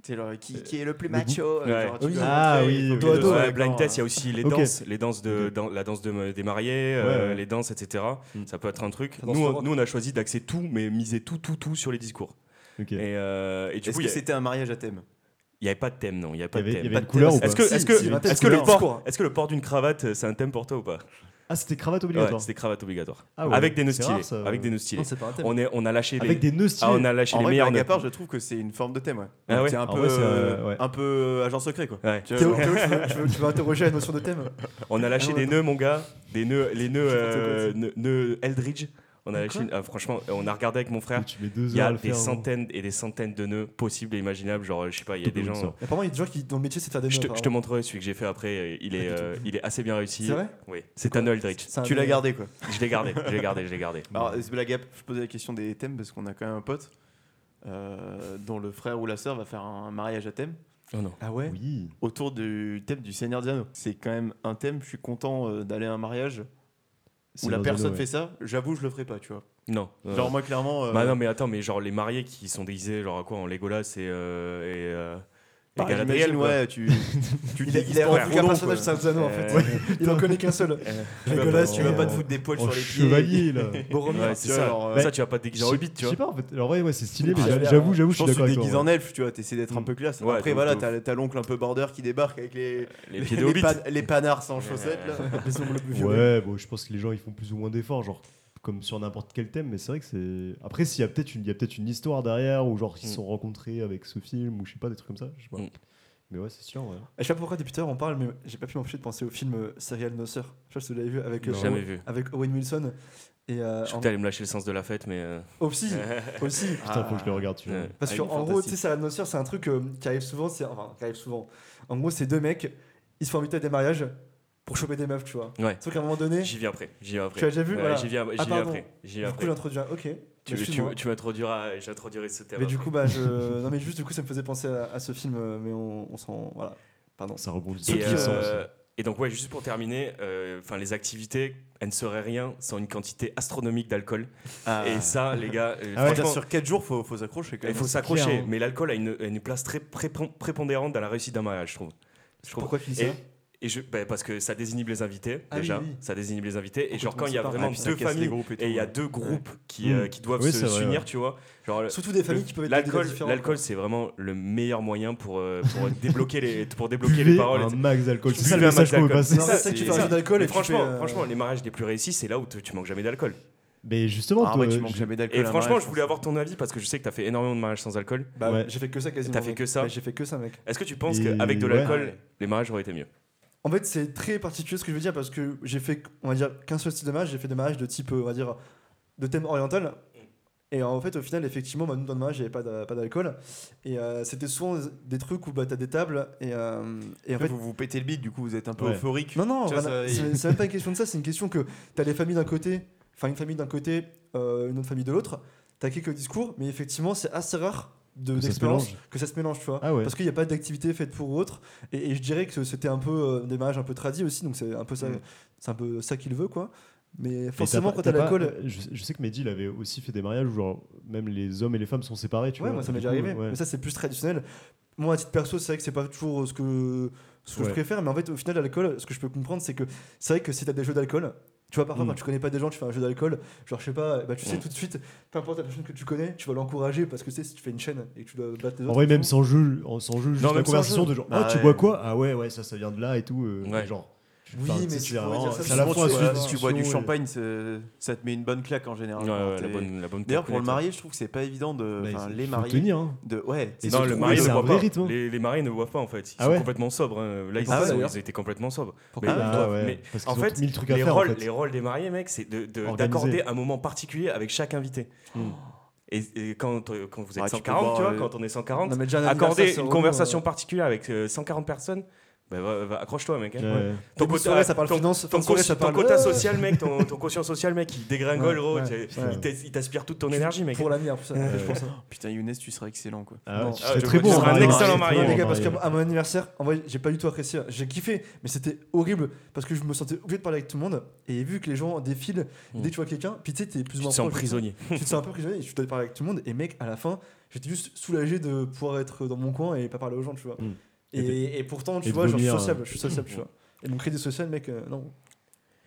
Speaker 4: tu sais, genre, qui, qui est le plus
Speaker 1: le goût.
Speaker 4: macho.
Speaker 3: Ouais.
Speaker 4: genre, tu
Speaker 2: Oui.
Speaker 4: dois
Speaker 1: Ah
Speaker 4: montrer,
Speaker 1: oui,
Speaker 4: il faut
Speaker 1: oui,
Speaker 4: que
Speaker 2: oui.
Speaker 4: les
Speaker 2: Ouais,
Speaker 4: deux soient
Speaker 3: Ouais,
Speaker 4: d'accord,
Speaker 3: blind test, il y
Speaker 4: hein.
Speaker 3: a aussi les
Speaker 1: Ok.
Speaker 3: danses, les danses de, dans- la danse de- des mariés, euh,
Speaker 1: Ouais, ouais.
Speaker 3: les danses, etc.
Speaker 1: Mm.
Speaker 3: Ça peut être un truc.
Speaker 2: Ça danse
Speaker 3: Nous,
Speaker 2: le
Speaker 3: on-
Speaker 2: rock.
Speaker 3: nous, on a choisi d'axer tout, mais miser tout, tout, tout sur les discours.
Speaker 1: Ok. Il
Speaker 3: Et, euh, et du
Speaker 4: Est-ce
Speaker 3: coup,
Speaker 4: que
Speaker 3: il y a-
Speaker 4: c'était un mariage à thème
Speaker 3: il n'y avait pas de thème, non, il n'y avait
Speaker 1: y
Speaker 3: pas de
Speaker 1: avait il y
Speaker 3: thème.
Speaker 1: avait
Speaker 4: pas
Speaker 1: une
Speaker 4: de
Speaker 1: couleur ou
Speaker 4: thème.
Speaker 1: pas
Speaker 3: Est-ce que,
Speaker 2: Si,
Speaker 3: est-ce que,
Speaker 2: si, il y avait un thème,
Speaker 3: est-ce que le
Speaker 2: couleur,
Speaker 3: port, est-ce que le port d'une cravate, euh, c'est un thème pour toi ou pas
Speaker 1: Ah, c'était cravate
Speaker 3: Ouais,
Speaker 1: obligatoire.
Speaker 3: c'était cravate obligatoire.
Speaker 1: Ah ouais,
Speaker 3: Avec des nœuds
Speaker 1: c'est
Speaker 3: stylés.
Speaker 1: rare, ça.
Speaker 3: Avec des nœuds stylés.
Speaker 2: Non, c'est pas un thème.
Speaker 3: On, est, on a lâché les,
Speaker 1: Avec des nœuds
Speaker 3: ah, on
Speaker 1: stylés.
Speaker 3: a lâché
Speaker 4: En
Speaker 3: les
Speaker 4: vrai,
Speaker 3: meilleurs
Speaker 4: blague
Speaker 3: nœuds.
Speaker 4: à part, je trouve que c'est une forme de thème. Ouais.
Speaker 3: Ah
Speaker 4: Donc,
Speaker 3: ouais
Speaker 4: C'est un
Speaker 1: En
Speaker 4: peu,
Speaker 1: vrai, c'est, euh,
Speaker 4: euh,
Speaker 1: ouais.
Speaker 4: un peu euh, agent secret, quoi.
Speaker 3: Ouais.
Speaker 4: Tu
Speaker 2: Théo,
Speaker 4: vois, genre,
Speaker 2: Théo, tu veux- tu veux- tu veux interroger la notion de thème
Speaker 3: On a lâché
Speaker 2: Ah ouais,
Speaker 3: des nœuds, mon gars. Des nœuds, les nœuds,
Speaker 2: N'importe quoi,
Speaker 3: euh, nœuds- nœuds Eldridge. On a lâché,
Speaker 2: Quoi
Speaker 3: une- ah, franchement, on a regardé avec mon frère.
Speaker 1: Tu mets deux
Speaker 3: Il y
Speaker 1: heures à
Speaker 3: a
Speaker 1: le
Speaker 3: des
Speaker 1: faire. hein. vraiment.
Speaker 3: centaines et des centaines de nœuds possibles et imaginables. Genre, je sais pas, il y a
Speaker 1: Double
Speaker 3: des gens. euh,
Speaker 1: Windsor.
Speaker 2: Apparemment, il y a des gens qui, dont le métier, c'est de faire des
Speaker 3: Je
Speaker 2: nœuds,
Speaker 3: te, je te
Speaker 2: apparemment.
Speaker 3: montrerai celui que j'ai fait après. Il est, euh, il est assez bien réussi.
Speaker 2: C'est vrai
Speaker 3: Oui. C'est un Eldridge.
Speaker 2: C'est un
Speaker 4: tu
Speaker 2: nœud.
Speaker 4: l'as gardé, quoi.
Speaker 3: Je l'ai gardé. Je l'ai gardé. Je l'ai gardé.
Speaker 4: Alors, c'est blague, à part, je posais la question des thèmes parce qu'on a quand même un pote euh, dont le frère ou la sœur va faire un mariage à thème
Speaker 3: Oh non.
Speaker 2: Ah ouais
Speaker 1: Oui.
Speaker 4: autour du thème du Seigneur Diano. C'est quand même un thème, je suis content euh, d'aller à un mariage où
Speaker 1: C'est
Speaker 4: la
Speaker 1: dans un
Speaker 4: personne
Speaker 1: anneau,
Speaker 4: fait ça, j'avoue, je le ferai pas, tu vois.
Speaker 3: Non.
Speaker 4: Genre, moi, clairement. euh,
Speaker 3: Bah non mais attends mais genre les mariés qui sont déguisés genre à quoi en Legolas et euh, et, euh, et
Speaker 4: bah, j'imagine,
Speaker 3: Galadriel quoi.
Speaker 4: ouais, tu. tu
Speaker 2: Il a, il a
Speaker 4: en
Speaker 2: rendu qu'un personnage de Saint-Zano en fait.
Speaker 3: Euh,
Speaker 2: Il en connaît qu'un seul.
Speaker 4: Tu vas
Speaker 2: Nicolas,
Speaker 4: pas,
Speaker 1: en-
Speaker 4: tu vas pas te foutre des poils
Speaker 1: En
Speaker 4: sur les pieds.
Speaker 1: Oh, chevalier, là.
Speaker 2: Boromir.
Speaker 3: Ouais, c'est
Speaker 4: Tu vois,
Speaker 3: ça.
Speaker 4: genre, euh,
Speaker 3: ça, tu vas pas te déguiser en
Speaker 1: Je-
Speaker 3: hobbit, tu
Speaker 1: Je sais
Speaker 3: vois.
Speaker 1: pas, en fait. Alors, ouais, ouais, c'est stylé,
Speaker 2: Ah,
Speaker 1: mais
Speaker 2: j'avais-
Speaker 1: j'avoue, j'avoue, je suis
Speaker 4: Je pense que tu
Speaker 1: d'accord
Speaker 4: te
Speaker 1: avec toi.
Speaker 4: déguises
Speaker 1: ouais.
Speaker 4: en elfe, tu vois, t'essaies d'être un peu classe.
Speaker 3: Ouais,
Speaker 4: Après,
Speaker 3: de
Speaker 4: voilà,
Speaker 3: ouf.
Speaker 4: t'as t'as l'oncle un peu border qui débarque avec les,
Speaker 3: Les
Speaker 4: les-
Speaker 3: pieds de
Speaker 4: les
Speaker 3: hobbit.
Speaker 4: pan- les panards sans chaussettes, là.
Speaker 2: Les ombres plus violets.
Speaker 1: Ouais, bon, je pense que les gens ils font plus ou moins d'efforts, genre comme sur n'importe quel thème, mais c'est vrai que c'est. Après, s'il y a peut-être une, il y a peut-être une histoire derrière, ou genre ils se
Speaker 3: Mm.
Speaker 1: sont rencontrés avec ce film, ou je sais pas, des trucs comme ça, je sais pas.
Speaker 3: Mm.
Speaker 1: Mais ouais, c'est sûr, ouais.
Speaker 2: Je sais pas pourquoi depuis tout à l'heure on parle, mais j'ai pas pu m'empêcher de penser au film euh, Serial No Sir. Je sais pas si vous l'avez vu avec, euh,
Speaker 3: J'ai jamais
Speaker 2: Owen,
Speaker 3: vu.
Speaker 2: avec Owen Wilson. Et euh,
Speaker 3: Je
Speaker 2: en-
Speaker 3: crois que t'allais me lâcher le sens de la fête, mais. euh,
Speaker 2: aussi, aussi.
Speaker 1: Putain, faut que je le regarde, tu vois.
Speaker 3: ouais.
Speaker 2: Parce
Speaker 4: Ah,
Speaker 2: que
Speaker 4: il est
Speaker 2: en gros, tu
Speaker 4: fantastique.
Speaker 2: sais, Serial No Sir, c'est un truc euh, qui arrive souvent. c'est- Enfin, qui arrive souvent. En gros, c'est deux mecs, ils se font inviter à des mariages pour choper des meufs, tu vois.
Speaker 3: Ouais.
Speaker 2: Sauf qu'à un moment donné,
Speaker 3: J'y viens après. J'y viens après.
Speaker 2: Tu l'as déjà vu,
Speaker 3: Ouais,
Speaker 2: voilà.
Speaker 3: J'y viens, j'y viens
Speaker 2: pardon.
Speaker 3: après. J'y viens
Speaker 2: du coup,
Speaker 3: après.
Speaker 2: j'introduis un. Ok.
Speaker 3: Tu, tu,
Speaker 2: excuse-moi.
Speaker 3: tu m'introduiras, j'introduirai ce thème.
Speaker 2: Mais du
Speaker 3: après.
Speaker 2: coup, bah, je. Non, mais juste, du coup, ça me faisait penser à, à ce film, euh, mais on, on s'en. Voilà. Pardon.
Speaker 1: Ça rebondit
Speaker 3: Et,
Speaker 1: sur tous les sens.
Speaker 3: euh, et donc, ouais, juste pour terminer, euh, enfin, les activités, elles ne seraient rien sans une quantité astronomique d'alcool.
Speaker 4: Ah.
Speaker 3: Et ça, les gars, euh,
Speaker 1: Ah ouais.
Speaker 3: franchement,
Speaker 4: sur 4 jours, faut, faut s'accrocher quand
Speaker 3: il
Speaker 4: même.
Speaker 3: faut
Speaker 1: clair,
Speaker 3: s'accrocher.
Speaker 1: hein.
Speaker 3: Mais l'alcool a une, a une place très prépon- prépondérante dans la réussite d'un mariage, je trouve. Je trouve.
Speaker 2: Pourquoi tu dis ça
Speaker 3: Et, et je, bah, parce que ça désinhibe les invités,
Speaker 2: Ah oui,
Speaker 3: déjà.
Speaker 2: oui.
Speaker 3: Ça désinhibe les invités.
Speaker 2: Pourquoi
Speaker 3: et genre,
Speaker 2: tu
Speaker 3: quand il y a
Speaker 2: commences par-
Speaker 3: vraiment
Speaker 2: Ah, puis ça
Speaker 3: deux
Speaker 4: casse les
Speaker 3: familles
Speaker 4: groupes et
Speaker 3: et il y a
Speaker 4: tout, ouais.
Speaker 3: deux groupes qui, euh,
Speaker 1: Mm.
Speaker 3: qui doivent
Speaker 1: Oui,
Speaker 3: se
Speaker 1: c'est vrai,
Speaker 3: s'unir,
Speaker 1: ouais.
Speaker 3: tu vois. Genre, le-
Speaker 2: Surtout des familles
Speaker 3: le-
Speaker 2: qui peuvent être
Speaker 3: euh, l'alcool,
Speaker 2: différentes.
Speaker 3: l'alcool, c'est vraiment le meilleur moyen pour, euh, pour débloquer les, pour débloquer les
Speaker 1: Buvez
Speaker 3: paroles.
Speaker 1: un
Speaker 3: etc.
Speaker 1: max d'alcool, c'est
Speaker 3: Buvez
Speaker 1: ça le
Speaker 3: un
Speaker 1: message
Speaker 3: max
Speaker 1: qu'on veut
Speaker 3: d'alcool.
Speaker 1: passer.
Speaker 2: Non,
Speaker 3: ça,
Speaker 2: c'est ça que tu
Speaker 3: c'est-
Speaker 2: fais un jeu d'alcool
Speaker 3: Mais
Speaker 2: et tu
Speaker 3: franchement,
Speaker 2: fais, euh,
Speaker 3: franchement, les mariages les plus réussis, c'est là où te- tu manques jamais d'alcool.
Speaker 1: Mais justement,
Speaker 4: Ah
Speaker 1: toi,
Speaker 4: ouais, tu manques
Speaker 1: je-
Speaker 4: jamais d'alcool.
Speaker 3: Et
Speaker 4: à un
Speaker 3: franchement,
Speaker 4: mariage,
Speaker 3: je voulais avoir ton avis parce que je sais que tu as fait énormément de mariages sans alcool.
Speaker 2: Bah,
Speaker 1: Ouais.
Speaker 2: j'ai fait que ça quasiment.
Speaker 3: T'as fait
Speaker 2: mec.
Speaker 3: que ça
Speaker 2: Bah, J'ai fait que ça, mec.
Speaker 3: Est-ce que tu penses
Speaker 1: Et-
Speaker 3: qu'avec de
Speaker 1: ouais.
Speaker 3: l'alcool, les mariages auraient été mieux
Speaker 2: En fait, c'est très particulier ce que je veux dire parce que j'ai fait, on va dire, qu'un seul style de mariage. J'ai fait des mariages de type, euh, on va dire, de thème oriental. Et en fait, au final, effectivement, bah, nous, dans le mariage, il n'y avait pas d'a- pas d'alcool. Et euh, c'était souvent des trucs où bah, t'as des tables. Et, euh, et en
Speaker 4: Après,
Speaker 2: fait,
Speaker 4: vous vous pétez le bide, du coup, vous êtes un peu
Speaker 1: Ouais.
Speaker 4: euphorique.
Speaker 2: Non, non,
Speaker 4: Tu vois,
Speaker 2: Rana,
Speaker 4: ça,
Speaker 2: c'est
Speaker 4: il-
Speaker 2: c'est même pas une question de ça, c'est une question que t'as les familles d'un côté, enfin une famille d'un côté, euh, une autre famille de l'autre, t'as quelques discours, mais effectivement c'est assez rare de
Speaker 1: Que ça se
Speaker 2: d'expérience
Speaker 1: mélange.
Speaker 2: que ça se mélange, tu vois.
Speaker 1: Ah ouais.
Speaker 2: Parce qu'il n'y a pas d'activité faite pour autre, et, et je dirais que c'était un peu euh, des mariages un peu tradis aussi, donc c'est un peu ça,
Speaker 4: Mm.
Speaker 2: c'est un peu ça qu'il veut, quoi. Mais
Speaker 1: Mais
Speaker 2: forcément,
Speaker 1: pas-
Speaker 2: quand t'as
Speaker 1: pas- euh,
Speaker 2: l'alcool.
Speaker 1: Je, je sais que Mehdi, il avait aussi fait des mariages où genre, même les hommes et les femmes sont séparés, tu
Speaker 2: Ouais,
Speaker 1: vois.
Speaker 2: moi ça
Speaker 1: Du
Speaker 2: m'est déjà
Speaker 1: coup,
Speaker 2: arrivé,
Speaker 1: ouais.
Speaker 2: mais ça c'est plus traditionnel. Moi à titre perso, c'est vrai que c'est pas toujours euh, ce que, ce que
Speaker 1: Ouais.
Speaker 2: je préfère, mais en fait au final, l'alcool, ce que je peux comprendre, c'est que c'est vrai que si t'as des jeux d'alcool, Tu vois, parfois,
Speaker 1: Mm.
Speaker 2: quand tu connais pas des gens, tu fais un jeu d'alcool, genre, je sais pas, eh ben, tu sais
Speaker 3: Mm.
Speaker 2: tout de suite, peu importe la personne que tu connais, tu vas l'encourager parce que tu sais, si tu fais une chaîne et que tu dois battre les autres.
Speaker 1: En vrai, même
Speaker 2: tu
Speaker 1: sans jeu, en- sans jeu, juste la
Speaker 3: même sans
Speaker 1: conversation
Speaker 3: jeu.
Speaker 1: de genre,
Speaker 4: Bah
Speaker 1: ah, tu
Speaker 4: ouais.
Speaker 1: bois quoi Ah ouais, ouais, ça, ça vient de là et tout. euh,
Speaker 3: Ouais.
Speaker 1: Genre.
Speaker 2: Oui, mais
Speaker 1: tu sais,
Speaker 2: tu
Speaker 1: c'est
Speaker 2: pourrais
Speaker 1: vraiment-
Speaker 2: dire ça, hein.
Speaker 1: c'est
Speaker 2: c'est
Speaker 1: à la
Speaker 2: souvent,
Speaker 1: fois
Speaker 4: tu,
Speaker 2: vois,
Speaker 1: associatif,
Speaker 4: si tu bois du
Speaker 1: ouais.
Speaker 4: champagne, c'est- ça te met une bonne claque en général.
Speaker 3: Ouais,
Speaker 4: Quand
Speaker 3: ouais,
Speaker 4: Hein, t'es-
Speaker 3: la bonne, la bonne
Speaker 4: D'ailleurs, pour le
Speaker 3: coconut,
Speaker 4: marié, je trouve que c'est pas évident de.
Speaker 1: Bah,
Speaker 4: Enfin,
Speaker 1: il
Speaker 4: les
Speaker 1: faut
Speaker 4: mariés.
Speaker 1: tenir, hein.
Speaker 4: De... Ouais,
Speaker 1: Et
Speaker 4: c'est
Speaker 1: se
Speaker 3: Non,
Speaker 4: surtout-
Speaker 3: le
Speaker 1: trouver,
Speaker 3: mari ne
Speaker 1: c'est un
Speaker 3: boit
Speaker 1: vrai
Speaker 3: pas.
Speaker 1: rythme, hein.
Speaker 3: Les, les maris ne boivent pas en fait. Ils
Speaker 1: Ah
Speaker 3: sont
Speaker 1: ouais
Speaker 3: complètement sobres. hein. Là, ils,
Speaker 2: Ah ouais,
Speaker 3: sont-
Speaker 2: d'ailleurs.
Speaker 3: ils étaient complètement sobres.
Speaker 2: Pourquoi
Speaker 3: Mais-
Speaker 1: Ah ouais,
Speaker 3: mais-
Speaker 1: parce
Speaker 3: en
Speaker 1: qu'ils ont
Speaker 3: fait,
Speaker 1: mille trucs à
Speaker 3: les,
Speaker 1: faire. en
Speaker 3: rôles,
Speaker 1: fait.
Speaker 3: les rôles des mariés, mec, c'est de- de-
Speaker 1: Organiser.
Speaker 3: d'accorder un moment particulier avec chaque invité. Et, et quand, euh, quand vous êtes
Speaker 4: Ouais, tu peux
Speaker 3: 140, tu,
Speaker 4: boire,
Speaker 3: vois,
Speaker 4: euh,
Speaker 3: quand on est 140,
Speaker 2: Non, mais déjà, un anniversaire,
Speaker 3: accorder
Speaker 2: c'est
Speaker 3: une
Speaker 2: relou,
Speaker 3: conversation
Speaker 2: euh.
Speaker 3: particulière avec euh, 140 personnes, bah, va- va- accroche-toi, mec. hein.
Speaker 1: Ouais.
Speaker 3: Ouais.
Speaker 2: Début de soirée, ça parle
Speaker 3: ton-
Speaker 2: finance, fin
Speaker 3: ton
Speaker 2: de soirée,
Speaker 3: cons-
Speaker 2: ça
Speaker 3: ton
Speaker 2: parle- euh,
Speaker 3: quota
Speaker 2: Ouais.
Speaker 3: social, mec, ton, ton quotient social, mec, il dégringole,
Speaker 2: Ouais,
Speaker 3: gros,
Speaker 2: ouais,
Speaker 3: t'es-
Speaker 1: ouais.
Speaker 3: il t'as- il t'aspire toute ton
Speaker 2: Tu-
Speaker 3: énergie, mec.
Speaker 2: Pour l'avenir, pour ça.
Speaker 1: Euh,
Speaker 3: Ouais.
Speaker 2: je pense. hein.
Speaker 4: Putain, Younes, tu seras excellent quoi.
Speaker 1: Ah,
Speaker 2: Non.
Speaker 1: tu
Speaker 2: Ah,
Speaker 1: serais
Speaker 3: je
Speaker 1: très
Speaker 3: vois,
Speaker 1: bon.
Speaker 3: tu
Speaker 1: en
Speaker 3: seras un
Speaker 1: marié.
Speaker 3: excellent
Speaker 1: Ouais,
Speaker 3: marié.
Speaker 2: Non,
Speaker 1: très
Speaker 2: les
Speaker 1: bon
Speaker 2: gars,
Speaker 1: en
Speaker 2: parce qu'à
Speaker 1: marié.
Speaker 2: à mon anniversaire, en vrai, j'ai pas du tout apprécié. J'ai kiffé, mais c'était horrible parce que je me sentais obligé de parler avec tout le monde. Et vu que les gens défilent, dès que tu vois quelqu'un, puis tu sais, t'es plus ou
Speaker 3: Tu
Speaker 2: moins
Speaker 3: te sens
Speaker 2: proche,
Speaker 3: prisonnier.
Speaker 2: Tu te sens un peu prisonnier, et je dois parler avec tout le monde. Et mec, à la fin, j'étais juste soulagé de pouvoir être dans mon coin et pas parler aux gens, tu vois.
Speaker 1: Mm.
Speaker 2: Et, et pourtant, tu
Speaker 1: et de
Speaker 2: vois, genre, je suis
Speaker 1: vomir,
Speaker 2: sociable, je suis sociable, tu vois. Et mon crédit social, mec, euh, non.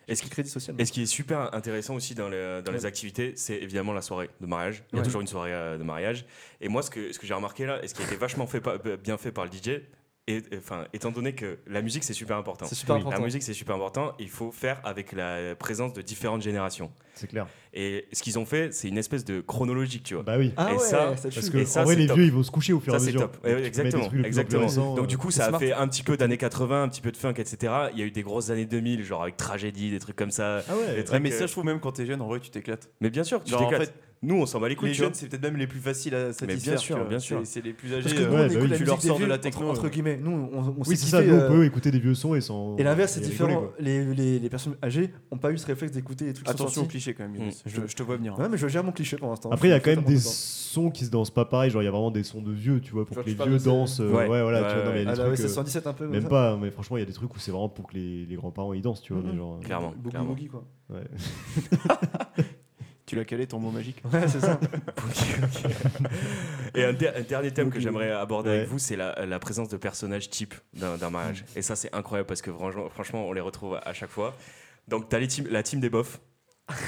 Speaker 3: Est-ce que-
Speaker 2: crédit social
Speaker 3: Et ce qui est super intéressant aussi dans, le- dans les activités, c'est évidemment la soirée de mariage. Il y a
Speaker 2: Ouais.
Speaker 3: toujours une soirée euh, de mariage. Et moi, ce que, ce que j'ai remarqué là, et ce qui a été vachement fait par- bien fait par le DJ, et, et- enfin, étant donné que la musique, c'est ah super important.
Speaker 2: C'est super
Speaker 1: Oui.
Speaker 2: important.
Speaker 3: La musique, c'est super important. Il faut faire avec la présence de différentes générations.
Speaker 1: C'est clair.
Speaker 3: Et ce qu'ils ont fait, c'est une espèce de chronologique, tu vois.
Speaker 1: Bah oui.
Speaker 2: Ah
Speaker 3: Et
Speaker 2: ouais,
Speaker 3: ça,
Speaker 2: ça tue.
Speaker 1: Parce que
Speaker 3: Et ça,
Speaker 1: en vrai,
Speaker 3: c'est
Speaker 1: les
Speaker 3: top.
Speaker 1: vieux, ils vont se coucher au fur et
Speaker 3: Ça,
Speaker 1: à
Speaker 3: c'est
Speaker 1: mesure.
Speaker 3: top.
Speaker 1: Donc, tu
Speaker 3: Eh,
Speaker 1: mets des
Speaker 3: exactement.
Speaker 1: trucs le plus
Speaker 3: exactement.
Speaker 1: récents,
Speaker 3: Donc,
Speaker 1: euh,
Speaker 3: du coup,
Speaker 2: c'est
Speaker 3: ça a
Speaker 2: smart.
Speaker 3: fait un petit peu d'années 80, un petit peu de funk, etc. Il y a eu des grosses années 2000, genre avec tragédie, des trucs comme ça.
Speaker 1: Ah ouais.
Speaker 3: les
Speaker 4: Ouais,
Speaker 3: trucs,
Speaker 4: mais ça,
Speaker 3: euh,
Speaker 4: je trouve même quand t'es jeune, en vrai, tu t'éclates.
Speaker 3: mais bien sûr, tu
Speaker 4: Genre, en
Speaker 3: t'éclates.
Speaker 4: fait,
Speaker 3: Nous, on s'en bat les couilles,
Speaker 4: les
Speaker 3: tu vois.
Speaker 4: jeunes, c'est peut-être même les plus faciles à satisfaire.
Speaker 3: bien sûr,
Speaker 4: tu vois.
Speaker 3: bien sûr.
Speaker 4: C'est- C'est les plus âgés.
Speaker 2: Parce que
Speaker 4: euh,
Speaker 2: nous,
Speaker 1: ouais, bah
Speaker 2: on écoute
Speaker 1: oui.
Speaker 2: la
Speaker 4: Tu
Speaker 2: musique
Speaker 4: leur
Speaker 2: des
Speaker 4: sors de
Speaker 2: vieux,
Speaker 4: la
Speaker 2: entre-
Speaker 4: techno,
Speaker 2: entre,
Speaker 4: ouais.
Speaker 2: guillemets. Nous, on, on s'est
Speaker 1: Oui, c'est ça.
Speaker 2: kiffé,
Speaker 1: Nous, on
Speaker 2: euh,
Speaker 1: peut écouter des vieux sons et sans.
Speaker 2: Et l'inverse, c'est
Speaker 1: et rigoler,
Speaker 2: différent.
Speaker 1: quoi.
Speaker 2: Les, les, les personnes âgées n'ont pas eu ce réflexe d'écouter les trucs qui sont
Speaker 4: Attention aux
Speaker 2: sortis.
Speaker 4: clichés quand même,
Speaker 3: Mm.
Speaker 4: Younes. Je, je te vois venir. hein.
Speaker 2: Ouais, mais je gère mon cliché pour l'instant.
Speaker 1: Après, il y a
Speaker 2: Je
Speaker 1: quand
Speaker 2: fais
Speaker 1: même
Speaker 2: pas
Speaker 1: des
Speaker 2: mon temps.
Speaker 1: sons qui se dansent pas pareil. Genre, il y a vraiment des sons de vieux, tu vois, pour
Speaker 2: Genre,
Speaker 1: que les
Speaker 2: tu parles
Speaker 1: vieux
Speaker 2: de ça.
Speaker 1: dansent. euh,
Speaker 3: Ouais.
Speaker 1: Ouais, voilà.
Speaker 3: Ouais,
Speaker 1: tu vois, non, mais
Speaker 3: ouais.
Speaker 1: il y a
Speaker 2: Ah
Speaker 1: des
Speaker 2: là, ouais,
Speaker 1: trucs,
Speaker 2: c'est
Speaker 1: euh,
Speaker 2: 117 un peu.
Speaker 1: Même
Speaker 2: ça.
Speaker 1: pas, mais franchement, il y a des trucs où c'est vraiment pour que les, les grands-parents ils dansent, tu vois.
Speaker 2: Mhm.
Speaker 1: mais genre, euh,
Speaker 3: Clairement,
Speaker 2: Boogie
Speaker 3: clairement.
Speaker 2: Woogie, quoi.
Speaker 1: ouais.
Speaker 4: Tu l'as calé ton mot magique.
Speaker 2: Ouais, c'est ça.
Speaker 3: Et un, der- un dernier thème que j'aimerais aborder
Speaker 1: Ouais. Mm.
Speaker 3: avec vous, c'est la, la présence de personnages types d'un d'un mariage. Et ça, c'est incroyable parce que franchement, franchement, on les retrouve à, à chaque fois. Donc, t'as les team- la team des bofs.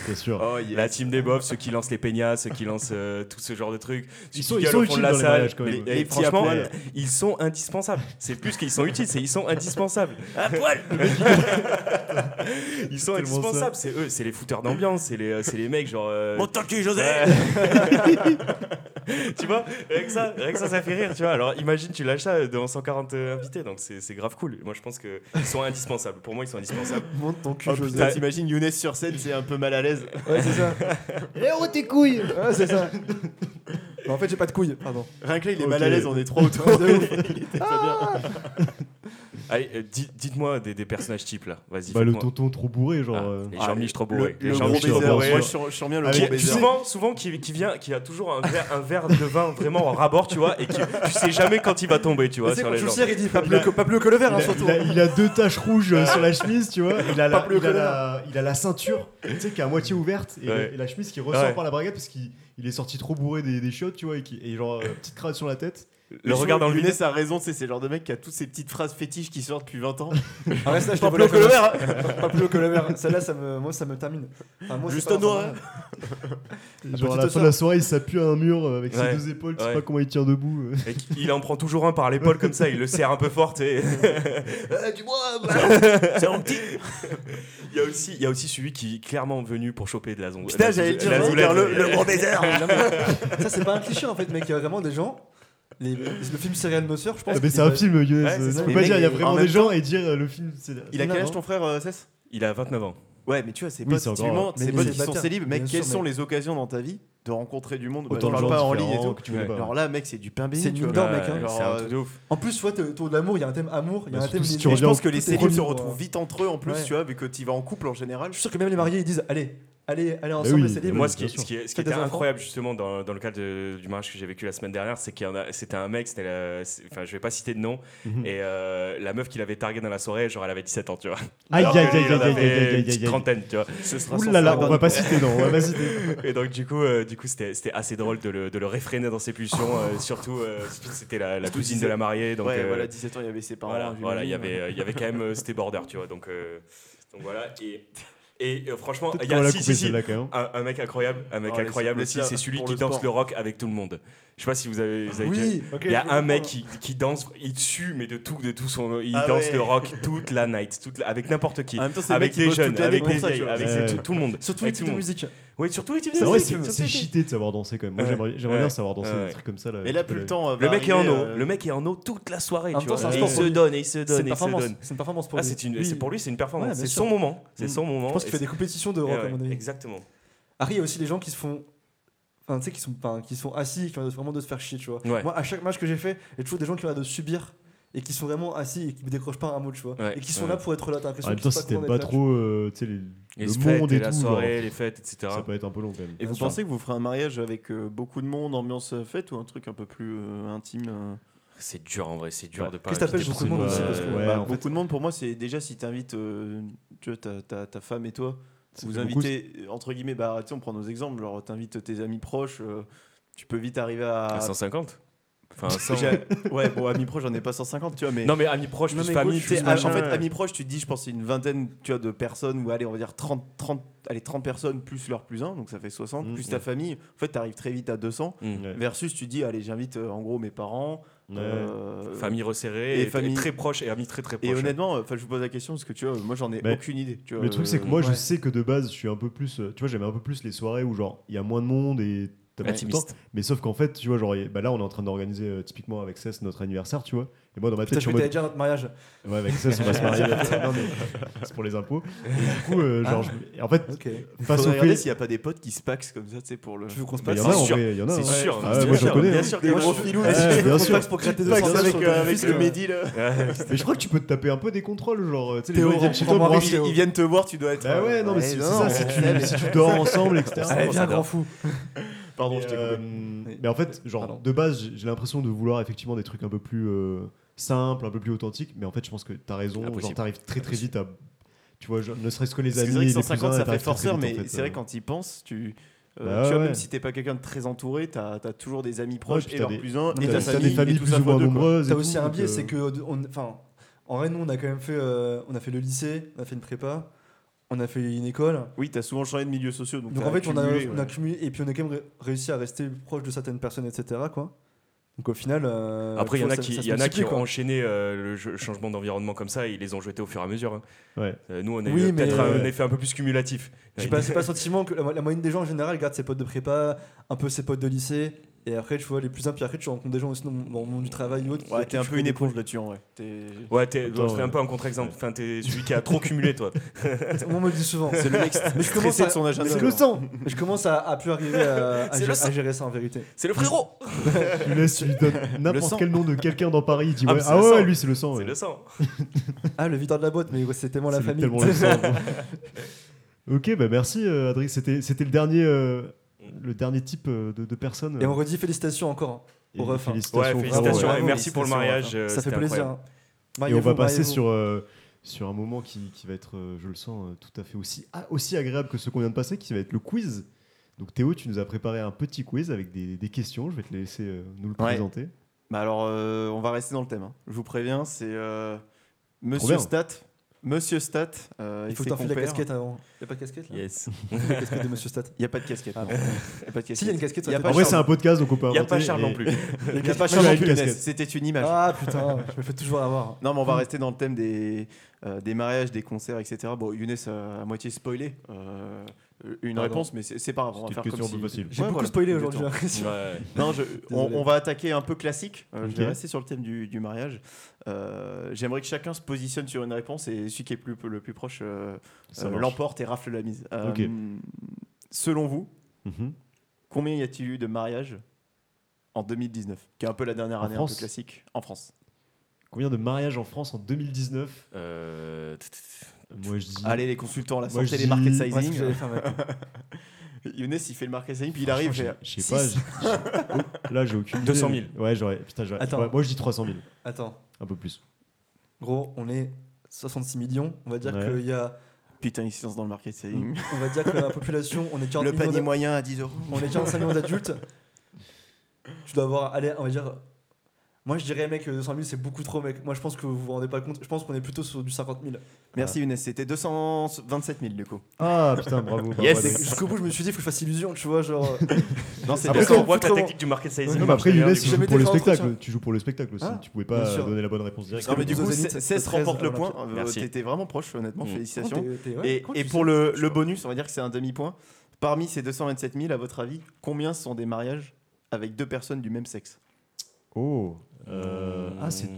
Speaker 1: Bien sûr.
Speaker 4: Oh,
Speaker 3: La team des bofs, ceux qui lancent les peignats, ceux qui lancent euh, tout ce genre de trucs. ceux
Speaker 1: Ils
Speaker 3: qui
Speaker 1: sont- ils
Speaker 3: gueulent
Speaker 1: sont
Speaker 3: au fond
Speaker 1: utiles
Speaker 3: de la
Speaker 1: dans les
Speaker 3: salle.
Speaker 1: mariages, quand même.
Speaker 3: Les-
Speaker 1: Les
Speaker 3: et
Speaker 1: petits
Speaker 3: franchement,
Speaker 1: à poil.
Speaker 3: ils sont indispensables. C'est plus qu'ils sont utiles, c'est ils sont indispensables. À poil Ils sont
Speaker 1: C'est tellement
Speaker 3: indispensables, c'est eux, c'est les fouteurs d'ambiance, c'est les, c'est les mecs genre. euh,
Speaker 4: cul,
Speaker 3: Ouais. tu vois, rien que, ça, rien que ça, ça fait rire, tu vois. Alors imagine, tu lâches ça devant 140 euh, invités, donc c'est c'est grave cool. Moi, je pense qu'ils sont indispensables. Pour moi, ils sont indispensables.
Speaker 2: Monte ton cul,
Speaker 4: Oh,
Speaker 2: José.
Speaker 4: putain, t'imagines Younes sur scène, c'est un peu mal à l'aise.
Speaker 2: Ouais, c'est ça.
Speaker 1: Eh oh, tes couilles
Speaker 2: Ouais, c'est ça. Non, en fait, j'ai pas de couilles, pardon.
Speaker 4: Rien que là, il est
Speaker 1: Ok.
Speaker 4: mal à l'aise, on est trois autour. il était pas bien.
Speaker 3: Allez, euh, di- dites-moi des, des personnages types là. Vas-y,
Speaker 1: Bah, le
Speaker 3: faites-moi.
Speaker 1: tonton trop bourré, genre.
Speaker 3: Ah,
Speaker 1: euh,
Speaker 3: les
Speaker 4: Ah,
Speaker 3: Jean-Mich trop bourrés. Les
Speaker 4: Le, le
Speaker 1: gens
Speaker 4: gros
Speaker 1: qui
Speaker 3: Jean-Mich
Speaker 1: sont
Speaker 4: baiser.
Speaker 3: trop bourrés.
Speaker 4: Moi, je sens- je sens bien le
Speaker 1: Avec-
Speaker 4: gros
Speaker 3: Qui-
Speaker 4: baiser.
Speaker 3: souvent, souvent qui, qui vient, qui a toujours un verre, un verre de vin vraiment en rabord, tu vois, et qui, tu sais jamais quand il va tomber, tu vois,
Speaker 2: Tu sais,
Speaker 3: sur
Speaker 2: quand
Speaker 3: les
Speaker 2: je
Speaker 3: gens.
Speaker 2: le sers, il dit pas plus, que, pas plus que le verre,
Speaker 1: Il
Speaker 2: hein,
Speaker 1: a,
Speaker 2: surtout.
Speaker 1: il a- il a deux taches rouges euh, sur la chemise, tu vois. Il a
Speaker 2: Pas
Speaker 1: la,
Speaker 2: plus
Speaker 1: il a
Speaker 2: que
Speaker 1: la, il a la ceinture, tu sais, qui est à moitié ouverte, et,
Speaker 3: Ouais.
Speaker 1: et la chemise qui ressort
Speaker 3: Ouais.
Speaker 1: par la braguette parce qu'il il est sorti trop bourré des, des chiottes, tu vois, et, qui, et genre, euh, petite crête sur la tête.
Speaker 3: Le regard dans le
Speaker 4: Younes
Speaker 3: vide.
Speaker 4: a raison, tu sais, c'est le genre de mec qui a toutes ces petites phrases fétiches qui sortent depuis 20 ans.
Speaker 2: Ah, reste là, je
Speaker 4: Pas
Speaker 2: te
Speaker 4: plus
Speaker 2: vole
Speaker 4: que le
Speaker 2: la
Speaker 4: verre. hein.
Speaker 2: commande. Pas plus que le verre. Celle-là, ça me, moi, ça me termine. Enfin, moi, c'est
Speaker 4: Juste
Speaker 2: pas
Speaker 4: un noir.
Speaker 2: forcément-
Speaker 1: Genre, à la
Speaker 2: petite
Speaker 1: fin de
Speaker 2: sœur.
Speaker 1: la soirée, il s'appuie à un mur euh, avec
Speaker 3: Ouais.
Speaker 1: ses deux épaules, tu sais
Speaker 3: Ouais.
Speaker 1: pas comment il tient debout. euh.
Speaker 3: Et qui- il en prend toujours un par l'épaule comme ça, il le serre un peu fort. Et...
Speaker 4: Euh, bah. C'est mon petit.
Speaker 3: Il y a aussi, il y a aussi celui qui est clairement venu pour choper de la zongue.
Speaker 4: Putain, j'allais le dire, j'allais dire le- le gros baiser.
Speaker 2: Ça, c'est pas un cliché, en fait, mec. Il y a vraiment des gens. les- le film Serial Monsieur, je pense.
Speaker 1: mais
Speaker 2: qu'il
Speaker 1: Eh ben, c'est un
Speaker 2: va-
Speaker 1: film, Younes.
Speaker 3: Ouais, c'est
Speaker 1: euh,
Speaker 3: ça.
Speaker 1: tu
Speaker 4: Mais
Speaker 1: peux pas
Speaker 4: mec,
Speaker 1: dire, il y a
Speaker 4: en
Speaker 1: vraiment
Speaker 4: même
Speaker 1: des gens et dire euh, le film. c'est-
Speaker 4: Il a quel âge
Speaker 2: Non.
Speaker 4: ton frère, euh, Cess
Speaker 3: Il a 29 ans.
Speaker 4: Ouais, mais tu vois, c'est
Speaker 1: Oui,
Speaker 4: pas
Speaker 1: c'est encore-
Speaker 4: effectivement,
Speaker 2: Mais
Speaker 4: ces
Speaker 2: les
Speaker 4: potes qui sont
Speaker 2: célibataires,
Speaker 4: célibes, mec,
Speaker 2: bien
Speaker 4: quelles
Speaker 2: sûr,
Speaker 4: sont
Speaker 2: mais-
Speaker 4: les occasions dans ta vie de rencontrer du monde Bah,
Speaker 1: Autant de
Speaker 4: je parle
Speaker 1: gens
Speaker 4: pas en ligne et
Speaker 1: différents
Speaker 4: tout.
Speaker 1: que tu connais
Speaker 3: Ouais.
Speaker 1: pas.
Speaker 4: Alors là, mec, c'est du pain béni.
Speaker 2: C'est
Speaker 4: tu
Speaker 2: du
Speaker 4: vois.
Speaker 2: Non, mec, hein.
Speaker 3: c'est un truc de
Speaker 4: euh,
Speaker 3: ouf.
Speaker 2: En plus, soit autour de l'amour, il y a un thème amour, il y a
Speaker 1: Bah,
Speaker 2: un thème.
Speaker 1: surtout si
Speaker 2: les-
Speaker 1: tu
Speaker 4: Et je pense
Speaker 1: reviens
Speaker 4: que les
Speaker 2: tout est
Speaker 4: célibes
Speaker 2: relié,
Speaker 4: se retrouvent
Speaker 2: ouais.
Speaker 4: vite entre eux en plus,
Speaker 2: Ouais.
Speaker 4: tu vois, vu que tu vas en couple en général.
Speaker 2: Je suis sûr que même les mariés, ils disent allez, allez, allez ensemble,
Speaker 1: Bah oui,
Speaker 2: restez
Speaker 1: mais
Speaker 3: Et
Speaker 2: libres.
Speaker 3: moi,
Speaker 1: oui,
Speaker 3: ce qui,
Speaker 1: bien
Speaker 3: ce qui est- ce qui
Speaker 2: T'as
Speaker 3: était
Speaker 2: des enfants
Speaker 3: incroyable justement dans, dans le cadre de- du mariage que j'ai vécu la semaine dernière, c'est qu'il y en a, c'était un mec, c'était, la- c'est- enfin, je vais pas citer de nom,
Speaker 1: Mhm.
Speaker 3: et euh, la meuf qu'il avait targuée dans la soirée, genre elle avait 17 ans, tu vois.
Speaker 1: Aïe,
Speaker 3: Alors
Speaker 1: aïe, aïe,
Speaker 3: que lui, il en
Speaker 1: aïe, aïe,
Speaker 3: avait
Speaker 1: aïe, aïe,
Speaker 3: une petite
Speaker 1: aïe, aïe.
Speaker 3: trentaine, tu vois.
Speaker 4: Ce sera
Speaker 1: Ouh
Speaker 4: sans
Speaker 1: là là,
Speaker 4: faire
Speaker 1: on va pas
Speaker 4: d'un-
Speaker 1: citer, non, on va pas citer.
Speaker 3: Et donc du coup, euh, du coup, c'était, c'était assez drôle de le, de le réfréner dans ses pulsions, euh, surtout, euh, surtout que c'était la, la
Speaker 4: Surtout
Speaker 3: cousine
Speaker 4: si
Speaker 3: de
Speaker 4: c'est-
Speaker 3: la mariée, donc
Speaker 4: Ouais,
Speaker 3: euh,
Speaker 4: voilà, 17 ans, il y avait ses parents.
Speaker 3: voilà, voilà, il y
Speaker 4: j'imagine.
Speaker 3: avait, euh, il y avait quand même, euh, c'était border, tu vois, donc, euh, donc voilà. Et, Et euh, franchement,
Speaker 1: Peut-être
Speaker 3: il y
Speaker 1: qu'on
Speaker 3: a
Speaker 1: l'a
Speaker 3: si,
Speaker 1: coupé
Speaker 3: si, si,
Speaker 1: celle-là quand même.
Speaker 3: un, un mec incroyable, un mec
Speaker 4: Oh, laisse-
Speaker 3: incroyable
Speaker 4: laisse
Speaker 3: aussi,
Speaker 4: ça
Speaker 3: c'est celui
Speaker 4: pour
Speaker 3: qui
Speaker 4: le
Speaker 3: danse
Speaker 4: sport.
Speaker 3: le rock avec tout le monde. Je sais pas si vous avez. vous avez déjà-
Speaker 2: Oui,
Speaker 3: Il y a un mec qui, qui danse, il tue, mais de tout, de tout son. Il
Speaker 4: Ah
Speaker 3: danse
Speaker 4: ouais.
Speaker 3: le rock toute la night, toute la- avec n'importe qui.
Speaker 4: En même temps, c'est le mec
Speaker 3: Avec
Speaker 4: qui
Speaker 3: des
Speaker 4: bosse toute
Speaker 3: jeunes,
Speaker 4: l'année
Speaker 3: avec
Speaker 4: pour
Speaker 3: des
Speaker 4: ça, tu
Speaker 3: vieilles,
Speaker 4: vois.
Speaker 3: avec
Speaker 1: Ouais.
Speaker 3: c'est tout, tout le monde.
Speaker 2: Surtout les
Speaker 3: avec tout
Speaker 2: types
Speaker 3: le
Speaker 2: de
Speaker 3: monde.
Speaker 2: musique.
Speaker 3: Oui, surtout les types de
Speaker 1: C'est vrai,
Speaker 3: musique,
Speaker 1: c'est
Speaker 3: ça
Speaker 1: c'est
Speaker 3: fait
Speaker 1: cheaté de savoir danser quand même. Moi,
Speaker 3: Ouais.
Speaker 1: j'aimerais j'aimerais
Speaker 3: Ouais.
Speaker 1: bien savoir danser
Speaker 3: Ouais.
Speaker 1: des trucs comme ça. Là,
Speaker 4: Mais là, plus le temps. euh, va
Speaker 3: Le mec est en
Speaker 4: arriver,
Speaker 3: eau,
Speaker 4: euh,
Speaker 3: le mec est en eau toute la soirée,
Speaker 2: En
Speaker 3: tu
Speaker 2: même temps,
Speaker 3: vois.
Speaker 2: c'est un
Speaker 3: Et il
Speaker 2: sport
Speaker 3: se
Speaker 2: pour lui.
Speaker 3: donne, et il se
Speaker 2: C'est une
Speaker 3: donne, et il se
Speaker 2: performance.
Speaker 3: donne.
Speaker 2: C'est une performance pour
Speaker 3: Ah,
Speaker 2: lui.
Speaker 3: c'est une,
Speaker 2: Oui.
Speaker 3: c'est pour lui, c'est une
Speaker 2: Ouais,
Speaker 3: performance,
Speaker 2: bien
Speaker 3: c'est
Speaker 2: sûr.
Speaker 3: son moment, c'est
Speaker 2: Mm.
Speaker 3: son moment.
Speaker 2: Je pense qu'il
Speaker 3: et
Speaker 2: fait des
Speaker 3: c'est-
Speaker 2: compétitions de
Speaker 3: Ouais,
Speaker 2: rock, à
Speaker 3: ouais,
Speaker 2: mon avis.
Speaker 3: Exactement.
Speaker 2: Après, il y a aussi les gens qui se font. Enfin, tu sais, qui sont, enfin, qui sont assis, qui ont vraiment de se faire chier, tu vois.
Speaker 3: Ouais.
Speaker 2: Moi, à chaque match que j'ai fait, il y a toujours des gens qui ont l'air de subir et qui sont vraiment assis et qui ne décrochent pas un mot, tu vois.
Speaker 3: Ouais,
Speaker 2: Et qui sont
Speaker 3: ouais.
Speaker 2: là pour être là.
Speaker 1: En
Speaker 2: T'as l'impression
Speaker 1: même
Speaker 2: qu'ils
Speaker 1: temps,
Speaker 2: sont
Speaker 1: si t'aimes
Speaker 2: contents
Speaker 1: pas
Speaker 2: d'être là,
Speaker 1: trop euh, tu sais, les-
Speaker 3: Les
Speaker 1: le
Speaker 3: fêtes,
Speaker 1: monde
Speaker 3: et
Speaker 1: et
Speaker 3: la
Speaker 1: tout,
Speaker 3: soirée,
Speaker 1: genre,
Speaker 3: les fêtes, etc.
Speaker 1: ça peut être un peu long quand même.
Speaker 4: Et vous
Speaker 2: sûr.
Speaker 4: pensez que vous ferez un mariage avec euh, beaucoup de monde, ambiance euh, fête ou un truc un peu plus euh, intime euh
Speaker 3: C'est dur en vrai, c'est dur
Speaker 2: Ouais.
Speaker 3: de pas.
Speaker 2: Qu'est-ce que t'appelles
Speaker 3: inviter
Speaker 2: beaucoup de
Speaker 3: beaucoup
Speaker 2: monde aussi,
Speaker 3: euh,
Speaker 2: parce que-
Speaker 1: Ouais,
Speaker 4: Bah,
Speaker 1: en fait-
Speaker 4: Beaucoup de monde, pour moi, c'est déjà si tu invites ta, ta- ta femme et toi,
Speaker 1: Ça
Speaker 4: vous
Speaker 1: fait beaucoup,
Speaker 4: invitez, euh, entre guillemets, bah, tu sais, on prend nos exemples, genre t'invites tes amis proches, euh, tu peux vite arriver à.
Speaker 3: à 150 Enfin, 100.
Speaker 4: ah. J'ai- ouais, bon, amis proches, j'en ai pas 150, tu vois, mais.
Speaker 3: Non, mais amis proches,
Speaker 4: Non,
Speaker 3: plus
Speaker 4: mais
Speaker 3: famille,
Speaker 4: écoute, tu
Speaker 3: plus
Speaker 4: sais,
Speaker 3: machin.
Speaker 4: En fait, amis proches, tu te dis, je pense, c'est une vingtaine tu vois, de personnes, ou allez, on va dire 30, 30, allez, 30 personnes plus leur plus un, donc ça fait 60,
Speaker 1: Mm,
Speaker 4: plus ta
Speaker 3: ouais.
Speaker 4: famille. En fait, t'arrives très vite à 200.
Speaker 3: Mm.
Speaker 1: Ouais.
Speaker 4: Versus, tu dis, allez, j'invite euh, en gros mes parents.
Speaker 1: Ouais.
Speaker 4: euh,
Speaker 3: Famille resserrée,
Speaker 4: et
Speaker 3: et, et
Speaker 4: famille-
Speaker 3: très proche, et amis très très proches.
Speaker 4: Et honnêtement, euh, enfin, je vous pose la question parce que tu vois, moi j'en ai
Speaker 1: Mais
Speaker 4: aucune idée. Tu vois,
Speaker 1: Le truc, c'est que
Speaker 4: euh,
Speaker 1: moi, je
Speaker 2: ouais.
Speaker 1: sais que de base, je suis un peu plus. euh, Tu vois, j'aimais un peu plus les soirées où, genre, il y a moins de monde et t'as pas tout le temps.
Speaker 3: Intimiste.
Speaker 1: Mais sauf qu'en fait, tu vois, genre, y a- bah là, on est en train d'organiser euh, typiquement avec Cess notre anniversaire, tu vois. Et moi, dans ma
Speaker 2: Putain,
Speaker 1: tête, je suis
Speaker 2: je
Speaker 1: en
Speaker 2: croyais que t'allais
Speaker 1: mode.
Speaker 2: dire notre mariage.
Speaker 1: Ouais, avec Cess, on va se marier. Non, mais c'est pour les impôts. Et du coup, euh, genre,
Speaker 2: Ah.
Speaker 1: je- et en fait,
Speaker 2: Ok.
Speaker 1: face au
Speaker 4: faudrait regarder
Speaker 1: fait.
Speaker 4: s'il n'y a pas des potes qui se paxent comme ça, tu sais, pour le.
Speaker 2: Tu veux qu'on se
Speaker 1: Bah, Il y
Speaker 2: passe
Speaker 1: en a
Speaker 3: C'est
Speaker 1: en
Speaker 3: sûr.
Speaker 1: vrai, il y en a.
Speaker 3: C'est
Speaker 1: hein.
Speaker 3: sûr.
Speaker 1: Ah
Speaker 3: c'est
Speaker 1: ouais, moi, je
Speaker 3: sûr,
Speaker 1: connais.
Speaker 3: Bien
Speaker 1: hein.
Speaker 3: sûr que
Speaker 2: Des
Speaker 3: moi,
Speaker 2: gros
Speaker 3: je-
Speaker 2: filous,
Speaker 1: Ouais,
Speaker 2: tu sais,
Speaker 1: bien
Speaker 2: qu'on
Speaker 1: sûr.
Speaker 2: passe pour gratter
Speaker 4: Tu
Speaker 2: des
Speaker 4: te paxes
Speaker 2: entrées
Speaker 4: avec,
Speaker 2: sur
Speaker 4: euh,
Speaker 2: ton
Speaker 4: avec
Speaker 2: fils,
Speaker 4: le
Speaker 2: euh,
Speaker 4: Mehdi là.
Speaker 1: Mais je crois que tu peux te taper un peu des contrôles, genre, euh, tu sais, les
Speaker 2: Théo,
Speaker 1: gens ils viennent chez
Speaker 2: prends
Speaker 1: toi
Speaker 2: moi
Speaker 1: pour
Speaker 2: un
Speaker 1: un-
Speaker 2: Théo.
Speaker 4: Ils viennent te voir, tu dois être. euh,
Speaker 1: Bah ouais, non, mais
Speaker 4: Ouais,
Speaker 1: c'est c'est
Speaker 4: non,
Speaker 1: ça, si tu, si tu dors ensemble, etc.
Speaker 2: Allez, viens,
Speaker 1: ça
Speaker 2: grand fou.
Speaker 4: Pardon,
Speaker 1: Et,
Speaker 4: je t'ai
Speaker 1: euh,
Speaker 4: coupé.
Speaker 1: mais en fait, genre,
Speaker 2: Pardon.
Speaker 1: de base, j'ai- j'ai l'impression de vouloir effectivement des trucs un peu plus euh, simples, un peu plus authentiques. Mais en fait, je pense que t'as raison.
Speaker 3: Impossible.
Speaker 1: Genre, t'arrives très très vite à. Tu vois, genre, ne serait-ce que les
Speaker 4: Parce que
Speaker 1: amis.
Speaker 4: C'est vrai que
Speaker 1: les cousins,
Speaker 4: 150 ça fait
Speaker 1: t'arrives très, très
Speaker 4: forceur,
Speaker 1: vite, en
Speaker 4: mais
Speaker 1: fait,
Speaker 4: c'est vrai
Speaker 1: euh.
Speaker 4: quand y penses, tu. euh,
Speaker 1: Bah
Speaker 4: tu vois,
Speaker 1: ouais.
Speaker 4: même si t'es pas quelqu'un de très entouré, t'as as toujours des amis
Speaker 1: Ouais,
Speaker 4: proches
Speaker 1: puis
Speaker 4: et
Speaker 1: t'as
Speaker 4: leur
Speaker 1: des-
Speaker 4: plus un,
Speaker 1: t'as-
Speaker 4: et
Speaker 2: t'as
Speaker 4: ta
Speaker 1: t'as
Speaker 2: des
Speaker 4: famille,
Speaker 1: des
Speaker 4: et
Speaker 1: familles
Speaker 4: tout
Speaker 1: plus
Speaker 4: ça
Speaker 1: ou
Speaker 4: fois
Speaker 1: moins
Speaker 4: deux. quoi.
Speaker 1: nombreuses. et
Speaker 2: T'as aussi
Speaker 1: tout,
Speaker 2: un
Speaker 1: donc,
Speaker 2: biais,
Speaker 1: euh,
Speaker 2: c'est que, euh, on- enfin, en Rennes, nous, on a quand même fait, euh, on a fait le lycée, on a fait une prépa, on a fait une école.
Speaker 4: Oui, t'as souvent changé de milieux sociaux. Donc,
Speaker 2: Donc
Speaker 4: t'as
Speaker 2: en fait, on a,
Speaker 4: accumulé,
Speaker 2: on a
Speaker 4: ouais.
Speaker 2: cumulé et puis on a quand même ré- réussi à rester proche de certaines personnes, etc. Quoi. Donc au final, euh,
Speaker 3: Après, il y
Speaker 2: tu
Speaker 3: en
Speaker 2: vois,
Speaker 3: a
Speaker 2: ça-
Speaker 3: qui,
Speaker 2: ça se
Speaker 3: y en a qui
Speaker 2: multiplie,
Speaker 3: ont
Speaker 2: quoi.
Speaker 3: enchaîné euh, le jeu- changement d'environnement comme ça et ils les ont jetés au fur et à mesure. hein.
Speaker 1: Ouais.
Speaker 3: Euh, nous, on a
Speaker 2: Oui,
Speaker 3: eu
Speaker 2: mais,
Speaker 3: peut-être un
Speaker 1: euh,
Speaker 3: effet un peu plus cumulatif.
Speaker 2: J'ai pas, j'ai pas le sentiment que la, mo- la moyenne des gens en général garde ses potes de prépa, un peu ses potes de lycée, et après tu vois les plus uns, puis après tu rencontres des gens aussi dans, dans le monde du travail ou autre.
Speaker 4: Ouais, t'es un
Speaker 2: Tu
Speaker 4: peu
Speaker 2: fais
Speaker 4: une
Speaker 2: des-
Speaker 4: éponge là-dessus en vrai. T'es-
Speaker 3: Ouais, t'es
Speaker 1: Attends,
Speaker 3: je serais un
Speaker 1: ouais.
Speaker 3: peu un contre-exemple. Enfin, t'es celui qui a trop cumulé, toi.
Speaker 2: Moi, on me le dit souvent.
Speaker 4: C'est le mec
Speaker 2: Mais je commence
Speaker 4: stressé
Speaker 2: à,
Speaker 4: de son agenda.
Speaker 2: mais je-
Speaker 4: genre.
Speaker 2: mais je commence à, à plus arriver à, à
Speaker 3: C'est
Speaker 2: gé-
Speaker 3: le
Speaker 2: à
Speaker 3: sang.
Speaker 2: gérer ça en vérité.
Speaker 3: C'est le frérot
Speaker 1: Tu laisses, tu lui donnes
Speaker 4: sang.
Speaker 1: n'importe quel nom de quelqu'un dans Paris. Il dit
Speaker 3: Ah,
Speaker 1: ouais,
Speaker 3: mais c'est
Speaker 1: Ah
Speaker 3: le
Speaker 1: ouais,
Speaker 3: sang.
Speaker 1: lui, c'est le sang.
Speaker 3: C'est
Speaker 1: ouais.
Speaker 3: le sang.
Speaker 2: Ah, le videur de la boîte, mais ouais, c'est tellement la
Speaker 1: C'est
Speaker 2: famille.
Speaker 1: tellement le sang, bon. Ok, bah merci, euh, Adrien. C'était c'était le dernier. euh, Le dernier type euh, de, de personne.
Speaker 2: Et on redit félicitations encore.
Speaker 1: Et
Speaker 2: au ref, hein.
Speaker 3: Ouais,
Speaker 1: Félicitations. au ref,
Speaker 3: félicitations.
Speaker 1: ouais.
Speaker 3: et
Speaker 2: bravo,
Speaker 3: merci pour le mariage.
Speaker 2: félicitations,
Speaker 3: euh,
Speaker 2: Ça fait
Speaker 3: c'était
Speaker 2: plaisir.
Speaker 3: incroyable.
Speaker 1: Et on
Speaker 2: hein.
Speaker 1: va
Speaker 2: Mariez-vous,
Speaker 1: passer
Speaker 2: mariez-vous.
Speaker 1: sur, euh, sur un moment qui, qui va être, euh, je le sens, euh, tout à fait aussi, ah, aussi agréable que ce qu'on vient de passer, qui va être le quiz. Donc Théo, tu nous as préparé un petit quiz avec des, des questions. Je vais te laisser euh, nous le
Speaker 4: Ouais.
Speaker 1: présenter.
Speaker 4: Bah alors, euh, on va rester dans le thème. hein. Je vous préviens, c'est euh, Monsieur
Speaker 1: bien.
Speaker 4: Stat. Monsieur Stat. euh, et
Speaker 2: Il faut
Speaker 4: ses
Speaker 2: que t'enfiles la
Speaker 4: compères.
Speaker 2: casquette avant. Y'a pas de casquette là
Speaker 3: Yes.
Speaker 2: La casquette de Monsieur Stat.
Speaker 4: Il n'y a pas de casquette.
Speaker 2: Ah
Speaker 4: non.
Speaker 2: bon.
Speaker 4: Il y a pas de casquette.
Speaker 2: Si, y a une casquette, ça
Speaker 4: Il y a
Speaker 2: fait
Speaker 4: pas
Speaker 1: En vrai,
Speaker 4: Charles.
Speaker 1: c'est un podcast, donc on peut
Speaker 3: Il n'y a
Speaker 1: inventer
Speaker 3: pas Charles
Speaker 1: et-
Speaker 3: non plus.
Speaker 4: Il y a
Speaker 2: casquette.
Speaker 4: pas
Speaker 1: Moi,
Speaker 4: Charles
Speaker 1: j'avais
Speaker 4: non
Speaker 1: une
Speaker 4: plus, Younes.
Speaker 1: casquette.
Speaker 4: C'était une image.
Speaker 2: Ah putain, je me fais toujours avoir.
Speaker 4: Non, mais on
Speaker 1: Mm.
Speaker 4: va rester dans le thème des, euh, des mariages, des concerts, etc. Bon, Younes a à moitié spoilé euh, une
Speaker 2: Pardon.
Speaker 4: réponse, mais c'est c'est pas grave. On va
Speaker 1: C'était
Speaker 4: faire
Speaker 1: une
Speaker 4: comme
Speaker 1: question un peu
Speaker 4: si...
Speaker 1: facile.
Speaker 2: J'ai
Speaker 4: Ouais,
Speaker 2: beaucoup
Speaker 4: voilà,
Speaker 2: spoilé
Speaker 4: exactement.
Speaker 2: aujourd'hui. l'impression.
Speaker 3: Ouais.
Speaker 4: Non, je- on,
Speaker 2: Désolé.
Speaker 4: on va attaquer un peu classique. Euh, Je vais
Speaker 1: Ok.
Speaker 4: rester sur le thème du, du mariage. Euh, J'aimerais que chacun se positionne sur une réponse et celui qui est plus, le plus proche euh,
Speaker 1: Ça
Speaker 4: euh,
Speaker 1: marche.
Speaker 4: l'emporte et rafle la mise. Euh,
Speaker 1: Ok.
Speaker 4: Selon vous,
Speaker 1: Mhm.
Speaker 4: combien y a-t-il eu de mariages en 2019 Qui est un peu la dernière
Speaker 1: En
Speaker 4: année un
Speaker 1: France
Speaker 4: peu classique en France.
Speaker 1: Combien de mariages en France en 2019
Speaker 3: Euh, t- t-
Speaker 1: Moi, je dis.
Speaker 4: Allez, les consultants, la
Speaker 1: Moi,
Speaker 4: santé,
Speaker 1: je
Speaker 4: les market
Speaker 1: dis-
Speaker 2: Ouais, c'est ce que
Speaker 4: sizing.
Speaker 2: j'allais faire, mec.
Speaker 4: Younes, il fait le market sizing, puis il
Speaker 1: franchement,
Speaker 4: arrive.
Speaker 1: j'ai-
Speaker 4: et-
Speaker 1: Je sais pas.
Speaker 4: Six.
Speaker 1: j'ai- j'ai- Là, j'ai aucune. idée.
Speaker 3: 200 000.
Speaker 1: Ouais, j'aurais. Putain, j'aurais-
Speaker 2: Attends.
Speaker 1: ouais, moi, je dis 300 000.
Speaker 2: Attends,
Speaker 1: Un peu plus.
Speaker 2: gros, on est 66 millions. On va dire
Speaker 1: Ouais.
Speaker 2: qu'il y a,
Speaker 4: Putain, il se lance dans le market sizing.
Speaker 2: on va dire que la population, on est 40
Speaker 4: Le
Speaker 2: millions
Speaker 4: panier
Speaker 2: d'a-
Speaker 4: moyen à 10 euros.
Speaker 2: on est 45 millions d'adultes. Tu dois avoir, allez, on va dire, Moi, je dirais, mec, euh, 200 000, c'est beaucoup trop, mec. Moi, je pense que vous vous rendez pas compte. Je pense qu'on est plutôt sur du 50 000.
Speaker 4: Merci Younes, c'était 227 000 du coup.
Speaker 1: Ah putain, bravo. bravo,
Speaker 2: Yes.
Speaker 1: Alex.
Speaker 2: Jusqu'au bout, je me suis dit, faut que je fasse illusion, tu vois, genre.
Speaker 4: Non, c'est
Speaker 2: Après,
Speaker 3: Parce
Speaker 4: bien.
Speaker 3: qu'on voit que la
Speaker 2: autrement.
Speaker 3: technique du market sizing.
Speaker 1: Non, mais
Speaker 3: marche
Speaker 1: après,
Speaker 3: bien,
Speaker 1: Younes,
Speaker 3: du
Speaker 1: tu
Speaker 2: j'ai
Speaker 1: joues
Speaker 2: jamais
Speaker 1: pour
Speaker 2: été
Speaker 1: le
Speaker 2: fait en
Speaker 1: spectacle.
Speaker 2: entretien.
Speaker 1: Tu joues pour le spectacle aussi.
Speaker 2: Ah,
Speaker 1: tu pouvais
Speaker 2: bien
Speaker 1: pas
Speaker 2: sûr.
Speaker 1: donner la bonne réponse directe.
Speaker 4: Non, mais du
Speaker 2: Vous
Speaker 4: coup,
Speaker 2: avez mis
Speaker 4: 16
Speaker 2: 13
Speaker 4: remporte le
Speaker 2: à
Speaker 4: point.
Speaker 2: l'Olympique.
Speaker 4: Euh,
Speaker 3: Merci.
Speaker 4: T'étais vraiment proche, honnêtement,
Speaker 3: Mm.
Speaker 4: félicitations.
Speaker 2: Oh, t'es- t'es- ouais,
Speaker 4: Et,
Speaker 2: comment
Speaker 4: et
Speaker 2: tu
Speaker 4: pour
Speaker 2: sais
Speaker 4: le,
Speaker 2: Je
Speaker 4: le
Speaker 2: vois.
Speaker 4: bonus, on va dire que c'est un demi-point. Parmi ces 227 000, à votre avis, combien sont des mariages avec deux personnes du même sexe
Speaker 1: Oh.
Speaker 3: coup.
Speaker 1: Euh, Ah, c'est.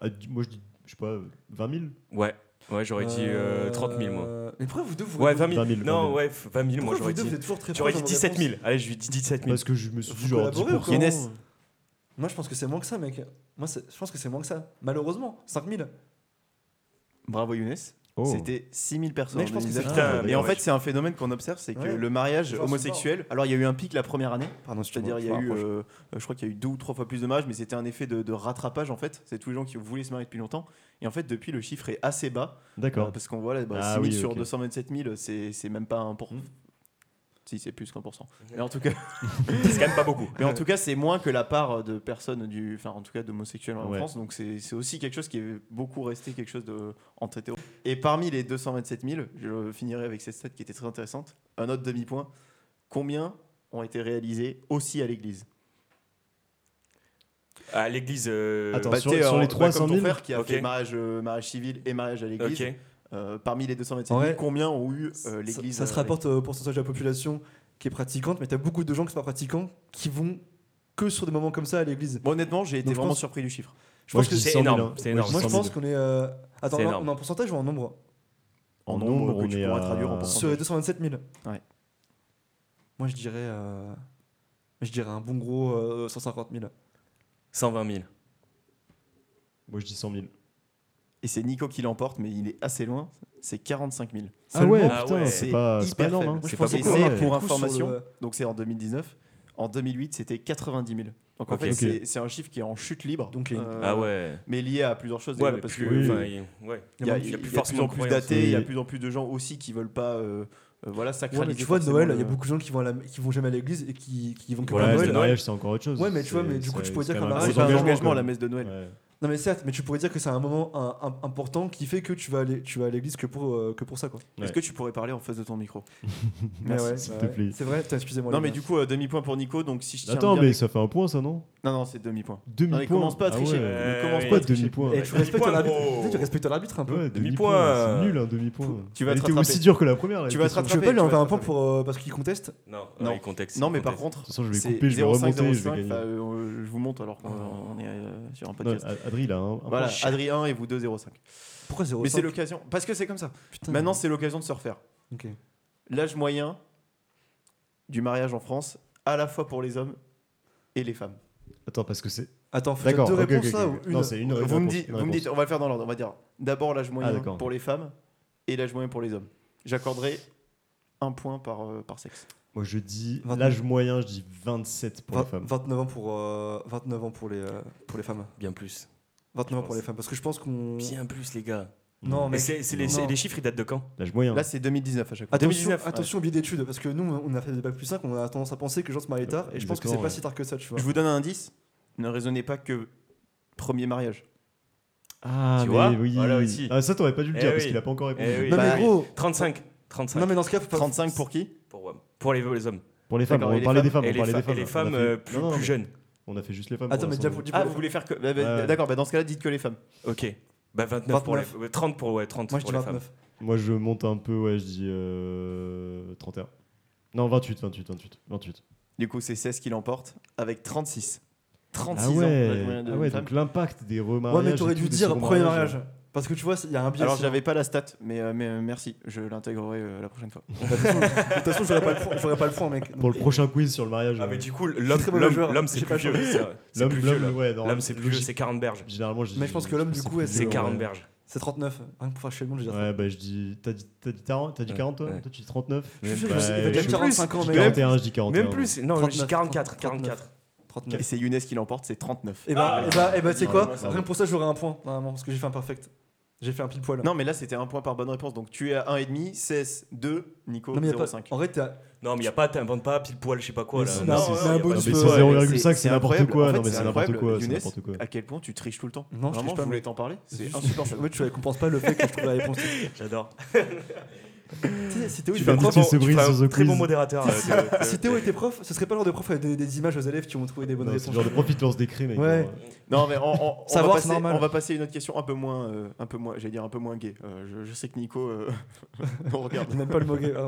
Speaker 1: ah, du- Moi, je dis, je sais pas, 20 000
Speaker 3: Ouais, ouais j'aurais dit euh, 30 000, moi.
Speaker 2: Euh, Mais pourquoi vous deux vous.
Speaker 3: Ouais, 20 000.
Speaker 1: 20 000,
Speaker 3: Non,
Speaker 1: 20 000.
Speaker 3: ouais, 20 000, moi,
Speaker 2: pourquoi vous
Speaker 3: j'aurais
Speaker 2: deux, vous
Speaker 3: dit.
Speaker 2: êtes toujours très
Speaker 3: J'aurais
Speaker 2: proches
Speaker 3: dit
Speaker 2: dans vos
Speaker 3: 17 000.
Speaker 2: réponses
Speaker 3: Allez, je lui dis 17 000.
Speaker 1: Parce que je me suis
Speaker 2: Faut
Speaker 1: dit, genre,
Speaker 2: collaborer
Speaker 1: 10%.
Speaker 2: ou quoi
Speaker 4: Younes.
Speaker 2: hein. Moi, je pense que c'est moins que ça, mec. Moi, c'est- je pense que c'est moins que ça. Malheureusement, 5 000.
Speaker 4: Bravo Younes.
Speaker 1: Oh.
Speaker 4: C'était 6 000 personnes.
Speaker 2: Mais je pense que c'est-
Speaker 1: Putain,
Speaker 4: Ah, et
Speaker 1: d'accord,
Speaker 4: en
Speaker 1: ouais,
Speaker 4: fait, c'est un phénomène qu'on observe, c'est que
Speaker 2: Ouais.
Speaker 4: le mariage
Speaker 2: Les gens sont
Speaker 4: homosexuel. Alors, il y a eu un pic la première année.
Speaker 2: Pardon, je
Speaker 4: C'est-à-dire, il y a eu, euh, je crois qu'il y a eu deux ou trois fois plus de mariages, mais c'était un effet de, de rattrapage en fait. C'est tous les gens qui voulaient se marier depuis longtemps. Et en fait, depuis, le chiffre est assez bas. euh,
Speaker 1: D'accord.
Speaker 4: Parce qu'on voit là, bah,
Speaker 1: Ah
Speaker 4: 6 000
Speaker 1: oui,
Speaker 4: sur
Speaker 1: ok.
Speaker 4: 227 000, c'est c'est même pas 1%.
Speaker 1: Mm.
Speaker 4: Si, c'est plus qu'un pour cent. Mais en tout cas,
Speaker 3: c'est quand même pas beaucoup.
Speaker 4: mais en tout cas, c'est moins que la part de personnes du, enfin en tout cas d'homosexuels en
Speaker 1: Ouais.
Speaker 4: France. Donc c'est c'est aussi quelque chose qui est beaucoup resté quelque chose de en traité. Et parmi les 227 000, je finirai avec cette stat qui était très intéressante. Un autre demi-point. Combien ont été réalisés aussi à l'église
Speaker 3: À l'église. euh,
Speaker 1: Attends,
Speaker 4: Bah,
Speaker 1: sur,
Speaker 4: t'es,
Speaker 1: sur
Speaker 4: euh,
Speaker 1: les
Speaker 4: bah,
Speaker 1: 300
Speaker 4: comme ton
Speaker 1: 000
Speaker 4: frère qui a
Speaker 3: Ok.
Speaker 4: fait mariage, euh, mariage civil et mariage à l'église.
Speaker 3: Ok.
Speaker 4: euh, parmi les 227 000,
Speaker 2: Ouais.
Speaker 4: combien ont eu euh, l'église
Speaker 2: Ça, ça se
Speaker 4: euh,
Speaker 2: rapporte au pourcentage de la population qui est pratiquante, mais t'as beaucoup de gens qui sont pas pratiquants qui vont que sur des moments comme ça à l'église.
Speaker 4: Bon, honnêtement, j'ai été
Speaker 2: Donc, je
Speaker 4: vraiment
Speaker 2: pense-
Speaker 4: surpris du chiffre.
Speaker 2: Je
Speaker 1: Moi,
Speaker 2: pense
Speaker 1: je
Speaker 2: que
Speaker 1: dis
Speaker 3: c'est
Speaker 1: 100 000,
Speaker 3: énorme,
Speaker 1: hein.
Speaker 3: c'est énorme.
Speaker 2: Moi, je
Speaker 1: 100 000.
Speaker 2: pense qu'on est. euh, Attends,
Speaker 3: C'est
Speaker 2: là,
Speaker 3: énorme.
Speaker 2: on est en pourcentage ou en nombre
Speaker 1: En
Speaker 4: en
Speaker 1: nombre,
Speaker 4: nombre que
Speaker 1: on
Speaker 4: tu
Speaker 1: est
Speaker 4: pourras traduire en
Speaker 1: à...
Speaker 4: pourcentage.
Speaker 2: Sur les 227 000
Speaker 4: Ouais.
Speaker 2: Moi, je dirais. euh, Je dirais un bon gros euh, 150 000.
Speaker 3: 120 000.
Speaker 1: Moi, je dis 100 000.
Speaker 4: Et c'est Nico qui l'emporte, mais il est assez loin. C'est 45 000.
Speaker 1: Ah ouais,
Speaker 3: Ah
Speaker 1: putain,
Speaker 3: ouais.
Speaker 1: c'est pas, c'est pas
Speaker 4: hyper
Speaker 1: énorme.
Speaker 4: faible.
Speaker 1: hein.
Speaker 2: Moi, je
Speaker 3: C'est
Speaker 2: pense
Speaker 3: pas
Speaker 4: Et
Speaker 2: que
Speaker 1: beaucoup,
Speaker 4: c'est
Speaker 1: ouais.
Speaker 4: pour
Speaker 2: Du coup, sur
Speaker 4: information,
Speaker 2: le-
Speaker 4: donc c'est en 2019. En 2008, c'était 90 000. Donc en
Speaker 3: Ok.
Speaker 4: fait,
Speaker 1: Ok.
Speaker 4: c'est- c'est un chiffre qui est en chute libre.
Speaker 2: Donc, il y a une-
Speaker 4: Euh,
Speaker 3: Ah ouais.
Speaker 4: Mais lié à plusieurs choses.
Speaker 3: Ouais,
Speaker 4: déjà,
Speaker 3: mais
Speaker 4: parce
Speaker 3: plus.
Speaker 4: que-
Speaker 1: Oui.
Speaker 3: enfin, il- Ouais.
Speaker 4: Il y a, il y a
Speaker 2: de
Speaker 4: plus
Speaker 2: croyance.
Speaker 3: forcément
Speaker 4: forcément plus
Speaker 3: croyance.
Speaker 4: d'athées, il y a
Speaker 1: Oui.
Speaker 4: plus en plus de gens aussi qui veulent pas euh, euh, voilà,
Speaker 2: Ouais,
Speaker 4: sacraliser.
Speaker 2: mais tu vois,
Speaker 4: forcément
Speaker 2: Noël, il y a
Speaker 4: le-
Speaker 2: beaucoup de gens qui vont, à la- qui vont jamais à l'église et qui, qui vont que
Speaker 3: Voilà,
Speaker 2: pour
Speaker 1: Ouais,
Speaker 2: Noël.
Speaker 1: le mariage, c'est encore autre chose.
Speaker 2: Ouais, mais tu vois, mais du coup, tu pourrais dire qu'un
Speaker 1: Bah,
Speaker 2: mariage,
Speaker 4: C'est
Speaker 2: c'est
Speaker 4: pas
Speaker 2: un
Speaker 4: un
Speaker 2: engagement,
Speaker 4: Bah engagement à la messe de Noël.
Speaker 1: Ouais.
Speaker 2: Non, mais certes, mais tu pourrais dire que c'est un moment un- un- important qui fait que tu vas, aller, tu vas à l'église que pour, euh, que pour ça, quoi.
Speaker 1: Ouais.
Speaker 4: Est-ce que tu pourrais parler en face de ton micro
Speaker 2: Mais ouais,
Speaker 1: s'il
Speaker 2: bah
Speaker 1: te
Speaker 2: ouais.
Speaker 1: plaît.
Speaker 2: C'est vrai, putain, excusez-moi.
Speaker 4: Non,
Speaker 2: les
Speaker 4: mais
Speaker 2: gars.
Speaker 4: du coup, euh, demi-point pour Nico. Donc si je tiens
Speaker 1: Attends,
Speaker 4: bien
Speaker 1: mais
Speaker 4: mes-
Speaker 1: ça fait un point, ça, non
Speaker 4: Non, non, c'est demi-point. Non, mais
Speaker 1: Demi-point.
Speaker 4: commence pas à
Speaker 1: Ah
Speaker 4: tricher.
Speaker 1: ouais.
Speaker 4: Ne commence
Speaker 3: Ouais,
Speaker 4: pas
Speaker 1: Pas
Speaker 4: à tricher.
Speaker 1: demi-point.
Speaker 2: Eh, tu, respectes
Speaker 3: Demi-point,
Speaker 2: l'arbitre-
Speaker 3: gros.
Speaker 2: tu sais, tu respectes l'arbitre un peu.
Speaker 1: Ouais,
Speaker 3: Demi-point.
Speaker 1: demi-point. C'est nul, un demi-point.
Speaker 4: Tu vas
Speaker 1: Elle
Speaker 4: te
Speaker 1: était aussi
Speaker 4: rattraper.
Speaker 1: dur que la première. là,
Speaker 4: Tu vas te
Speaker 1: question.
Speaker 2: Tu veux pas
Speaker 4: rattraper.
Speaker 2: lui
Speaker 4: tu vas
Speaker 2: enlever un point
Speaker 4: rattraper.
Speaker 2: pour, euh, parce qu'il conteste
Speaker 3: Non,
Speaker 4: Non.
Speaker 3: non. contexte.
Speaker 4: Non, mais par
Speaker 3: contexte.
Speaker 4: contre,
Speaker 1: De toute façon, je vais
Speaker 4: c'est
Speaker 1: couper, je vais remonter, je
Speaker 4: 05-05,
Speaker 1: vais
Speaker 4: enfin,
Speaker 1: gagner.
Speaker 4: euh, je vous montre alors qu'on on est euh, sur un
Speaker 1: Non,
Speaker 4: podcast.
Speaker 1: Ad- Adri, là. hein. Un
Speaker 4: Voilà,
Speaker 1: point.
Speaker 4: Adrien et vous 2-0-5.
Speaker 2: Pourquoi 0
Speaker 4: Mais c'est l'occasion. Parce que c'est comme ça.
Speaker 2: Putain.
Speaker 4: Maintenant, c'est l'occasion de se refaire.
Speaker 2: Ok.
Speaker 4: L'âge moyen du mariage en France, à la fois pour les hommes et les femmes.
Speaker 1: Attends, parce que c'est.
Speaker 2: Attends, faut que
Speaker 1: D'accord.
Speaker 2: deux
Speaker 1: ok, ok,
Speaker 2: réponses
Speaker 1: ok.
Speaker 2: là ou une
Speaker 1: Non, c'est une
Speaker 4: vous me,
Speaker 1: réponse,
Speaker 4: dites,
Speaker 1: une
Speaker 4: vous me
Speaker 1: réponse. Ah,
Speaker 4: dites, on va le faire dans l'ordre. On va dire d'abord l'âge moyen
Speaker 1: d'accord.
Speaker 4: pour les femmes et l'âge moyen pour les hommes. J'accorderai un point par, euh, par sexe.
Speaker 1: Moi, je dis.
Speaker 2: 29.
Speaker 1: L'âge moyen, je dis 27 pour les
Speaker 2: Vingt-
Speaker 1: femmes.
Speaker 2: 29 ans pour, euh, 29 ans pour les, euh, pour les femmes.
Speaker 3: Bien plus.
Speaker 2: 29 ans
Speaker 3: Je
Speaker 2: pour les femmes, parce que je pense qu'on.
Speaker 3: Bien plus, les gars.
Speaker 2: Non,
Speaker 3: Mais
Speaker 2: mais.
Speaker 3: c'est c'est les,
Speaker 2: Non.
Speaker 3: c'est- les chiffres, ils datent de quand
Speaker 1: L'âge moyen.
Speaker 4: Là, c'est 2019 à chaque
Speaker 1: Ah,
Speaker 4: fois.
Speaker 2: Attention,
Speaker 4: 2019, ouais.
Speaker 2: attention au biais d'études, parce que nous, on a fait des bacs plus 5, on a tendance à penser que les gens se marient tard, et je pense que c'est
Speaker 1: Exactement,
Speaker 2: pas
Speaker 1: ouais.
Speaker 2: si tard que ça, tu vois.
Speaker 4: Je vous donne un indice. Ne raisonnez pas que premier mariage.
Speaker 1: Ah,
Speaker 3: Tu
Speaker 1: mais
Speaker 3: vois
Speaker 1: oui.
Speaker 3: Voilà aussi.
Speaker 1: Ah, ça, t'aurais pas dû le
Speaker 3: Eh
Speaker 1: dire parce
Speaker 3: oui.
Speaker 1: qu'il a pas encore
Speaker 3: Eh oui.
Speaker 1: répondu.
Speaker 2: Non,
Speaker 4: Bah,
Speaker 2: mais gros,
Speaker 3: 35. 35.
Speaker 2: non, mais dans ce cas, faut pas-
Speaker 4: 35 pour qui
Speaker 3: Pour, pour les, les hommes.
Speaker 1: Pour les femmes,
Speaker 4: D'accord,
Speaker 1: on
Speaker 4: et les
Speaker 1: parlait des
Speaker 4: femmes-
Speaker 1: femmes.
Speaker 3: et
Speaker 1: on parlait
Speaker 3: les,
Speaker 1: des
Speaker 3: femmes, et
Speaker 1: femmes.
Speaker 3: les
Speaker 1: on a
Speaker 3: femmes
Speaker 1: fait-
Speaker 3: euh, plus,
Speaker 1: Non, non,
Speaker 3: plus
Speaker 1: mais
Speaker 3: jeunes.
Speaker 1: On a fait juste les femmes.
Speaker 2: Attends,
Speaker 1: pour
Speaker 2: mais
Speaker 1: l'instant.
Speaker 2: déjà, dis
Speaker 4: Ah,
Speaker 2: pour
Speaker 4: vous
Speaker 2: les
Speaker 4: voulez faire que. bah, bah,
Speaker 1: Ouais.
Speaker 4: D'accord, bah, dans ce cas-là, dites que les femmes.
Speaker 3: Ok. Bah 29, pour
Speaker 2: 29.
Speaker 3: les. ouais, 30 pour, ouais, 30
Speaker 2: Moi, je
Speaker 3: pour
Speaker 2: dis
Speaker 3: les
Speaker 2: 29.
Speaker 1: Moi, je monte un peu, ouais, je dis euh, 31. Non, 28, 28, 28, 28.
Speaker 4: Du coup, c'est 16 qui l'emporte avec 36. 36
Speaker 1: Ah
Speaker 4: ans.
Speaker 1: ouais,
Speaker 4: l'âge moyen de
Speaker 1: ah ouais
Speaker 4: femme.
Speaker 1: donc l'impact des remariages.
Speaker 2: Ouais, mais t'aurais
Speaker 1: et
Speaker 2: dû
Speaker 1: tout, des
Speaker 2: dire
Speaker 1: seconds
Speaker 2: premier
Speaker 1: mariages.
Speaker 2: mariage. Parce que tu vois, il y a un biais.
Speaker 4: Alors,
Speaker 2: sinon.
Speaker 4: j'avais pas la stat, mais, euh, mais, euh, merci. Je l'intégrerai euh, la prochaine fois.
Speaker 2: De toute façon, j'aurais pas le point- j'aurais pas le point, mec.
Speaker 1: euh, Pour le prochain quiz sur le mariage,
Speaker 3: Ah,
Speaker 1: euh,
Speaker 3: mais du coup, l'homme,
Speaker 2: très bon
Speaker 3: l'homme,
Speaker 2: joueur.
Speaker 3: l'homme, c'est
Speaker 2: J'ai
Speaker 3: plus
Speaker 2: pas
Speaker 3: vieux.
Speaker 2: joué.
Speaker 3: c'est- C'est
Speaker 1: L'homme-
Speaker 3: plus vieux,
Speaker 1: l'homme,
Speaker 3: là.
Speaker 1: ouais, non,
Speaker 3: L'homme, c'est plus vieux,
Speaker 1: logique.
Speaker 3: c'est 40 berges.
Speaker 1: généralement, je
Speaker 2: Mais je pense que l'homme, du coup,
Speaker 3: C'est
Speaker 2: ouais.
Speaker 3: 40 berges.
Speaker 2: C'est 39. Rien que pour faire chez le monde, j'ai dit
Speaker 1: Ouais, bah je dis. T'as dit, t'as dit 40, t'as dit
Speaker 3: Ouais,
Speaker 1: 40 toi
Speaker 3: ouais.
Speaker 1: Toi, tu dis 39
Speaker 2: Je suis sûr
Speaker 1: Bah,
Speaker 2: que je- il va
Speaker 1: je-
Speaker 2: dire 45 ans,
Speaker 1: je dis
Speaker 2: mais.
Speaker 1: 41, je dis 41.
Speaker 3: Même plus. Non, je dis 44. 44.
Speaker 2: 39.
Speaker 4: Et c'est Younes qui l'emporte, c'est 39.
Speaker 2: Et bah, et bah, et bah, tu sais quoi
Speaker 1: Ouais, ça va.
Speaker 2: Rien que pour ça, j'aurais un point, normalement, parce que j'ai fait un perfect. J'ai fait un pile poil.
Speaker 4: Non, mais là, c'était un point par bonne réponse. Donc, tu es à 1,5, 16, 2, Nico,
Speaker 2: Non, mais y a pas- Oh,
Speaker 4: 0,5.
Speaker 2: en vrai, t'as-
Speaker 5: Non, mais il a pas, t'inventes pas pile poil, je sais pas quoi.
Speaker 2: Mais
Speaker 5: là.
Speaker 2: si,
Speaker 5: Non,
Speaker 2: mais
Speaker 5: c'est-
Speaker 2: si,
Speaker 5: c'est
Speaker 2: un
Speaker 5: pas-
Speaker 2: bonus,
Speaker 5: c'est-
Speaker 1: Ah, mais
Speaker 2: ouais.
Speaker 1: c'est 0,5, c'est n'importe
Speaker 4: incroyable. En
Speaker 1: quoi.
Speaker 4: fait,
Speaker 1: Non, mais c'est n'importe
Speaker 4: incroyable,
Speaker 1: quoi. C'est
Speaker 4: Younes,
Speaker 1: n'importe quoi.
Speaker 4: à quel point tu triches tout le temps
Speaker 2: Non, je
Speaker 4: Vraiment,
Speaker 2: triche pas,
Speaker 4: je voulais
Speaker 2: mais-
Speaker 4: t'en parler. C'est
Speaker 2: juste-
Speaker 4: insupportable.
Speaker 2: En fait, tu récompenses pas le fait que je trouve la réponse.
Speaker 5: J'adore.
Speaker 2: Tu sais, si Théo
Speaker 1: Tu
Speaker 2: était
Speaker 1: fais un
Speaker 5: Très
Speaker 1: petit
Speaker 2: prof-
Speaker 1: Qui se
Speaker 5: tu
Speaker 1: brise
Speaker 5: feras
Speaker 1: sur
Speaker 5: un
Speaker 1: The
Speaker 5: très bon
Speaker 1: Quiz.
Speaker 5: modérateur. euh, Théo.
Speaker 2: si Théo était prof, ce serait pas le genre de prof à donner des images aux élèves qui vont trouver des bonnes
Speaker 1: Non,
Speaker 2: réponses.
Speaker 1: C'est le genre de profit lance des crimes. euh,
Speaker 2: Ouais.
Speaker 4: Non, mais on, on- on
Speaker 2: Savoir,
Speaker 4: va
Speaker 2: c'est
Speaker 4: passer,
Speaker 2: normal.
Speaker 4: on va passer à une autre question un peu moins, euh, un peu moins, j'allais dire un peu moins gay. Euh, je, je sais que Nico, euh, on regarde.
Speaker 2: J'aime même pas le mot gay. ah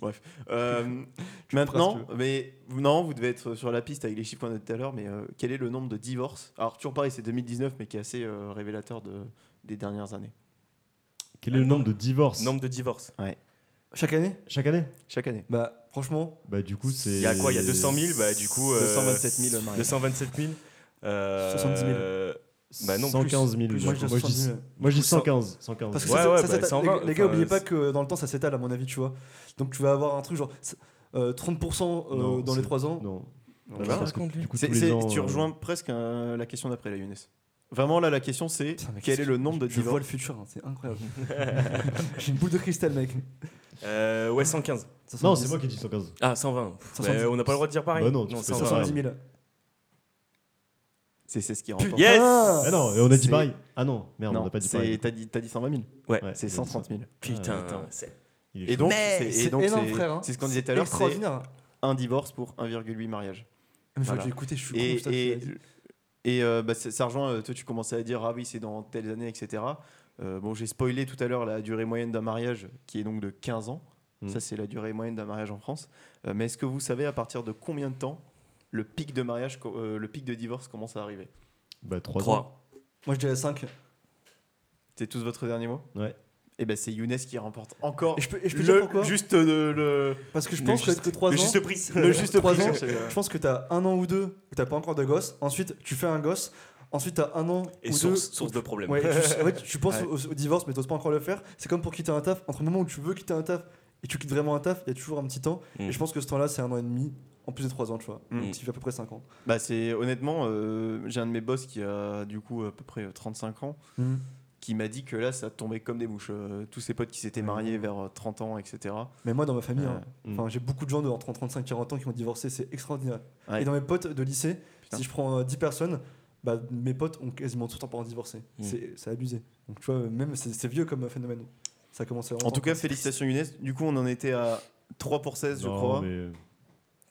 Speaker 2: non.
Speaker 4: Euh,
Speaker 2: si
Speaker 4: maintenant, mais non, vous devez être sur la piste avec les chiffres qu'on a tout à l'heure. Mais euh, quel est le nombre de divorces Alors toujours pareil, c'est 2019, mais qui est assez euh, révélateur de, des dernières années.
Speaker 1: Quel est le nombre de divorces
Speaker 5: Nombre de divorces.
Speaker 2: Chaque année
Speaker 1: chaque année
Speaker 4: Chaque année.
Speaker 2: Bah, franchement,
Speaker 1: Bah, du coup, c'est.
Speaker 5: Il y a quoi Il y a 200 000 Bah, du coup. euh,
Speaker 4: 227 000 mariages.
Speaker 5: 227 000 euh,
Speaker 2: 70 000.
Speaker 5: Bah non, plus.
Speaker 1: 115 000.
Speaker 2: plus,
Speaker 1: je
Speaker 2: moi,
Speaker 1: crois.
Speaker 2: je
Speaker 1: Moi, je
Speaker 2: dis 70
Speaker 1: dis
Speaker 2: 000.
Speaker 1: moi, je dis
Speaker 2: Du coup, ça-
Speaker 1: 115. 115.
Speaker 2: Parce que
Speaker 5: Ouais,
Speaker 2: ça,
Speaker 5: ouais,
Speaker 2: ça
Speaker 5: bah,
Speaker 2: s'étale.
Speaker 5: 120,
Speaker 2: les, les gars,
Speaker 5: enfin,
Speaker 2: oubliez pas
Speaker 5: c'est-
Speaker 2: que euh, dans le temps, ça s'étale, à mon avis, tu vois. Donc tu vas avoir un truc genre euh, 30% euh,
Speaker 1: Non,
Speaker 2: dans les
Speaker 1: c'est-
Speaker 2: 3 ans.
Speaker 1: Non.
Speaker 5: Ouais,
Speaker 1: Parce que,
Speaker 5: raconte-lui.
Speaker 1: du coup,
Speaker 4: C'est-
Speaker 1: tous les
Speaker 4: c'est-
Speaker 1: ans,
Speaker 4: tu
Speaker 1: euh,
Speaker 4: rejoins presque euh, la question d'après, la Younes. Vraiment, là, la question, c'est
Speaker 2: Putain, mec,
Speaker 4: quel est le nombre de
Speaker 2: Je vois
Speaker 4: divorces
Speaker 2: le futur, hein, c'est incroyable. J'ai une boule de cristal, mec.
Speaker 5: Euh, ouais, 115.
Speaker 1: Non, c'est moi qui ai dit 115.
Speaker 5: Ah, 120. Mais
Speaker 2: 70.
Speaker 5: on n'a pas le droit de dire pareil.
Speaker 1: Bah non, tu peux
Speaker 5: 120.
Speaker 1: pas dire.
Speaker 2: 70 000.
Speaker 4: C'est c'est ce qui remporte.
Speaker 5: Yes
Speaker 2: Ah
Speaker 1: Ah non, et on a dit
Speaker 4: C'est-
Speaker 1: pareil. Ah non, merde, on
Speaker 4: Non,
Speaker 1: n'a pas dit
Speaker 4: c'est-
Speaker 1: pareil.
Speaker 4: t'as dit, t'as dit 120 000.
Speaker 5: Ouais.
Speaker 1: Ouais,
Speaker 4: c'est
Speaker 1: il est
Speaker 4: 130 000.
Speaker 5: Putain.
Speaker 1: Ah, attends.
Speaker 5: c'est-
Speaker 1: Il est
Speaker 4: Et
Speaker 1: chaud.
Speaker 4: donc,
Speaker 2: Mais
Speaker 4: c'est- et
Speaker 2: c'est
Speaker 4: donc,
Speaker 2: énorme,
Speaker 4: c'est-
Speaker 2: frère, hein.
Speaker 4: C'est ce qu'on disait tout à l'heure, c'est
Speaker 2: Extraordinaire.
Speaker 4: un divorce pour 1,8 mariage.
Speaker 2: Mais
Speaker 4: Voilà.
Speaker 2: j'ai écouté, je suis
Speaker 4: Et,
Speaker 2: con, putain,
Speaker 4: et,
Speaker 2: tu l'as dit.
Speaker 4: et, euh, bah, ça ça rejoint, euh, toi tu commençais à dire, ah oui, c'est dans telles années, etc. Euh, bon, j'ai spoilé tout à l'heure la durée moyenne d'un mariage qui est donc de 15 ans.
Speaker 1: Mm.
Speaker 4: Ça, c'est la durée moyenne d'un mariage en France. Euh, mais est-ce que vous savez à partir de combien de temps le pic de mariage, co- euh, le pic de divorce commence à arriver
Speaker 1: Bah, 3 ans.
Speaker 5: 3.
Speaker 2: Moi, je dirais 5.
Speaker 4: C'est tous votre dernier mot
Speaker 1: Ouais.
Speaker 4: Et ben c'est Younes qui remporte encore.
Speaker 2: Et je peux, et je peux
Speaker 4: le-
Speaker 2: dire pourquoi
Speaker 4: juste euh, le,
Speaker 2: Parce que je
Speaker 5: le
Speaker 2: pense que
Speaker 5: juste-
Speaker 2: que 3 ans.
Speaker 5: Le euh, juste prix.
Speaker 4: le juste
Speaker 2: Trois
Speaker 4: prix,
Speaker 2: ans.
Speaker 4: c'est-
Speaker 2: Je pense que t'as un an ou deux où t'as pas encore de gosse. Ensuite, tu fais un gosse. Ensuite, t'as un an
Speaker 5: Et
Speaker 2: ou
Speaker 5: source,
Speaker 2: deux.
Speaker 5: source de problème.
Speaker 2: Ouais, tu, ouais, tu- tu penses
Speaker 4: Ouais.
Speaker 2: au, au divorce, mais t'oses pas encore le faire. C'est comme pour quitter un taf. Entre le moment où tu veux quitter un taf et tu quittes vraiment un taf, il y a toujours un petit temps.
Speaker 5: Mm.
Speaker 2: Et je pense que ce temps-là, c'est un an et demi, en plus de trois ans, tu vois.
Speaker 4: Mm.
Speaker 2: Donc, il fait à peu près cinq ans.
Speaker 4: Bah c'est honnêtement, euh, j'ai un de mes boss qui a du coup à peu près euh, 35 ans,
Speaker 2: Mm.
Speaker 4: qui m'a dit que là ça tombait comme des mouches. Euh, tous ses potes qui s'étaient mariés vers euh, 30 ans, etc.
Speaker 2: Mais moi, dans ma famille,
Speaker 4: Euh,
Speaker 2: hein,
Speaker 1: mm.
Speaker 2: enfin, j'ai beaucoup de gens de entre 35 et 40 ans qui ont divorcé. C'est extraordinaire.
Speaker 4: Ouais.
Speaker 2: Et dans mes potes de lycée,
Speaker 4: Putain.
Speaker 2: si je prends euh, 10 personnes, bah, mes potes ont quasiment tout le temps pas divorcé.
Speaker 4: Hmm.
Speaker 5: Mm.
Speaker 2: C'est c'est abusé. Donc, tu vois, euh, même c'est c'est vieux comme phénomène. Ça a commencé
Speaker 4: En tout
Speaker 2: longtemps.
Speaker 4: cas, félicitations Younes. Du coup, on en était à 3 pour 16, je crois.
Speaker 1: Non, mais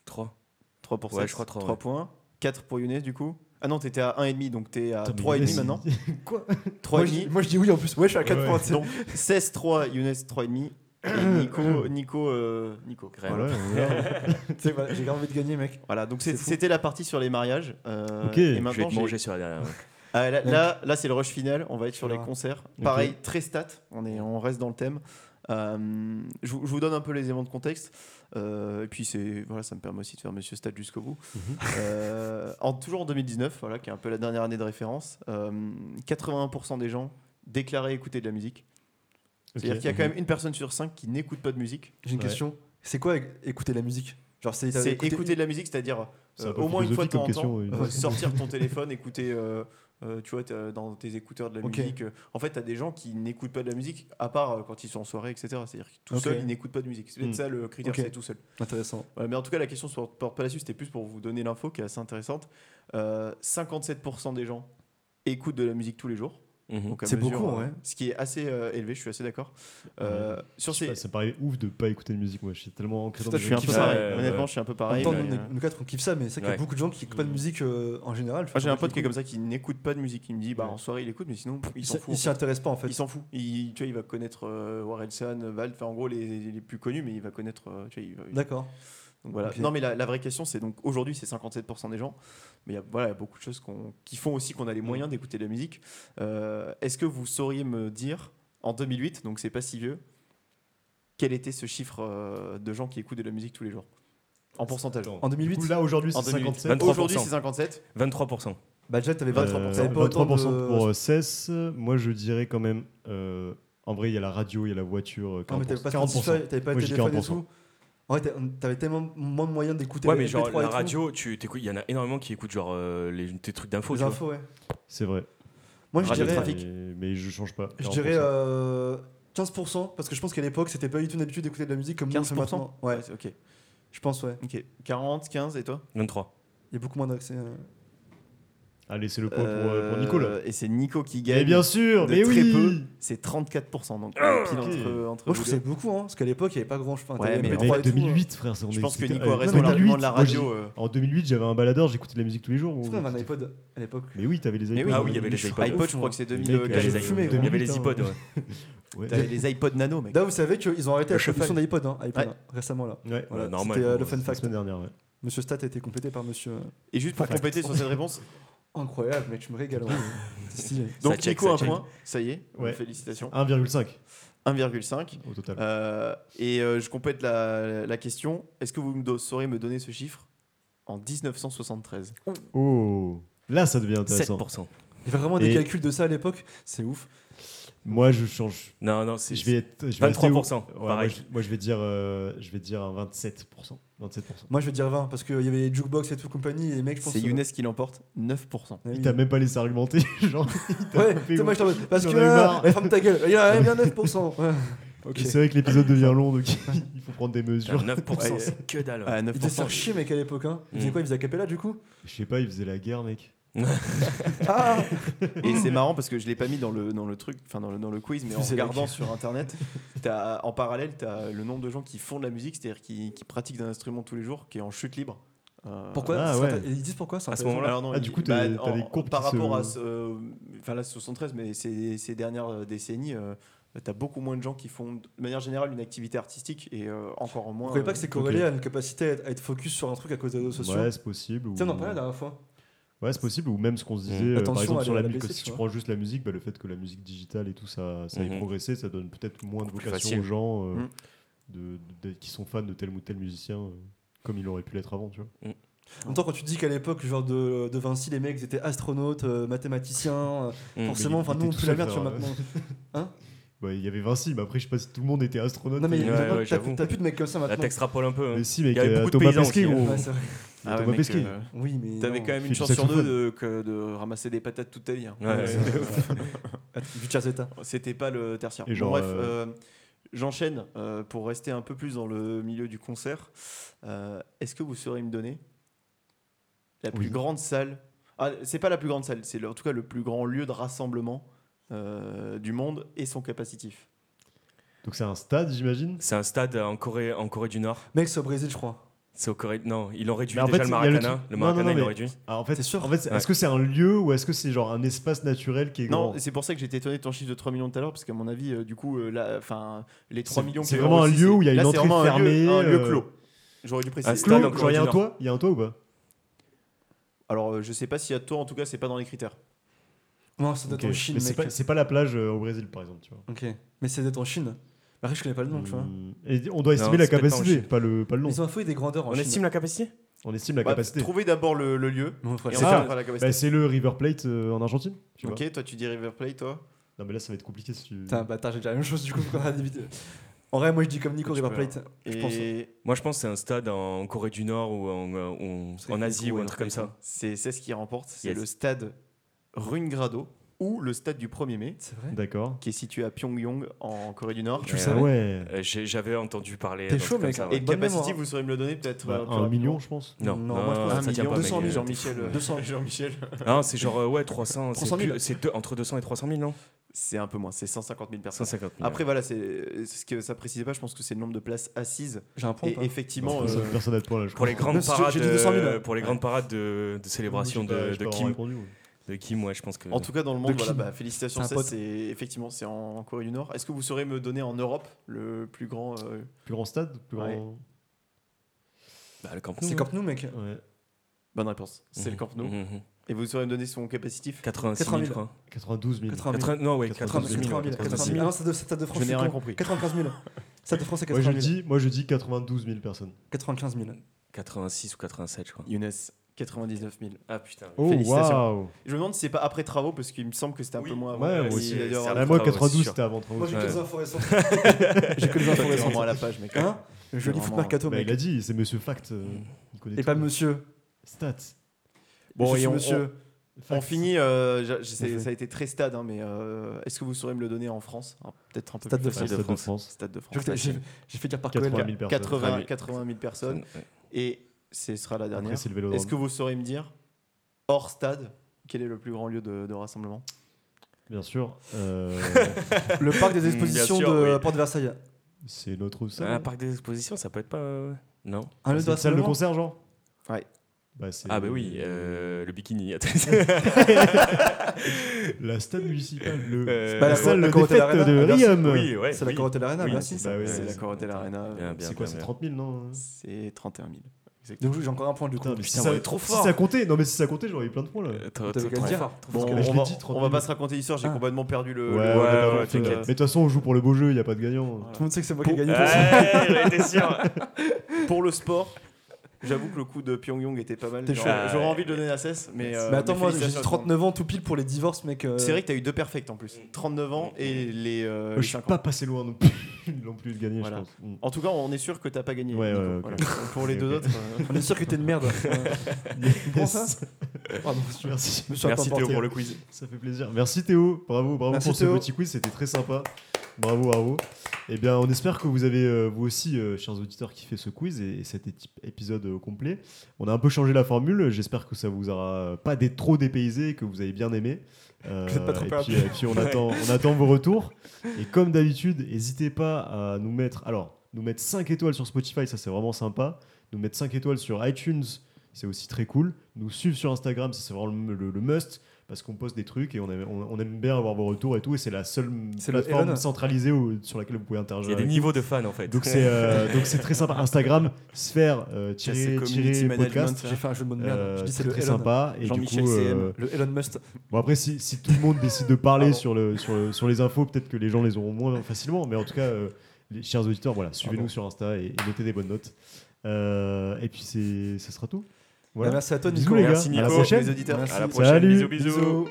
Speaker 5: 3.
Speaker 4: 3 pour 16,
Speaker 5: Ouais, je crois trois, ouais.
Speaker 4: points. 4 pour Younes, du coup. Ah non, t'étais à 1,5, donc t'es à
Speaker 1: Putain, mais
Speaker 4: 3,5
Speaker 1: Younes,
Speaker 4: maintenant.
Speaker 2: Quoi
Speaker 4: 3,5.
Speaker 2: je dis oui en plus. Ouais, je suis à quatre
Speaker 1: Ouais.
Speaker 2: points. tu sais.
Speaker 4: Donc 16-3, Younes 3,5. Et Nico, Nico, euh, Nico.
Speaker 5: Graham.
Speaker 1: voilà, on verra.
Speaker 2: Tu sais, voilà, J'ai grave envie de gagner, mec.
Speaker 4: Voilà, donc c'est-
Speaker 2: C'est fou.
Speaker 4: c'était la partie sur les mariages. euh,
Speaker 1: Ok. Je
Speaker 4: Et
Speaker 1: vais
Speaker 5: Je vais
Speaker 4: maintenant,
Speaker 5: te
Speaker 4: j'ai-
Speaker 5: manger sur la dernière. ouais.
Speaker 4: Ah, là,
Speaker 2: Donc-
Speaker 4: là, là, c'est le rush final. On va être sur les
Speaker 2: Voilà.
Speaker 4: concerts.
Speaker 1: Ok.
Speaker 4: Pareil, très stat. On, est, on reste dans le thème. Euh, je, vous je vous donne un peu les éléments de contexte. Euh, et puis, c'est, voilà, ça me permet aussi de faire Monsieur Stat jusqu'au bout. Euh, en, toujours en 2019, voilà, qui est un peu la dernière année de référence, euh, 81% des gens déclaraient écouter de la musique. C'est-à-dire
Speaker 1: Ok. Mhm.
Speaker 4: qu'il y a quand même une personne sur cinq qui n'écoute pas de musique.
Speaker 2: J'ai une
Speaker 1: Ouais.
Speaker 2: question. C'est quoi éc- écouter la musique Genre, c'est t'as
Speaker 4: C'est
Speaker 2: écouté-
Speaker 4: écouter de la musique, c'est-à-dire
Speaker 1: C'est un
Speaker 4: euh,
Speaker 1: peu
Speaker 4: au moins une fois de temps en
Speaker 1: philosophique
Speaker 4: temps,
Speaker 1: comme
Speaker 2: Bah,
Speaker 1: question, oui.
Speaker 4: euh, sortir ton téléphone, écouter, euh, euh, tu vois, t'as- dans tes écouteurs de la
Speaker 2: Ok.
Speaker 4: musique. euh, En fait, t'as des gens qui n'écoutent pas de la musique, à part euh, quand ils sont en soirée, etc. C'est-à-dire que tout
Speaker 2: Ok. Hmm.
Speaker 4: seul, ils n'écoutent pas de musique. C'est peut-être
Speaker 1: Mm.
Speaker 4: ça le critère,
Speaker 2: Ok.
Speaker 4: c'est tout seul.
Speaker 2: Intéressant.
Speaker 4: Voilà, mais en tout cas, la question sur porte pas là-dessus, c'était plus pour vous donner l'info qui est assez intéressante. Euh, 57% des gens écoutent de la musique tous les jours.
Speaker 5: Mhm.
Speaker 4: Donc, à
Speaker 2: C'est
Speaker 4: mesure,
Speaker 2: beaucoup,
Speaker 4: euh,
Speaker 2: ouais.
Speaker 4: Ce qui est assez euh, élevé, je suis assez d'accord. Euh, Sur
Speaker 1: Je sais
Speaker 4: ces.
Speaker 1: pas, Ça me paraît ouf de pas écouter de musique, moi. Je suis tellement ancré dans
Speaker 2: Putain,
Speaker 1: mes
Speaker 4: Je suis un peu
Speaker 1: acquis.
Speaker 5: Ouais,
Speaker 4: pareil.
Speaker 5: ouais,
Speaker 4: Honnêtement,
Speaker 5: ouais.
Speaker 4: je suis un peu
Speaker 2: En même
Speaker 4: pareil.
Speaker 2: temps,
Speaker 4: mais,
Speaker 2: nous,
Speaker 4: euh,
Speaker 2: on est- nous quatre, on kiffe ça, mais c'est vrai qu'il y a
Speaker 5: Ouais.
Speaker 2: beaucoup de gens qui écoutent pas de musique euh, en général.
Speaker 4: Ah, Hmm. j'ai un pote qui est comme ça qui n'écoute pas de musique. Il me dit, bah
Speaker 1: Ouais.
Speaker 4: en soirée il écoute, mais sinon pff, il
Speaker 2: Il
Speaker 4: s'en
Speaker 2: s-
Speaker 4: fout. hein.
Speaker 2: il s'y intéresse pas en fait.
Speaker 4: Il s'en fout. Il, tu vois, il va connaître euh, Warelson, Vald, enfin, en gros les, les plus connus, mais il va connaître. euh, tu vois, il va- il-
Speaker 2: D'accord.
Speaker 4: donc voilà.
Speaker 2: Ok.
Speaker 4: Non, mais la, la vraie question, c'est donc aujourd'hui, c'est 57% des gens, mais il y a voilà, beaucoup de choses qu'on- qui font aussi qu'on a
Speaker 2: Mm.
Speaker 4: les moyens d'écouter de la musique. Euh, Est-ce que vous sauriez me dire, en 2008, donc c'est pas si vieux, quel était ce chiffre euh, de gens qui écoutent de la musique tous les jours En pourcentage.
Speaker 1: Attends.
Speaker 2: En 2008
Speaker 1: Du coup, là, aujourd'hui,
Speaker 4: En
Speaker 1: c'est
Speaker 4: 2008.
Speaker 1: 57.
Speaker 5: 23%.
Speaker 4: Aujourd'hui, c'est 57.
Speaker 5: 23%.
Speaker 2: Bah, déjà, t'avais
Speaker 1: Euh,
Speaker 2: 23%. t'avais pas autant
Speaker 1: 23%
Speaker 2: de-
Speaker 1: pour euh, CES. Moi, je dirais quand même. euh, en vrai, il y a la radio, il y a la voiture. euh, 40%.
Speaker 2: Non, mais t'avais pas
Speaker 1: 40%.
Speaker 2: Spotify, t'avais pas
Speaker 1: Moi,
Speaker 2: le
Speaker 1: j'ai
Speaker 2: téléphone et
Speaker 1: 40%.
Speaker 2: tout. En vrai, t'as- t'avais tellement moins de moyens d'écouter
Speaker 5: Ouais,
Speaker 2: les
Speaker 5: mais genre,
Speaker 2: MP3 et
Speaker 5: la
Speaker 2: tout.
Speaker 5: radio, tu t'écoutes- il y en a énormément qui écoutent genre euh, les, tes trucs d'infos.
Speaker 2: Les
Speaker 5: tu vois.
Speaker 2: infos, ouais.
Speaker 1: C'est vrai.
Speaker 2: Moi, je
Speaker 4: Radio
Speaker 2: dirais,
Speaker 4: Trafic.
Speaker 1: Mais, mais je change pas.
Speaker 2: je
Speaker 1: 40%.
Speaker 2: dirais euh, 15%, parce que je pense qu'à l'époque, c'était pas du tout une habitude d'écouter de la musique comme nous on fait
Speaker 4: 15%?
Speaker 2: maintenant. Ouais,
Speaker 4: c'est- ok.
Speaker 2: je pense, ouais.
Speaker 4: Ok. 40, 15 et toi
Speaker 5: 23.
Speaker 2: Il y a beaucoup moins d'accès. euh.
Speaker 1: Allez, c'est le point pour, euh, pour Nico, là.
Speaker 4: Euh, Et c'est Nico qui gagne.
Speaker 1: Mais bien sûr,
Speaker 4: de
Speaker 1: mais
Speaker 4: très
Speaker 1: oui
Speaker 4: peu. C'est 34%. Donc, euh, pile
Speaker 1: ok.
Speaker 4: entre, entre
Speaker 2: Moi, je
Speaker 4: vous
Speaker 2: trouve que c'est
Speaker 4: deux.
Speaker 2: beaucoup, hein, parce qu'à l'époque, il n'y avait pas euh, grand chose.
Speaker 4: Ouais, mais
Speaker 1: Mais
Speaker 4: en
Speaker 1: en 2008, frère, c'est- on
Speaker 4: Je pense que
Speaker 1: écoutait-
Speaker 4: Nico
Speaker 1: euh,
Speaker 4: a raison
Speaker 1: non,
Speaker 4: dans l'argument
Speaker 1: 2008,
Speaker 4: de la
Speaker 1: moi, j'ai-
Speaker 4: radio. euh,
Speaker 1: En 2008, j'avais un baladeur, j'écoutais de la musique tous les jours. on
Speaker 2: Est-ce qu'on avait un
Speaker 1: écoutait-
Speaker 2: iPod à l'époque
Speaker 1: Mais oui, t'avais les
Speaker 3: Mais
Speaker 1: iPods.
Speaker 3: oui, ah oui, il y avait les
Speaker 1: iPods.
Speaker 3: iPods.
Speaker 4: iPod, je crois que c'est
Speaker 1: mecs, euh,
Speaker 4: 2004.
Speaker 1: je
Speaker 3: les
Speaker 1: fumais,
Speaker 3: iPods. Il y avait les
Speaker 1: 2008, hein.
Speaker 3: iPods, ouais.
Speaker 1: Ouais.
Speaker 4: T'avais les iPods nano, mec.
Speaker 2: Là, vous savez qu'ils ont arrêté la
Speaker 3: Le
Speaker 2: production
Speaker 3: chauffage.
Speaker 2: d'iPod, hein, iPod,
Speaker 4: Ouais.
Speaker 2: hein, récemment là.
Speaker 1: Ouais.
Speaker 2: Voilà,
Speaker 3: normal,
Speaker 2: c'était euh,
Speaker 3: bon,
Speaker 2: le fun
Speaker 1: La
Speaker 2: fact.
Speaker 1: semaine dernière, ouais.
Speaker 2: Monsieur Stat a été complété par monsieur. euh,
Speaker 4: Et juste pour
Speaker 2: Fact.
Speaker 4: compléter sur cette réponse,
Speaker 2: Incroyable, mais tu me régales. hein. C'est stylé.
Speaker 4: donc
Speaker 3: check,
Speaker 4: Nico
Speaker 3: ça
Speaker 4: un
Speaker 3: check.
Speaker 4: point, ça y est,
Speaker 1: Ouais.
Speaker 4: félicitations.
Speaker 1: 1,5
Speaker 4: 1,5.
Speaker 1: au total.
Speaker 4: Euh, et euh, je complète la, la question. Est-ce que vous me do- saurez me donner ce chiffre en 1973
Speaker 1: Oh Là, ça devient intéressant.
Speaker 3: 7%.
Speaker 2: Il y avait vraiment des
Speaker 1: Et-
Speaker 2: calculs de ça à l'époque, c'est ouf.
Speaker 1: Moi, je change.
Speaker 3: Non, non, c'est
Speaker 1: Je vais être. Je vais rester où
Speaker 3: 23%.
Speaker 1: Ouais, moi,
Speaker 3: Pareil.
Speaker 1: je, moi, je vais dire, euh, je vais dire un 27%. 27%.
Speaker 2: Moi je vais dire 20 parce qu'il y avait les jukebox et tout compagnie et les mecs je pense.
Speaker 4: C'est Younes qui l'emporte, 9%.
Speaker 2: Ouais,
Speaker 1: Il t'a même pas laissé argumenter, genre. il t'a
Speaker 2: Ouais,
Speaker 1: coupé,
Speaker 2: tu sais, moi je t'en mode, parce
Speaker 1: J'en
Speaker 2: que.
Speaker 1: ai eu
Speaker 2: euh,
Speaker 1: marre.
Speaker 2: eh, Ferme ta gueule, il y a eh bien 9%. Ouais. Ok.
Speaker 1: Et C'est vrai que l'épisode devient long, donc il faut prendre des mesures.
Speaker 3: 9%,
Speaker 4: Ouais.
Speaker 3: c'est que dalle.
Speaker 4: Ah,
Speaker 2: Il était
Speaker 4: 9%.
Speaker 2: sur chier, mec, à l'époque. Hein. Il faisait
Speaker 3: Mm.
Speaker 2: quoi Il faisait a cappella du coup
Speaker 1: Je sais pas, il faisait la guerre, mec.
Speaker 2: Ah
Speaker 4: Et c'est marrant parce que je l'ai pas mis dans le, dans le truc, enfin dans le, dans le quiz, mais en
Speaker 2: Faisais la
Speaker 4: regardant
Speaker 2: guerre.
Speaker 4: sur internet, as, en parallèle, tu as le nombre de gens qui font de la musique, c'est-à-dire qui, qui pratiquent d'un instrument tous les jours, qui est en chute libre. Euh,
Speaker 2: Pourquoi
Speaker 1: Ah,
Speaker 2: C'est
Speaker 1: ouais.
Speaker 2: intér- Ils disent pourquoi ça
Speaker 3: À ce moment-là.
Speaker 4: Alors non,
Speaker 1: Ah,
Speaker 4: il-
Speaker 1: du coup, t'as-
Speaker 4: bah,
Speaker 1: t'as
Speaker 4: en-
Speaker 1: des courbes
Speaker 4: Par
Speaker 1: qui se-
Speaker 4: rapport à. ce- euh, Enfin, là, c'est 73, mais ces, ces dernières euh, décennies, euh, t'as beaucoup moins de gens qui font, de manière générale, une activité artistique et euh, encore
Speaker 2: Vous
Speaker 4: moins.
Speaker 2: croyez pas
Speaker 4: euh,
Speaker 2: que c'est corrélé à une capacité à être- à être focus sur un truc à cause des réseaux sociaux
Speaker 1: Ouais, c'est possible. Ou...
Speaker 2: Tiens, on en parlait la dernière fois.
Speaker 1: Ouais, c'est possible. Ou même ce qu'on se disait,
Speaker 3: Mhm.
Speaker 1: euh, par
Speaker 2: hein. Attention
Speaker 1: exemple,
Speaker 2: à
Speaker 1: sur
Speaker 2: la-
Speaker 1: la,
Speaker 2: la
Speaker 1: musique,
Speaker 2: baisser,
Speaker 1: si
Speaker 2: tu
Speaker 1: tu
Speaker 2: vois.
Speaker 1: prends juste la musique, bah, le fait que la musique digitale et tout, ça, ça ait
Speaker 3: Mhm.
Speaker 1: progressé, ça donne peut-être moins de
Speaker 3: Plus
Speaker 1: vocation
Speaker 3: facile.
Speaker 1: aux gens euh,
Speaker 4: Mhm.
Speaker 1: de- de- qui sont fans de tel ou tel musicien, euh, comme il aurait pu l'être avant, tu vois.
Speaker 2: En même temps, quand tu dis qu'à l'époque, genre de, de Vinci, les mecs ils étaient astronautes, euh, mathématiciens, euh,
Speaker 3: Mm.
Speaker 2: forcément,
Speaker 1: Mais il-
Speaker 2: enfin
Speaker 1: il
Speaker 2: nous
Speaker 1: était
Speaker 2: on pue
Speaker 1: tout
Speaker 2: la
Speaker 1: seul,
Speaker 2: merde sur
Speaker 1: frère,
Speaker 2: maintenant.
Speaker 1: Bah, il y avait Vinci, mais après, je sais pas si tout le monde était astronaute.
Speaker 2: Non mais
Speaker 1: et-
Speaker 2: ils ont
Speaker 3: Ouais,
Speaker 2: pas-
Speaker 3: ouais,
Speaker 2: t'as
Speaker 3: j'avoue.
Speaker 2: t'as plus de mecs comme ça
Speaker 3: Là,
Speaker 2: maintenant.
Speaker 3: t'extrapoles un peu. hein.
Speaker 1: Mais si, mec,
Speaker 3: Il y avait
Speaker 1: euh,
Speaker 3: beaucoup de
Speaker 1: Thomas
Speaker 3: paysans
Speaker 1: Pesquet,
Speaker 3: aussi, hein.
Speaker 1: gros.
Speaker 2: Ouais, c'est vrai.
Speaker 4: Ah ouais,
Speaker 1: Thomas
Speaker 4: mec,
Speaker 1: Pesquet.
Speaker 4: euh,
Speaker 2: Oui, mais.
Speaker 4: T'avais
Speaker 2: non.
Speaker 4: quand même une
Speaker 1: Philippe
Speaker 4: chance sur deux
Speaker 1: Saxophone.
Speaker 4: de, que- de ramasser des patates toute ta vie. hein.
Speaker 3: Ouais, ouais.
Speaker 2: Du Chazeta.
Speaker 4: C'était pas le tertiaire.
Speaker 1: Et
Speaker 4: Bon,
Speaker 1: genre,
Speaker 4: bref,
Speaker 1: euh,
Speaker 4: euh, j'enchaîne euh, pour rester un peu plus dans le milieu du concert. Euh, Est-ce que vous saurez me donner la plus
Speaker 1: Oui.
Speaker 4: grande salle Ah, C'est pas la plus grande salle, c'est le- en tout cas le plus grand lieu de rassemblement euh, du monde et son capacitif.
Speaker 1: Donc, c'est un stade, j'imagine.
Speaker 3: C'est un stade euh, en Corée, en Corée du Nord.
Speaker 2: Mec, c'est au Brésil, je crois.
Speaker 3: C'est au Corée. Non, ils l'ont réduit
Speaker 1: Mais en
Speaker 3: déjà
Speaker 1: fait,
Speaker 3: le
Speaker 1: il y a le
Speaker 3: Maracana.
Speaker 1: truc-
Speaker 3: Le
Speaker 1: Non, non,
Speaker 3: Maracana,
Speaker 1: non,
Speaker 3: ils l'ont
Speaker 1: mais-
Speaker 3: réduit.
Speaker 1: Alors, Ah, en fait,
Speaker 2: T'es sûr
Speaker 1: en fait, c'est-
Speaker 3: Ouais.
Speaker 1: est-ce que c'est un lieu ou est-ce que c'est genre un espace naturel qui est grand
Speaker 4: Non, et c'est pour ça que j'étais étonné de ton chiffre de 3 millions tout à l'heure, parce qu'à mon avis, euh, du coup, euh, là, enfin, les 3
Speaker 1: C'est-
Speaker 4: millions.
Speaker 1: c'est
Speaker 4: que
Speaker 1: vraiment
Speaker 4: j'ai
Speaker 1: un
Speaker 4: aussi,
Speaker 1: lieu
Speaker 4: c'est-
Speaker 1: où il y a
Speaker 4: là,
Speaker 1: une
Speaker 4: c'est
Speaker 1: entrée
Speaker 4: vraiment un lieu-
Speaker 1: fermée,
Speaker 4: Un lieu
Speaker 1: euh, Ah,
Speaker 4: clos. J'aurais dû préciser.
Speaker 3: un
Speaker 1: Clos,
Speaker 3: stade en
Speaker 1: genre, il y a un
Speaker 3: Corée du
Speaker 1: toit Il y a un toit ou pas
Speaker 4: Alors, euh, je sais pas s'il y a toi, en tout cas, c'est pas dans les critères.
Speaker 2: Non, ça doit
Speaker 1: Ok.
Speaker 2: être en Chine,
Speaker 1: Mais c'est
Speaker 2: mec.
Speaker 1: pas- c'est pas la plage euh, au Brésil, par exemple, tu vois.
Speaker 2: Ok. Mais c'est d'être en Chine. Bah, après, je connais pas le nom, tu vois.
Speaker 1: Hum, et on doit estimer
Speaker 3: Non,
Speaker 1: la
Speaker 3: c'est peut-être
Speaker 1: capacité,
Speaker 3: en Chine.
Speaker 1: pas le, pas le nom.
Speaker 2: Ils ont avoué des grandeurs en
Speaker 3: On
Speaker 2: Chine.
Speaker 3: estime la capacité
Speaker 1: On estime la
Speaker 4: Bah,
Speaker 1: capacité.
Speaker 4: Trouvez d'abord le, le lieu.
Speaker 2: Mais on fera
Speaker 4: Et
Speaker 2: la-
Speaker 1: C'est
Speaker 4: on
Speaker 1: ça.
Speaker 4: fera la
Speaker 1: Bah,
Speaker 4: capacité.
Speaker 1: c'est le River Plate euh, en Argentine. tu vois.
Speaker 4: Ok, toi tu dis River Plate, toi
Speaker 1: Non, mais là, ça va être compliqué si tu.
Speaker 2: Putain, bâtard, j'ai déjà la même chose du coup qu'on a d'habitude. En vrai, moi je dis comme Nico
Speaker 4: Tu
Speaker 2: River
Speaker 4: peux,
Speaker 2: Plate. Je pense.
Speaker 4: Et
Speaker 3: Moi, je pense que c'est un stade en Corée du Nord ou en, euh, ou en-
Speaker 2: C'est
Speaker 3: en Asie
Speaker 2: cool,
Speaker 3: ou
Speaker 2: ouais,
Speaker 3: un truc comme ça.
Speaker 4: c'est c'est ce qui remporte, c'est
Speaker 3: Yes.
Speaker 4: le stade Rungrado ou le stade du 1er mai
Speaker 2: C'est vrai.
Speaker 1: D'accord.
Speaker 4: qui est situé à Pyongyang en Corée du Nord.
Speaker 2: Tu le
Speaker 3: Ouais,
Speaker 1: Ah
Speaker 2: savais
Speaker 1: ouais.
Speaker 3: Euh, j'ai- J'avais entendu parler.
Speaker 2: T'es
Speaker 3: d'un truc
Speaker 2: chaud,
Speaker 3: comme
Speaker 2: mec.
Speaker 3: ça, ouais.
Speaker 4: Et
Speaker 2: Bonne
Speaker 4: Capacity,
Speaker 2: mémoire.
Speaker 4: vous saurez me le donner peut-être
Speaker 1: Bah,
Speaker 4: euh, plus
Speaker 1: un
Speaker 4: rapidement. Ah,
Speaker 1: million, je pense.
Speaker 3: Non,
Speaker 2: Non,
Speaker 3: non,
Speaker 2: moi, je pense
Speaker 3: ça
Speaker 2: un
Speaker 3: tient
Speaker 2: million,
Speaker 3: pas,
Speaker 2: 200
Speaker 3: mais-
Speaker 2: millions.
Speaker 4: Jean-Michel. euh,
Speaker 2: 200.
Speaker 4: Jean-Michel.
Speaker 3: Non, c'est genre euh, ouais, 300.
Speaker 2: 300
Speaker 3: c'est
Speaker 2: 000.
Speaker 3: plus- C'est deux- entre 200 et 300 000, non
Speaker 4: C'est un peu moins, c'est 150 000 personnes.
Speaker 3: 150 000.
Speaker 4: Après voilà, c'est c'est ce que ça précisait pas, je pense que c'est le nombre de places assises.
Speaker 2: J'ai un
Speaker 4: Et
Speaker 2: pompe. hein.
Speaker 4: effectivement,
Speaker 1: Personne-
Speaker 4: euh,
Speaker 1: Personne n'a de points là, je
Speaker 3: pour
Speaker 1: crois.
Speaker 3: les
Speaker 2: Non,
Speaker 3: grandes
Speaker 2: j'ai-
Speaker 3: parades,
Speaker 2: j'ai dit 200 000,
Speaker 3: euh,
Speaker 2: ouais.
Speaker 3: pour les grandes parades de, de célébration
Speaker 1: Je sais pas,
Speaker 3: de,
Speaker 1: je sais
Speaker 3: de
Speaker 1: pas
Speaker 3: Kim,
Speaker 1: avoir répondu, ouais.
Speaker 3: de Kim, ouais, je pense que.
Speaker 4: en tout cas dans le
Speaker 2: De
Speaker 4: monde, voilà,
Speaker 2: Kim.
Speaker 4: bah, félicitations,
Speaker 2: C'est un
Speaker 4: ça,
Speaker 2: pote.
Speaker 4: c'est effectivement c'est en Corée du Nord. Est-ce que vous saurez me donner en Europe le plus grand euh,
Speaker 1: Plus grand stade Plus
Speaker 4: Ouais.
Speaker 1: grand.
Speaker 3: Bah, le Camp Nou,
Speaker 2: C'est
Speaker 3: hein.
Speaker 2: comme nous, mec.
Speaker 1: Ouais.
Speaker 4: Bonne réponse, c'est le Camp Nou.
Speaker 3: Mhm, mhm.
Speaker 4: Et vous saurez me donner son capacitif
Speaker 3: 86 000,
Speaker 2: 80
Speaker 3: je
Speaker 2: 000.
Speaker 3: crois.
Speaker 1: 92 000.
Speaker 2: 80 000.
Speaker 3: 80 Non, ouais,
Speaker 1: 90
Speaker 2: 80
Speaker 3: 86
Speaker 2: 000.
Speaker 3: 000.
Speaker 2: 80
Speaker 3: 86
Speaker 2: 000. Ah
Speaker 3: 000.
Speaker 2: non, c'est de, c'est de France.
Speaker 4: Je n'ai
Speaker 2: suis
Speaker 4: rien
Speaker 2: con.
Speaker 4: compris.
Speaker 2: 95 000. Stade de France, c'est
Speaker 1: Moi je,
Speaker 2: 95 000.
Speaker 1: dis, moi je dis 92 000 personnes.
Speaker 2: 95 000.
Speaker 3: 86 ou 87, je crois.
Speaker 4: Younes, 99 000.
Speaker 3: Ah putain.
Speaker 1: Oh
Speaker 4: Félicitations.
Speaker 1: waouh
Speaker 4: Je me demande si c'est pas après travaux parce qu'il me semble que c'était un
Speaker 3: Oui.
Speaker 4: peu moins avant.
Speaker 1: Ouais,
Speaker 4: Euh,
Speaker 1: moi
Speaker 4: si,
Speaker 1: aussi.
Speaker 4: d'ailleurs,
Speaker 3: C'est
Speaker 4: euh,
Speaker 3: la
Speaker 1: Ah,
Speaker 3: Après,
Speaker 1: Moi
Speaker 3: ouais,
Speaker 1: 92
Speaker 3: c'est sûr.
Speaker 1: c'était avant 30
Speaker 2: Moi j'ai que
Speaker 3: Ouais.
Speaker 2: des infos récentes.
Speaker 4: J'ai que les
Speaker 2: infos récentes.
Speaker 4: vraiment à la page, mec.
Speaker 2: Hein Le joli
Speaker 4: Vraiment,
Speaker 2: foot
Speaker 4: ouais.
Speaker 2: mercato,
Speaker 1: Bah,
Speaker 2: mec.
Speaker 1: il a dit, c'est monsieur Fact. euh, il connaît
Speaker 2: Et
Speaker 1: tout.
Speaker 2: pas monsieur.
Speaker 1: Stats.
Speaker 4: Bon,
Speaker 2: Je
Speaker 4: et
Speaker 2: suis
Speaker 4: on,
Speaker 2: monsieur.
Speaker 4: On
Speaker 1: Facts.
Speaker 4: finit, euh, j'a- j'ai-
Speaker 2: Bien joué.
Speaker 4: ça a été très stade, hein, mais euh, est-ce que vous saurez me le donner en France Alors, Peut-être un peu
Speaker 2: Stade
Speaker 4: plus
Speaker 2: de
Speaker 1: Stade
Speaker 4: facile.
Speaker 1: de France.
Speaker 4: Stade de
Speaker 2: Je
Speaker 4: France.
Speaker 2: crois que t'as- J'ai j'ai fait dire par Coel.
Speaker 1: 80 000 personnes.
Speaker 3: 80
Speaker 4: 80, 80 000 personnes. Et ce sera la
Speaker 1: Après,
Speaker 4: dernière.
Speaker 1: c'est le vélodrome.
Speaker 4: Est-ce que vous saurez me dire, hors stade, quel est le plus grand lieu de, de rassemblement
Speaker 1: Bien sûr. euh,
Speaker 2: Le parc des
Speaker 3: Bien
Speaker 2: expositions
Speaker 3: sûr,
Speaker 2: de
Speaker 3: oui.
Speaker 2: Porte de Versailles.
Speaker 1: c'est notre salle.
Speaker 3: Un parc des expositions, ça peut être pas. euh, Non.
Speaker 2: Un lieu
Speaker 1: c'est
Speaker 2: de
Speaker 1: une salle de
Speaker 2: rassemblement.
Speaker 1: concert, genre
Speaker 4: Ouais.
Speaker 1: Bah, c'est-
Speaker 3: Ah, bah oui, euh, le bikini.
Speaker 1: La stade municipale, le...
Speaker 3: Euh,
Speaker 2: Bah,
Speaker 1: la
Speaker 2: la
Speaker 1: salle
Speaker 2: Cor- la
Speaker 1: de
Speaker 2: Corotel
Speaker 1: défaite
Speaker 2: Arena,
Speaker 1: de
Speaker 2: bien sûr.
Speaker 1: Riom.
Speaker 3: oui, ouais.
Speaker 2: C'est la
Speaker 3: oui.
Speaker 2: Corotel Arena,
Speaker 3: Oui,
Speaker 2: merci.
Speaker 1: bah
Speaker 2: ça.
Speaker 1: oui,
Speaker 4: C'est
Speaker 1: ouais,
Speaker 4: la
Speaker 1: c'est-
Speaker 4: Corotel Arena.
Speaker 3: Bien, bien,
Speaker 1: C'est quoi,
Speaker 3: bien,
Speaker 1: c'est
Speaker 3: bien.
Speaker 1: 30 000, non hein
Speaker 4: C'est 31 000.
Speaker 2: Donc j'ai encore un point du coup.
Speaker 1: Putain, mais si
Speaker 3: on
Speaker 1: ça-
Speaker 3: est trop
Speaker 1: si
Speaker 3: fort.
Speaker 1: ça comptait, non mais si ça comptait, j'aurais eu plein de points là.
Speaker 3: Euh, t'as-
Speaker 2: T'avais
Speaker 3: t'as-
Speaker 2: qu'à le
Speaker 3: t'as-
Speaker 2: dire.
Speaker 4: Bon,
Speaker 1: Parce que je
Speaker 4: on
Speaker 1: l'ai
Speaker 4: va,
Speaker 1: dit, 30
Speaker 4: on
Speaker 1: 000.
Speaker 4: va pas se raconter l'histoire, j'ai
Speaker 2: Ah.
Speaker 4: complètement perdu
Speaker 1: Ouais,
Speaker 4: le. le-
Speaker 1: ouais,
Speaker 4: le-
Speaker 3: ouais,
Speaker 4: le-
Speaker 3: ouais,
Speaker 1: Mais
Speaker 3: t'inquiète.
Speaker 1: de toute façon, on joue pour le beau jeu, il n'y a pas de gagnant.
Speaker 4: Voilà.
Speaker 2: Tout le monde sait que c'est moi qui ai gagné. de toute façon.
Speaker 3: Ouais, j'en étais sûr.
Speaker 4: Pour le sport, j'avoue que le coup de Pyongyang était pas mal.
Speaker 2: T'es
Speaker 4: Genre, euh,
Speaker 3: chaud.
Speaker 4: J'aurais envie de donner la cesse, mais. euh,
Speaker 2: Mais attends, moi j'ai
Speaker 4: félicitations à tout le monde.
Speaker 2: 39 ans tout pile pour les divorces, mec. euh,
Speaker 4: C'est vrai que t'as eu deux perfects en plus. 39 ans et les, euh,
Speaker 1: Je
Speaker 4: les
Speaker 1: suis
Speaker 4: 50.
Speaker 1: pas passé loin non plus, non plus de gagner,
Speaker 4: Voilà.
Speaker 1: je pense. Mm.
Speaker 4: En tout cas, on est sûr que t'as pas gagné.
Speaker 1: Ouais,
Speaker 4: Nico.
Speaker 1: ouais, ok.
Speaker 4: Voilà. Pour les
Speaker 1: Ok,
Speaker 4: deux
Speaker 1: ok.
Speaker 4: autres. euh,
Speaker 2: On est sûr que t'es une merde. Euh, Comment ça Pardon, je me
Speaker 1: Merci.
Speaker 2: suis un peu
Speaker 3: Merci
Speaker 2: emporté.
Speaker 3: Théo pour le quiz.
Speaker 1: Ça fait plaisir. Merci Théo, bravo, bravo
Speaker 2: Merci
Speaker 1: pour
Speaker 2: Théo.
Speaker 1: ce petit quiz, c'était très sympa. Bravo, bravo. Eh bien, on espère que vous avez, euh, vous aussi, euh, chers auditeurs, kiffé ce quiz et, et cet éti- épisode au complet. On a un peu changé la formule, j'espère que ça vous aura pas des, trop dépaysé, que vous avez bien aimé. Euh,
Speaker 2: Vous êtes pas trop
Speaker 1: et,
Speaker 2: perdu.
Speaker 1: puis, et puis on, attend, on attend vos retours. Et comme d'habitude, n'hésitez pas à nous mettre, alors, nous mettre 5 étoiles sur Spotify, ça c'est vraiment sympa. Nous mettre 5 étoiles sur iTunes, c'est aussi très cool. Nous suivre sur Instagram, ça, c'est vraiment le- le- le must parce qu'on poste des trucs et on aime, on- on aime bien avoir vos retours et tout. Et c'est la seule
Speaker 2: C'est le
Speaker 1: plateforme
Speaker 2: Elon.
Speaker 1: centralisée où- sur laquelle vous pouvez interagir.
Speaker 3: Il y a des
Speaker 1: avec
Speaker 3: niveaux de fans en fait.
Speaker 1: nous. Donc c'est euh, donc c'est très sympa. Instagram sphère euh,
Speaker 4: c'est
Speaker 1: tirer,
Speaker 4: community
Speaker 1: tirer
Speaker 4: management,
Speaker 1: podcast.
Speaker 2: J'ai fait un jeu de mots de merde.
Speaker 1: Euh,
Speaker 2: je dis c'est
Speaker 1: c'est
Speaker 2: le
Speaker 1: très
Speaker 2: Elon.
Speaker 1: sympa et du
Speaker 2: Jean-Michel
Speaker 1: coup euh,
Speaker 2: CM, le Elon Musk.
Speaker 1: bon après si, si tout le monde décide de parler sur le sur, le- sur les infos peut-être que les gens les auront moins facilement mais en tout cas euh, les chers auditeurs voilà suivez-nous sur Insta et, et notez des bonnes notes Euh, et puis c'est ça sera tout voilà
Speaker 2: Merci à toi,
Speaker 1: Bisous,
Speaker 2: Nico.
Speaker 1: les gars.
Speaker 3: Bah, Merci
Speaker 1: à la
Speaker 3: Nico.
Speaker 1: prochaine.
Speaker 4: les auditeurs.
Speaker 2: Merci.
Speaker 3: À la prochaine.
Speaker 1: Salut.
Speaker 3: bisous. bisous.